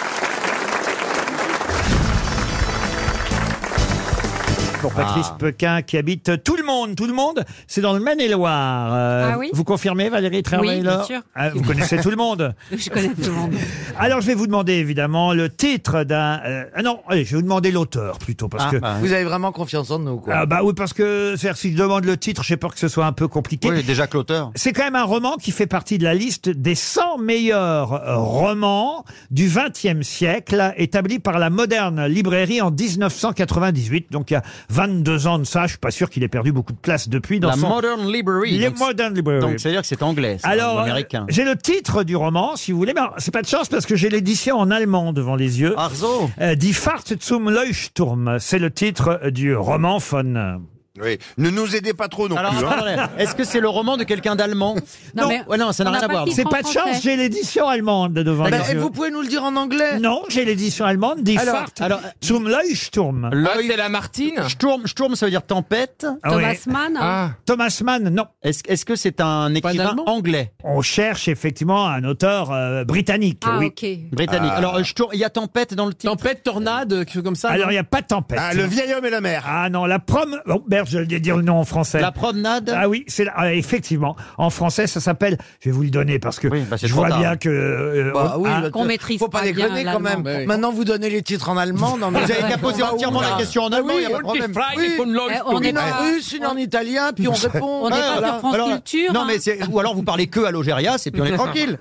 Pour Patrice
Ah.
Pequin qui habite tout le monde, tout le monde, c'est dans le Maine-et-Loire. Euh,
Ah oui
Vous confirmez Valérie Trierweiler
bien sûr.
Ah, Vous connaissez tout le monde.
Je connais tout le monde.
Alors je vais vous demander évidemment le titre d'un. euh, ah non, allez, je vais vous demander l'auteur plutôt parce que
Ah,
Vous avez vraiment confiance en nous, quoi.
ah bah oui, parce que c'est-à-dire, si je demande le titre, j'ai peur que ce soit un peu compliqué. Oui, déjà que l'auteur. C'est quand même un roman qui fait partie de la liste des 100 meilleurs euh, romans du XXe siècle, établi par la moderne librairie en 1998. Donc il y a 22 ans de ça, je suis pas sûr qu'il ait perdu beaucoup de place depuis. Dans
La
son-
Modern Library.
Les
Donc,
Modern Library.
Donc, c'est-à-dire que c'est anglais, c'est
Alors,
ou
euh,
américain.
j'ai le titre du roman, si vous voulez. Mais alors, c'est pas de chance parce que j'ai l'édition en allemand devant les yeux.
Arzo.
Euh, Die Fahrt zum Leuchtturm. C'est le titre euh, du roman von.
Oui. Ne nous aidez pas trop non
plus, hein.
Est-ce que c'est le roman de quelqu'un d'allemand
Non,
Ouais, non, ça n'a rien à voir.
C'est pas de chance, j'ai l'édition allemande devant
Bah,
eh,
les
et
yeux.
vous pouvez nous le dire en anglais
Non, j'ai l'édition allemande, Die
Alors,
Fahrt
alors-
zum Leuchtturm.
c'est la Martine Sturm, Sturm, ça veut dire tempête.
Ah ouais. Thomas Mann, hein. Thomas Mann, non.
Est-ce est-ce que c'est un écrivain anglais
On cherche effectivement un auteur euh, britannique. oui.
Britannique.
Ah.
Alors, euh, Sturm, il y a tempête dans le titre. Tempête, tornade, quelque chose comme ça.
Alors, il n'y a pas de tempête.
Ah, le
vieil homme et la mer. Ah non, la prom... Bon, merde, je vais dire le nom en français.
La promenade
Ah oui, c'est la- ah, effectivement. En français, ça s'appelle... Je vais vous le donner parce que
bah, c'est
je
trop
vois
tard.
bien que... euh,
Bah
on-
oui,
ah,
parce que Faut pas,
pas bien
déconner quand
l'allemand.
même.
Bah oui.
Maintenant, vous donnez les titres en allemand. Non, mais
Vous avez
c'est
qu'à
vrai
poser
qu'on va
entièrement
où,
la
là
question en allemand,
Oui,
il y a pas de problème.
oui.
Eh, on est
Une en
pas-
russe, une en italien, puis on répond.
Ouais,
Voilà.
alors- alors- Non, mais c'est- ou alors vous parlez que à l'Ogérias et puis on est tranquille.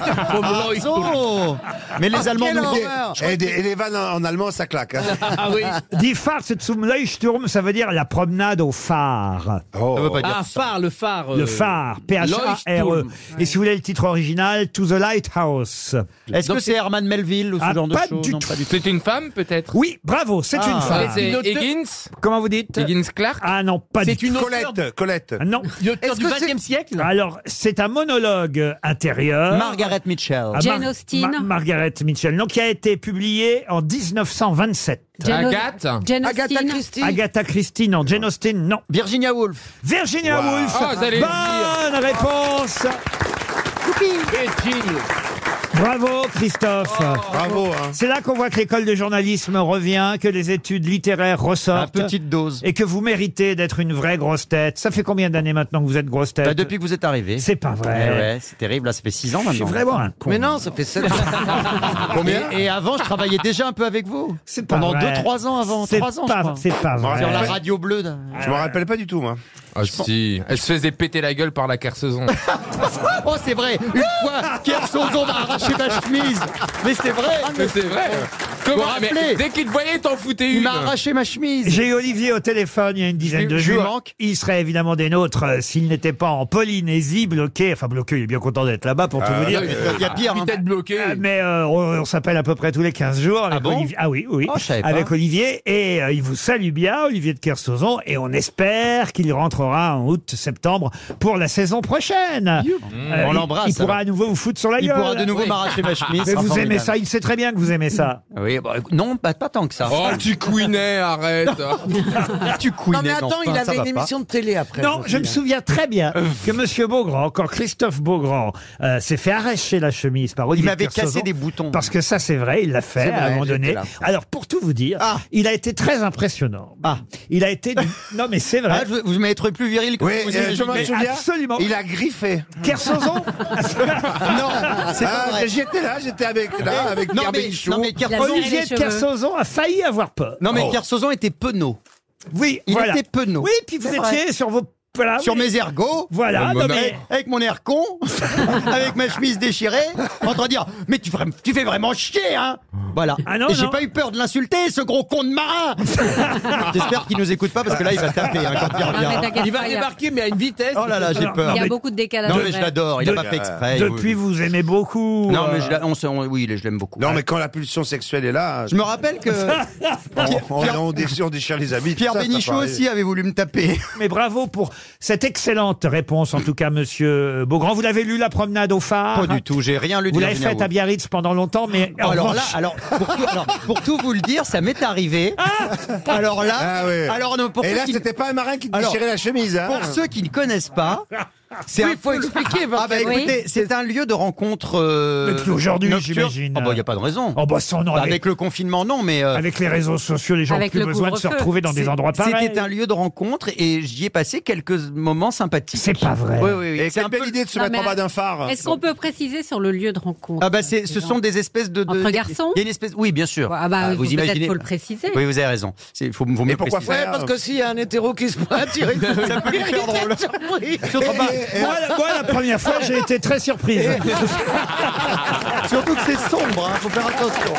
Ah,
Oh.
Arzo. Mais les Allemands nous
Et, des- et les vannes en en allemand, ça claque. hein.
Ah Die Fahrt zum Leuchtturm, ça veut dire la promenade au phare.
Oh.
Ça veut pas
Ah, phare, le phare.
Le
euh,
phare, P-H-A-R-E.
Leuchtturm.
E. Et si vous voulez le titre original, To the Lighthouse.
Est-ce que c'est Herman Melville ou ce
Ah,
genre de
pas
choses
du
Non,
tout.
pas du
C'est une femme, peut-être
Oui, bravo, c'est
Ah.
une femme.
Et c'est
Une auteure-
Higgins
Comment vous dites
Higgins Clark
Ah non, pas
C'est
du
une
tout.
auteure- Colette,
Colette. Non. du siècle Alors, c'est un monologue intérieur.
Margaret Mitchell.
Ah, Mar- Ma- Margaret Mitchell, non, qui a été publiée en 1927.
Jane- Agathe Jane Agatha Austen Christie
Agatha Christie, non. Jane Austen, non.
Virginia Woolf.
Virginia
Wow.
Woolf.
Ah, vous allez le
Bonne réponse.
Virginia.
Bravo Christophe.
Bravo.
C'est là qu'on voit que l'école de journalisme revient, que les études littéraires ressortent.
À petite
dose. Et que vous méritez d'être une vraie grosse tête. Ça fait combien d'années maintenant que vous êtes grosse tête
Bah, depuis que vous êtes arrivé.
Euh, C'est pas vrai.
Eh ouais, c'est terrible. Là, ça fait 6 ans maintenant.
Je suis vraiment un con.
Mais non, ça fait 7 ans.
Combien
et, et avant, je travaillais déjà un peu avec vous.
C'est
pas
Pendant
vrai.
2-3 ans avant.
C'est
3 ans,
pas-
je crois.
c'est pas vrai.
Sur la radio bleue. d'un-
Je m'en rappelle pas du tout, moi.
Ah si, elle se faisait péter la gueule par la carceson.
oh, c'est vrai. Une fois, Kersozon m'a arraché ma chemise. Mais c'est vrai.
Ah, Mais c'est vrai.
Vous vous
Comment mais
rappelez
Dès qu'il te voyait, t'en foutais une.
Il m'a arraché ma chemise.
J'ai eu Olivier au téléphone il y a une dizaine de
je lui
jours.
manque.
Il serait évidemment des nôtres euh, s'il n'était pas en Polynésie, bloqué. Enfin, bloqué, il est bien content d'être là-bas pour tout
Ah,
vous dire.
non, mais il y a pire, hein. Peut-être bloqué.
Ah, Mais euh, on, on s'appelle à peu près tous les 15 jours avec
Ah bon
Olivier. Ah oui, oui.
Oh, je savais pas.
avec Olivier. Et euh, il vous salue bien, Olivier de Kersauzon. Et on espère qu'il rentrera en août, septembre pour la saison prochaine. Euh,
Mmh. on
il-
l'embrasse,
Il pourra
alors.
à nouveau vous foutre sur la
Il
gueule.
pourra de nouveau m'arracher ma chemise.
Mais
Ah,
vous aimez
formidable.
ça. Il sait très bien que vous aimez ça.
Oui, bah, écoute, non, pas, pas tant que ça.
Oh, tu couinais, arrête.
tu couinais.
Non mais attends, il avait une émission de télé après.
Non,
hein.
je me souviens très bien que Monsieur Beaugrand, quand Christophe Beaugrand euh, s'est fait arracher la chemise par Olivier
Il m'avait
Kersauzon,
cassé des boutons.
Parce que ça, c'est vrai, il l'a fait
C'est
à un
vrai,
moment
j'étais
donné.
là. Ah.
Alors, pour tout vous dire, il a été très impressionnant. Il a été... Non, mais c'est vrai.
Ah, je- vous m'avez trouvé plus viril que
Oui,
vous
euh, je m'en
imaginez.
souviens. Absolument.
Il a griffé.
Kersozon Non,
c'est pas
Ah,
vrai. Eh,
J'étais là, j'étais avec, là, avec
Non,
Pierre
mais-
Bénichou.
non, mais Pierre-
Olivier de Kersauzon a failli avoir peur.
Non, mais
Oh.
Kersozon était penaud.
Oui,
Il
voilà.
était penaud.
Oui, puis vous
C'est
étiez
vrai.
sur vos... voilà,
Sur
oui.
mes ergots.
Voilà, non, mais...
Avec mon air con, avec ma chemise déchirée, en train de dire Mais tu, fais- tu fais vraiment chier, hein Voilà.
Ah non,
Et j'ai
non.
pas eu peur de l'insulter, ce gros con de marin J'espère qu'il nous écoute pas parce que là, il va taper hein, quand il revient.
Il va débarquer, mais à une vitesse.
Oh là là, j'ai
Alors,
peur.
il y a
Mais-
beaucoup de décalage.
Non, mais je l'adore, il a
De-
pas fait exprès.
Depuis, vous aimez beaucoup.
Non, mais
euh,
je l'a- on se- on- oui, je l'aime beaucoup.
Non, mais quand la pulsion sexuelle est là,
Je me rappelle que
on, on- on déchire, on déchire les habits.
Pierre
tout ça, ça
Bénichou
paraît-
aussi avait voulu me taper.
Mais bravo pour cette excellente réponse, en tout cas, monsieur Beaugrand. Vous l'avez lu, La promenade au phare
Pas du tout, j'ai rien lu
Vous
de
l'avez
Virginia
faite à
Woolf.
Biarritz pendant longtemps, mais. en
Oh, alors là,
revanche-
alors pour, tout, alors, pour tout vous le dire, ça m'est arrivé.
Ah
alors là,
Ah ouais.
alors non, pour
Et
ceux
là,
qui-
c'était pas un marin qui te
alors,
déchirait la chemise. Hein.
Pour ceux qui ne connaissent pas, c'est
Oui,
un
faut
peu le-
expliquer,
Ah bah
parce que-
écoutez, c'est un lieu de rencontre. euh,
Depuis aujourd'hui,
nocturne.
j'imagine.
Ah bah y a pas de raison.
Oh, bah, ça, on
Bah,
aurait-
avec... le confinement, non, mais euh,
Avec les réseaux sociaux, les gens n'ont
Avec
plus
le
besoin de se
couvre-feu.
retrouver dans des
c'est-
endroits pareils.
C'était un lieu de rencontre et j'y ai passé quelques moments sympathiques.
C'est pas vrai.
Oui, oui, oui.
Et
C'est
quelle
un
belle
peu-
idée de se
Ah,
Non,
mettre en
mais-
bas d'un phare.
Est-ce qu'on peut préciser sur le lieu de rencontre
Ah bah c'est, ce
gens.
sont des espèces de, de-
Entre garçons
il y a une espèce, oui bien sûr.
Ah bah,
Ah,
vous imaginez faut le préciser.
Oui, vous avez raison. C'est faut, faut mieux
pourquoi
préciser.
Ouais, parce que s'il y a un hétéro qui se pointe, il risque
Ça peut lui faire drôle.
de
Surtout, pas-
Moi, la, moi, la première fois, j'ai été très surprise.
surtout que c'est sombre, hein, faut faire attention.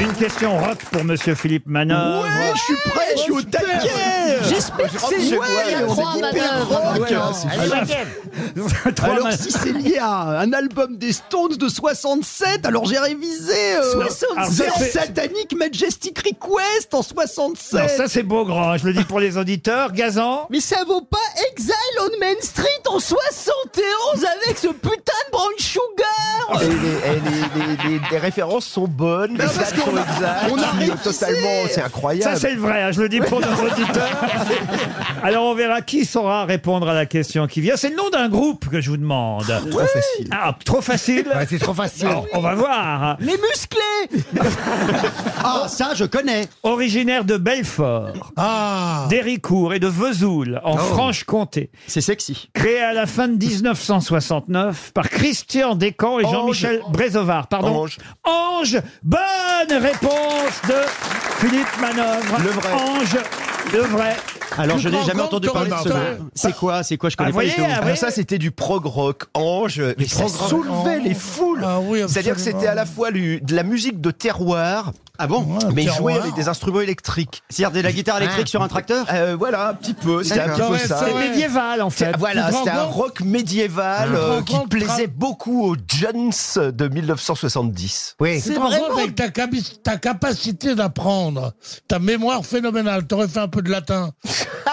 Une question rock pour monsieur Philippe Manon.
je suis prêt, je suis au taquet.
J'espère que c'est
Ouais,
joué, il y a
on est
trois
hyper
manœuvres.
rock.
Alors,
si c'est lié à un album des Stones de 67, alors j'ai révisé euh,
Alors, ça, c'est-
Satanic Majestic Request en 67.
Non, ça, c'est beau grand. Je le dis pour les auditeurs. Gazan.
Mais ça vaut pas Exile on Main Street en 71 avec ce putain de brown sugar
Et les, et
eh,
les- les- les- les références sont bonnes, les dates sont exactes,
on a
il est
révisé.
totalement, c'est
Ça,
incroyable.
c'est le vrai, hein, je le dis pour nos auditeurs. Alors, on verra qui saura répondre à la question qui vient. C'est le nom d'un groupe que je vous demande.
Trop facile.
Ah, trop facile
c'est trop facile.
Alors, On va voir. hein.
Les musclés
Ah, ça je connais.
Originaire de Belfort,
Ah,
d'Héricourt et de Vesoul, en Franche-Comté.
C'est sexy.
Créé à la fin de 1969 par Christian Descamps et Jean-Michel Brézovard. Pardon.
Ange.
Ange. Bonne réponse de Philippe Manœuvre.
Le vrai.
Ange. Le vrai.
Alors
Plus
je n'ai
grand
jamais
compte
entendu
que
parler de ce
Rolling
nom. C'est quoi C'est quoi Je
Ah,
connais
vous
pas les
voyez,
noms.
ah,
Alors,
oui.
ça, ça, c'était du prog rock, ange, mais ça
prog rock,
soulevait
Ange.
les foules.
Ah oui, absolument.
C'est-à-dire que c'était à la fois lu- de la musique de terroir,
Ah bon
Ouais,
mais
terroir.
jouée avec des instruments électriques.
C'est-à-dire de la guitare électrique
Ah.
sur un tracteur
Euh, voilà, un petit peu, c'était un petit
D'accord.
peu
Ouais,
ça.
c'est
C'est
Ouais.
médiéval, en fait.
C'est- Voilà,
Grand
c'était un
Grand.
rock médiéval euh,
Grand
qui
Grand
plaisait beaucoup aux Jones de 1970.
Oui.
c'est vraiment avec ta, capi- ta capacité d'apprendre, ta mémoire phénoménale. T'aurais fait un peu de latin.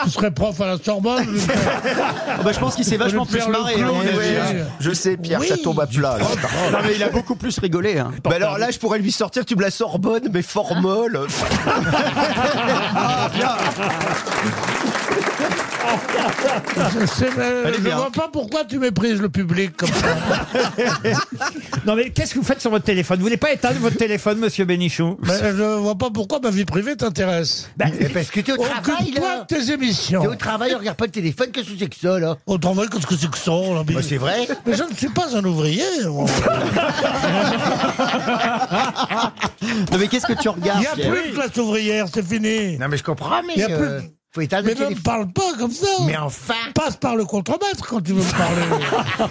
tu serais prof à la Sorbonne. je sais pas.
Ah bah, je pense qu'il s'est vachement plus
faire le
marré.
clown,
à mon avis,
ouais.
hein.
Je sais, Pierre, ça tombe à plat. là.
Non mais il a beaucoup plus rigolé. hein.
Bah alors là, je pourrais lui sortir, tu me la Sorbonne, mais formol.
Je sais, mais
Elle est
je
bien.
vois pas pourquoi tu méprises le public comme ça.
non mais qu'est-ce que vous faites sur votre téléphone Vous voulez pas éteindre votre téléphone, monsieur Bénichou Bah,
Mais je vois pas pourquoi ma vie privée t'intéresse.
Eh, parce que t'es au travail,
Occupe-toi
là.
de tes émissions.
T'es au travail, on regarde pas le téléphone, qu'est-ce que c'est que ça, là
Au travail, qu'est-ce que c'est que ça, là
Bah, c'est vrai.
Mais je ne suis pas un ouvrier. moi.
Non, mais qu'est-ce que tu
Il
regardes
n'y a plus de classe ouvrière, c'est fini.
Non, mais je comprends, mais.
Il y a plus-
euh, Faut éteindre
Mais
le
ne me
téléphone.
parle pas comme ça.
Mais enfin.
Passe par le contremaître quand tu veux me parler.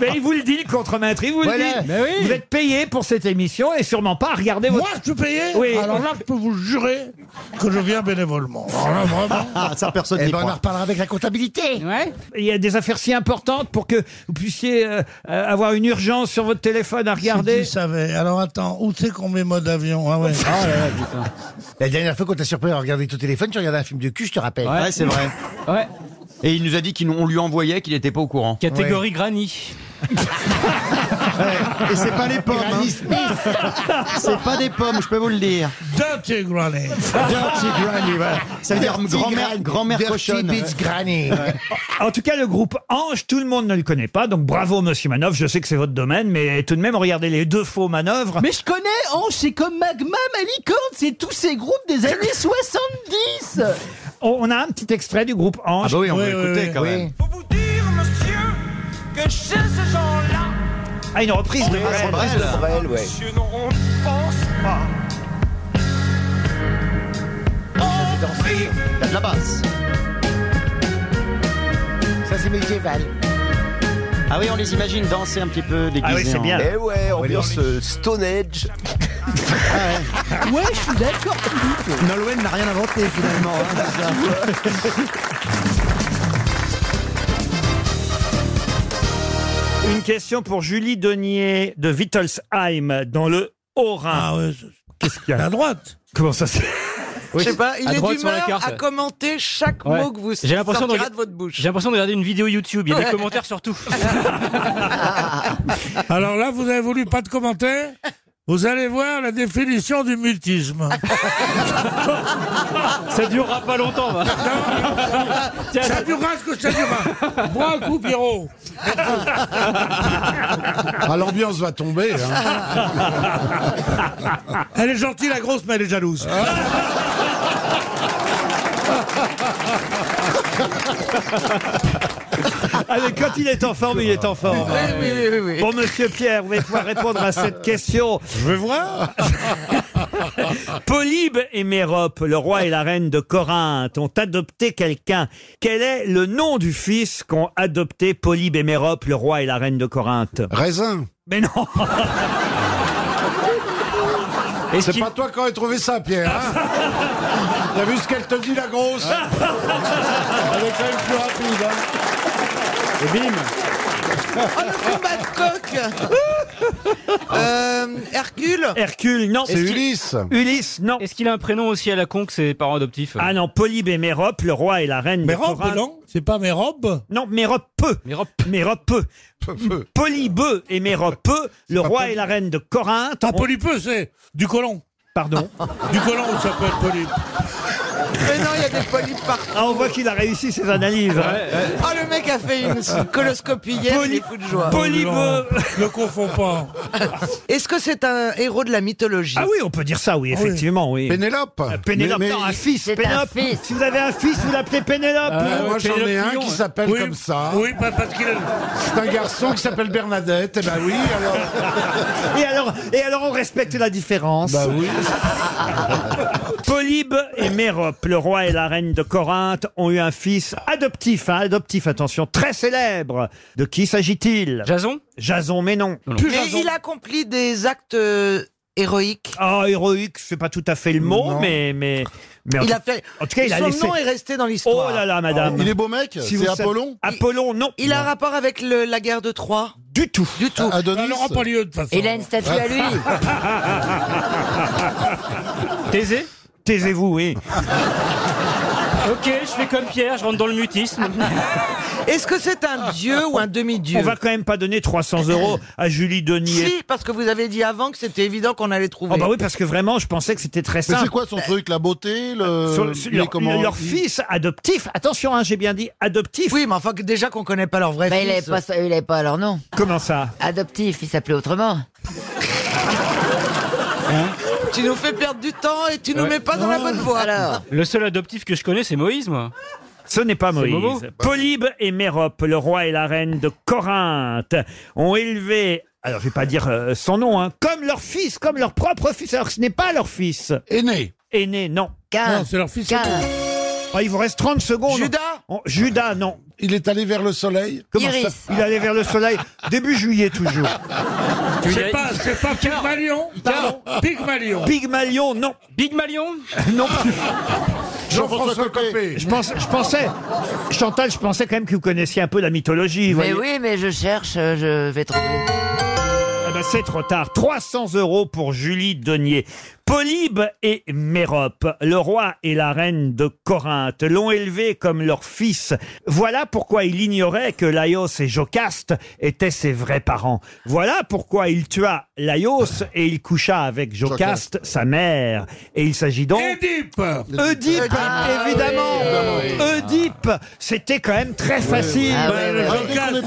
Mais il vous le dit, le contremaître, il vous
Voilà.
le dit.
Mais oui.
Vous êtes payé pour cette émission et sûrement pas à regarder votre...
Moi, je suis payé
Oui.
Alors là, je peux vous jurer que je viens bénévolement. Alors
Ah,
là, vraiment.
Ça, personne
Eh
n'y
ben, on en
croit.
reparlera avec la comptabilité.
Ouais. Il y a des affaires si importantes pour que vous puissiez euh, euh, avoir une urgence sur votre téléphone à regarder.
Si tu savais. Alors attends, où c'est qu'on met mode avion Ah ouais.
La dernière fois qu'on t'a surpris à regarder ton téléphone, tu regardais un film de cul, je te rappelle.
Ouais, c'est vrai. Ouais. Et il nous a dit qu'on lui envoyait qu'il n'était pas au courant.
Catégorie granny.
Et c'est pas les pommes. hein. C'est pas des pommes, je peux vous le dire.
Dirty Granny.
Dirty Granny, voilà. Ça veut dire
Dirty
grand-mère
Granny.
grand
Dirty
cochonne.
Bitch Granny.
En tout cas, le groupe Ange, tout le monde ne le connaît pas, donc bravo Monsieur Manœuvre, je sais que c'est votre domaine, mais tout de même, regardez les deux faux manœuvres.
Mais je connais Ange, c'est comme Magma, Malicorne, c'est tous ces groupes des années 70
On on a un petit extrait du groupe Ange.
Ah bah oui, on va l'écouter quand même.
Que chez ces gens-là,
Ah, une reprise de Brel.
monsieur, non, on ne pense pas. On vit
T'as de la basse.
Ça, c'est médiéval.
Ah oui, on les imagine danser un petit peu déguisés.
Ah oui, c'est bien.
en-
Eh
ouais, ambiance Stone Age.
Ouais, je suis d'accord.
Nolwenn n'a rien inventé finalement. hein, c'est ça.
Une question pour Julie Denier de Wittelsheim, dans le Haut-Rhin.
Ah
Qu'est-ce qu'il y a
À droite.
Comment ça se
Je sais pas, il
à
est
droite sur la
d'humeur à
carte.
commenter chaque
Ouais.
mot que vous
J'ai l'impression
sortirez
de
de,
rega-
votre bouche.
J'ai l'impression de regarder une vidéo YouTube. Il y a des
Ouais.
commentaires sur tout.
Alors là, vous avez voulu pas de commentaire Vous allez voir la définition du mutisme.
Ça durera pas longtemps. va. Tiens,
ça durera ce que ça durera. Bois un coup, Pierrot.
Ah, l'ambiance va tomber. hein.
Elle est gentille, la grosse, mais elle est jalouse.
Ah,
Ah, mais quand il est en forme, il est en forme.
Oui, oui, oui, oui.
Bon, monsieur Pierre, vous allez pouvoir répondre à cette question.
Je vais voir.
Polybe et Mérope, le roi et la reine de Corinthe, ont adopté quelqu'un. Quel est le nom du fils qu'ont adopté Polybe et Mérope, le roi et la reine de Corinthe
Raisin.
Mais non
C'est pas toi qui aurais trouvé ça, Pierre. hein T'as vu ce qu'elle te dit, la grosse Elle est quand même plus rapide. hein.
Et bim.
Oh, le combat de coq Euh, Hercule
Hercule, non.
C'est Ulysse.
Ulysse, non.
Est-ce qu'il a un prénom aussi à la con que ses parents adoptifs
Ah non, Polybe et Mérope, le roi et la reine
Mes
de
robes,
Corinthe.
non C'est pas mes robes
Non, Mérope peu.
Mérope.
Mérope peu. Polybe et Mérope peu, le
pas
roi
Poly-
et la reine de Corinthe.
T'as
ont-
polypeux, c'est du colon.
Pardon
Du colon, ça peut être polype.
Mais non, il y a des polypes partout.
Ah, on voit qu'il a réussi ses analyses. hein.
Oh, le mec a fait une coloscopie hier, il est fou de joie.
Polybe.
Non, Ne confonds pas.
Est-ce que c'est un héros de la mythologie
Ah oui, on peut dire ça, oui, effectivement, oui.
Pénélope.
Euh, Pénélope,
Mais- mais-
non, un fils,
C'est un
Pénélope.
fils.
Si vous avez un fils, vous l'appelez Pénélope.
Euh, moi, j'en ai un
Pénélope
qui
Fillon,
s'appelle
Oui.
comme ça.
Oui, pas- parce qu'il est...
C'est un garçon qui s'appelle Bernadette. Eh ben oui, alors.
Et alors, et alors, on respecte la différence.
Bah oui.
Polybe et Mérope, le roi et la reine de Corinthe, ont eu un fils adoptif, hein, adoptif, attention, très célèbre. De qui s'agit-il
Jason
Jason, mais non.
Non, non.
Plus
Mais
Jason.
il accomplit des actes euh, héroïques.
Ah, héroïque, c'est pas tout à fait le mot,
Non.
mais, mais, mais en,
Il
tout-
a fait...
en tout cas, il a
Son
laissé.
nom est resté dans
Oh
l'histoire.
là là, madame.
Il est beau mec
Si vous
C'est
savez-
Apollon
Apollon, non.
Il a un rapport avec le- la guerre de Troie
Du tout.
Du tout.
Ah, Adonis
Ça n'aura pas lieu, de toute façon.
Il a une statue à lui.
Thésée
Taisez-vous, oui.
Ok, je fais comme Pierre, je rentre dans le mutisme.
Est-ce que c'est un dieu ou un demi-dieu
On va quand même pas donner 300 euros à Julie Denier.
Si, parce que vous avez dit avant que c'était évident qu'on allait trouver.
Oh bah oui, parce que vraiment, je pensais que c'était très simple. Euh,
truc La beauté le...
Sur- sur- leur, leur fils adoptif. Attention, hein, j'ai bien dit adoptif.
Oui, mais enfin, que déjà qu'on connaît pas leur vrai
Bah, il
fils.
n'avait pas, ça- il avait pas alors non.
Comment ça
Adoptif, il s'appelait autrement.
Hein
Tu nous fais perdre du temps et tu nous
Ouais.
mets pas dans la bonne voie. Alors
Le seul adoptif que je connais, c'est Moïse, moi.
Ce n'est pas Moïse.
Momo.
Polybe et Mérope, le roi et la reine de Corinthe, ont élevé, alors je vais pas dire euh, son nom, hein, comme leur fils, comme leur propre fils, alors que ce n'est pas leur fils. Aîné. Aîné, non.
Ah,
Cain.
Non, c'est leur fils.
Cain.
Oh, il vous reste 30 secondes.
Judas
Oh, Judas, non.
Il est allé vers le soleil
Comment
Iris.
ça Il allait vers le soleil début juillet toujours.
C'est pas, c'est pas Pygmalion Pardon Pygmalion
Pygmalion, non.
Pygmalion
Non.
Jean-François Copé.
Je, pense, je pensais, Chantal, je pensais quand même que vous connaissiez un peu la mythologie. vous
Mais
voyez.
oui, mais je cherche, euh, je vais trouver.
Eh ben, c'est trop tard. 300 euros pour Julie Denier. Polybe et Mérope, le roi et la reine de Corinthe, l'ont élevé comme leur fils. Voilà pourquoi il ignorait que Laios et Jocaste étaient ses vrais parents. Voilà pourquoi il tua Laios et il coucha avec Jocaste, sa mère. Et il s'agit donc...
Édipe
Oedipe,
Ah,
évidemment.
oui.
Oedipe, c'était quand même très facile.
Ah,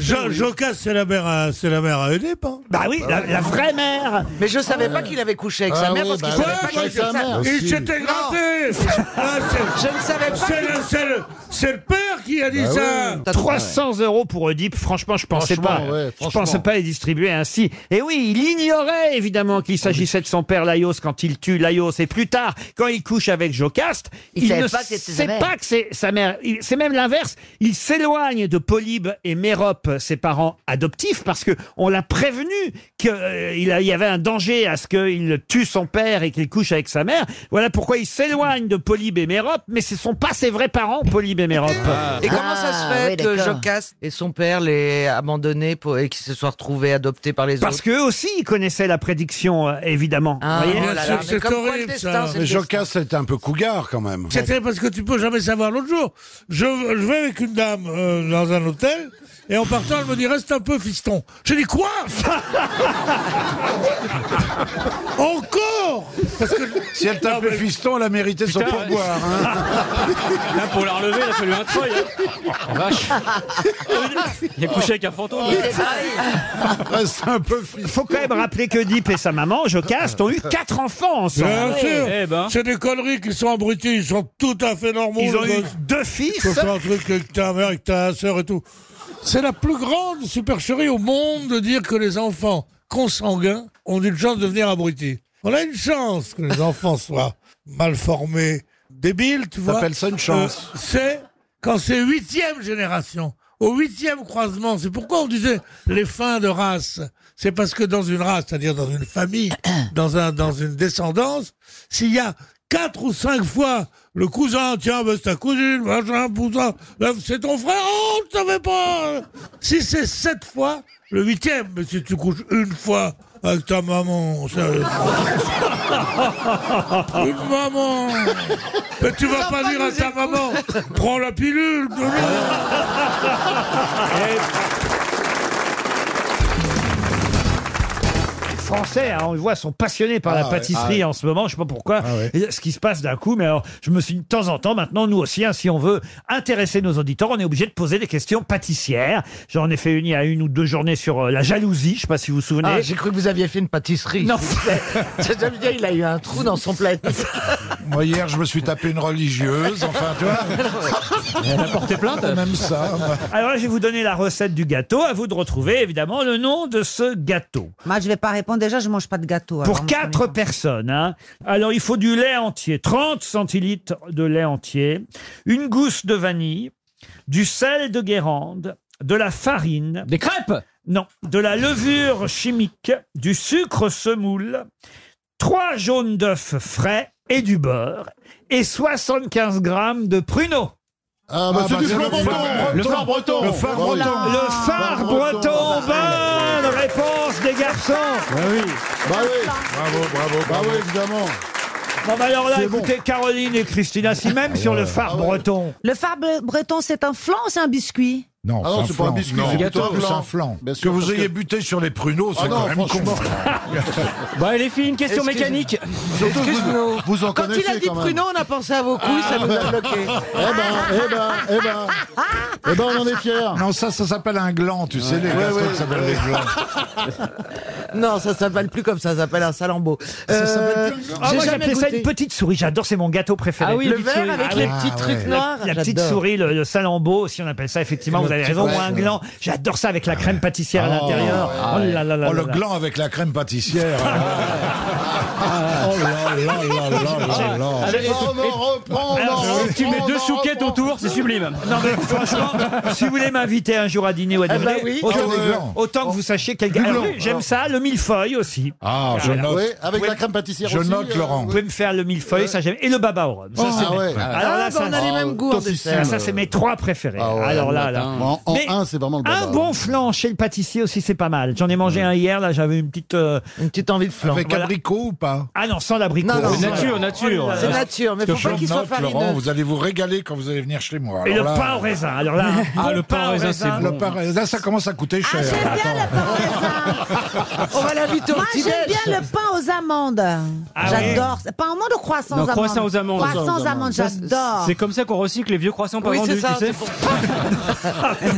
Jo- Jocaste, c'est la mère à, c'est la mère à Oedipe, hein.
Bah oui, la, la vraie mère.
Mais je savais pas qu'il avait couché avec sa
Ah
mère
oui,
parce qu'il
bah
savait
oui,
pas
je
qu'il
savais
était
pas.
sa-
Il s'était gratté Ah, c'est-
Je ne savais pas
C'est
que-
le, c'est le- c'est le père qui a dit ça
300 euros pour Oedipe, franchement, je pensais
Franchement,
pas.
ouais,
je
franchement.
pensais pas les distribuer ainsi. Et oui, il ignorait évidemment
Ah
qu'il s'agissait de son père Laios quand il tue Laios. Et plus tard, quand il couche avec Jocaste,
Il savait
ne
pas que c'était sa
sait
mère.
pas que c'est sa mère. Il- C'est même l'inverse. Il s'éloigne de Polybe et Mérope, ses parents adoptifs, parce que on l'a prévenu euh, qu'il y avait un danger à ce qu'il tue son père et qu'il couche avec sa mère. Voilà pourquoi il s'éloigne de Polybe et Mérope, mais ce sont pas ses vrais parents, Polybe et Mérope.
Et comment ça se
Ah,
fait
oui,
que
d'accord.
Jocaste et son père l'aient abandonné pour... et qu'ils se soient retrouvés adoptés par les
Parce
autres
qu'eux aussi, ils connaissaient la prédiction, euh, évidemment.
Ah,
Vous voyez
oh là là, mais comme quoi le destin, c'est le
Mais
destin.
Jocaste était un peu cougar quand même.
C'est terrible parce que tu peux jamais savoir. L'autre jour, je, je vais avec une dame euh, dans un hôtel et en partant, elle me dit reste un peu fiston. J'ai dit quoi Encore Parce que
Si elle t'a appelé fiston, elle a mérité son
Putain,
pourboire. hein.
Là, pour la relever, il a fallu un treuil. hein. Oh, vache. Il a couché avec un
Oh,
fantôme.
Reste un peu fiston.
Faut quand même rappeler que Dip et sa maman, Jocaste, ont eu quatre enfants ensemble.
Bien sûr
Eh ben.
C'est des conneries qui sont abrutis, ils sont tout à fait normaux.
Ils ont
les
eu
gosses.
deux fils.
Faut faire un truc avec ta mère, avec ta sœur et tout. C'est la plus grande supercherie au monde de dire que les enfants consanguins ont une chance de devenir abrutis. On a une chance que les enfants soient mal formés, débiles, tu vois.
T'appelles ça une chance
Euh, c'est quand c'est huitième génération. Au huitième croisement, c'est pourquoi on disait les fins de race. C'est parce que dans une race, c'est-à-dire dans une famille, dans un, dans une descendance, s'il y a quatre ou cinq fois le cousin, tiens, ben, c'est ta cousine, machin, cousin, là, c'est ton frère, oh, tu savais pas. Si c'est sept fois, le huitième, mais si tu couches une fois avec ta maman, ça- une maman. Mais tu vas pas dire à ta maman,
Ah
prends la pilule. de l'eau.
Les Français, hein, on le voit, sont passionnés par la
Ah ouais, Ah
pâtisserie en ce moment. Je sais pas pourquoi. Et Ce qui se passe d'un coup, mais alors, je me suis dit, de temps en temps, maintenant, nous aussi, hein, si on veut intéresser nos auditeurs, on est obligé de poser des questions pâtissières. J'en ai fait une il y a une ou deux journées sur euh, la jalousie. Je sais pas si vous vous souvenez.
Ah, j'ai cru que vous aviez fait une pâtisserie.
Non.
C'est- j'aime bien, il a eu un trou dans son plat.
Moi, hier, je me suis tapé une religieuse. Enfin, tu vois.
Elle a porté plainte
Même ça. moi.
Alors là, je vais vous donner la recette du gâteau. À vous de retrouver, évidemment, le nom de ce gâteau.
Moi, je vais pas répondre. Déjà, je mange pas de gâteau. hein. alors,
Pour
moi,
quatre personnes. hein. Alors, il faut du lait entier, 30 centilitres de lait entier, une gousse de vanille, du sel de Guérande, de la farine.
Des crêpes
Non, de la levure chimique, du sucre semoule, trois jaunes d'œufs frais et du beurre, et 75 grammes de pruneaux.
Ah, bah, c'est du flan breton.
Le
flan breton. Le flan breton.
Le phare breton, bonne réponse des garçons
Bah oui. Bravo, bravo, bravo, bravo, évidemment.
Non, mais alors là,
C'est bon.
écoutez, Caroline et Christina, si même sur le phare breton.
Le phare bre- breton, c'est un flan ou c'est un biscuit
Non,
Ah non, c'est pas un biscuit, c'est plutôt un flan.
Bien sûr,
que vous
parce
ayez
que-
buté sur les pruneaux, c'est
Ah non,
quand même con.
franchement.
Bah, les filles, une question
Excuse-
mécanique.
Surtout que vous, vous en
Quand
connaissez
il a dit
quand même.
pruneau, on a pensé à vos couilles, ça nous a bloqué.
Eh ben, eh ben, eh ben. Eh ben, on en est fiers. Non, ça, ça s'appelle un gland, tu sais, les
ouais,
Gascons
ouais.
s'appellent des glands.
Non, ça s'appelle plus comme ça, ça s'appelle un salambeau.
Ah,
Euh, j'ai
moi,
jamais
j'appelais ça
goûté.
une petite souris. J'adore, c'est mon gâteau préféré.
Ah oui, Le les petites verre souris. avec les petits trucs
La-
noirs,
La, petite
j'adore.
souris, le, le salambeau, si on appelle ça, effectivement,
Le
vous avez
petit
raison, ou
ouais,
un
ouais.
gland. J'adore ça avec la crème pâtissière à
Ah,
l'intérieur.
ah,
Oh là là là
Oh, le
là là.
gland avec la crème pâtissière. oh là là là là là là.
Allez,
Oh,
et- et- Alors, Tu mets deux chouquettes autour, c'est sublime.
Non mais franchement, si vous voulez m'inviter un jour à dîner ou à
Eh
déjeuner,
ben oui.
autant,
Que des glands.
autant que vous sachiez quel
Du
gars.
gland.
J'aime ça, le millefeuille aussi.
Ah, je
Voilà.
note.
Oui,
avec
Vous
la
pouvez-
crème pâtissière aussi, euh,
Vous
oui.
pouvez me faire le millefeuille, ça j'aime. Et le baba au rhum. Ça,
Ah,
c'est mes-
ouais.
Alors là,
Ah,
ça,
bah, on a les mêmes goûts en Toffissime.
Ah, ça, c'est mes trois préférés.
Ah ouais,
Alors là,
le
là.
matin. En- en
Mais
un, c'est vraiment le baba
Un
au
bon flan chez le pâtissier aussi, c'est pas mal. J'en ai mangé un hier, là, j'avais une petite. euh,
Une petite envie de flan.
Avec abricot ou pas
Ah non, sans l'abricot.
Non, non.
Sans-
Nature,
Oh là là.
C'est
nature, mais
Que
faut pas
je
qu'il soit
note,
farineux.
Laurent, vous allez vous régaler quand vous allez venir chez moi.
Et
Alors
le
là-
pain au raisin. Alors là, Ah, un bon
Ah, Le pain au raisin, Ah, ça commence à coûter cher.
On va l'inviter au
Moi,
petit
j'aime bien le pain aux amandes. J'adore. C'est Pas amande ou croissant
Non,
aux amandes
croissant aux amandes.
Croissant aux amandes,
Ça, c'est-
j'adore.
C'est comme ça qu'on recycle les vieux croissants pas
Oui,
vendus,
c'est ça,
tu sais.
c'est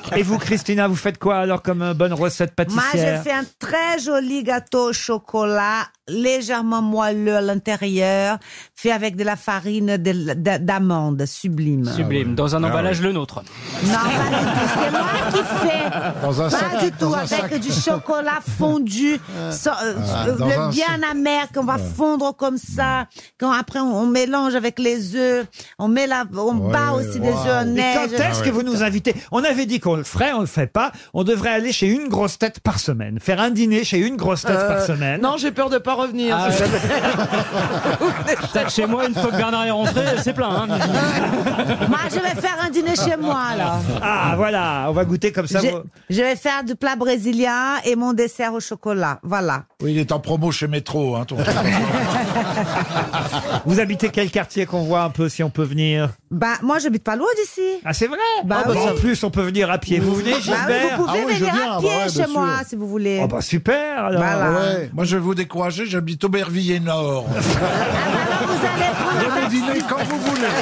pour-
Et vous, Christina, vous faites quoi alors comme euh, bonne recette
Moi,
pâtissière
je fais un très joli gâteau au chocolat, légèrement moelleux à l'intérieur, fait avec de la farine de- de- d'amande, sublime.
Sublime, dans un
Ah
emballage le nôtre.
Non, pas du tout. C'est moi qui fais.
Dans un
pas
sac-
du
dans
tout.
un
Avec
sac.
du chocolat fondu, so- euh,
Ah, dans
le
un
bien amer qu'on va fondre comme ça. Quand après on, on mélange avec les œufs, on met la, on bat aussi des œufs en
Et
neige.
quand est-ce que vous nous invitez On avait dit qu'on le ferait, on le fait pas. On devrait aller chez une grosse tête par semaine. Faire un dîner chez une grosse tête
Euh,
par semaine.
Non, j'ai peur de pas revenir.
Ah, Ça, Chez moi, une fois que Bernard est rentré, c'est plein. hein.
Moi, Bah, je vais faire un dîner chez moi là.
Ah, voilà, on va goûter comme ça.
Je,
vous-
je vais faire du plat brésilien et mon dessert au chocolat. Voilà.
Oui, il est en promo chez Métro, hein, ton truc.
Vous habitez quel quartier qu'on voit un peu si on peut venir
Bah, moi, j'habite pas loin d'ici.
Ah, c'est vrai
Bah
Ah, bah,
oui.
En plus, on peut venir à pied. Vous venez,
Bah oui,
Gisbert
vous pouvez
Ah oui, je
venir
viens,
à
bah
pied
ouais,
chez
bien
moi
sûr.
si vous voulez.
Oh, bah super alors.
Voilà.
Ouais. Moi, je vais vous décourager, j'habite Aubervilliers Nord.
Alors, vous allez prendre un
Vous dîner quand vous voulez.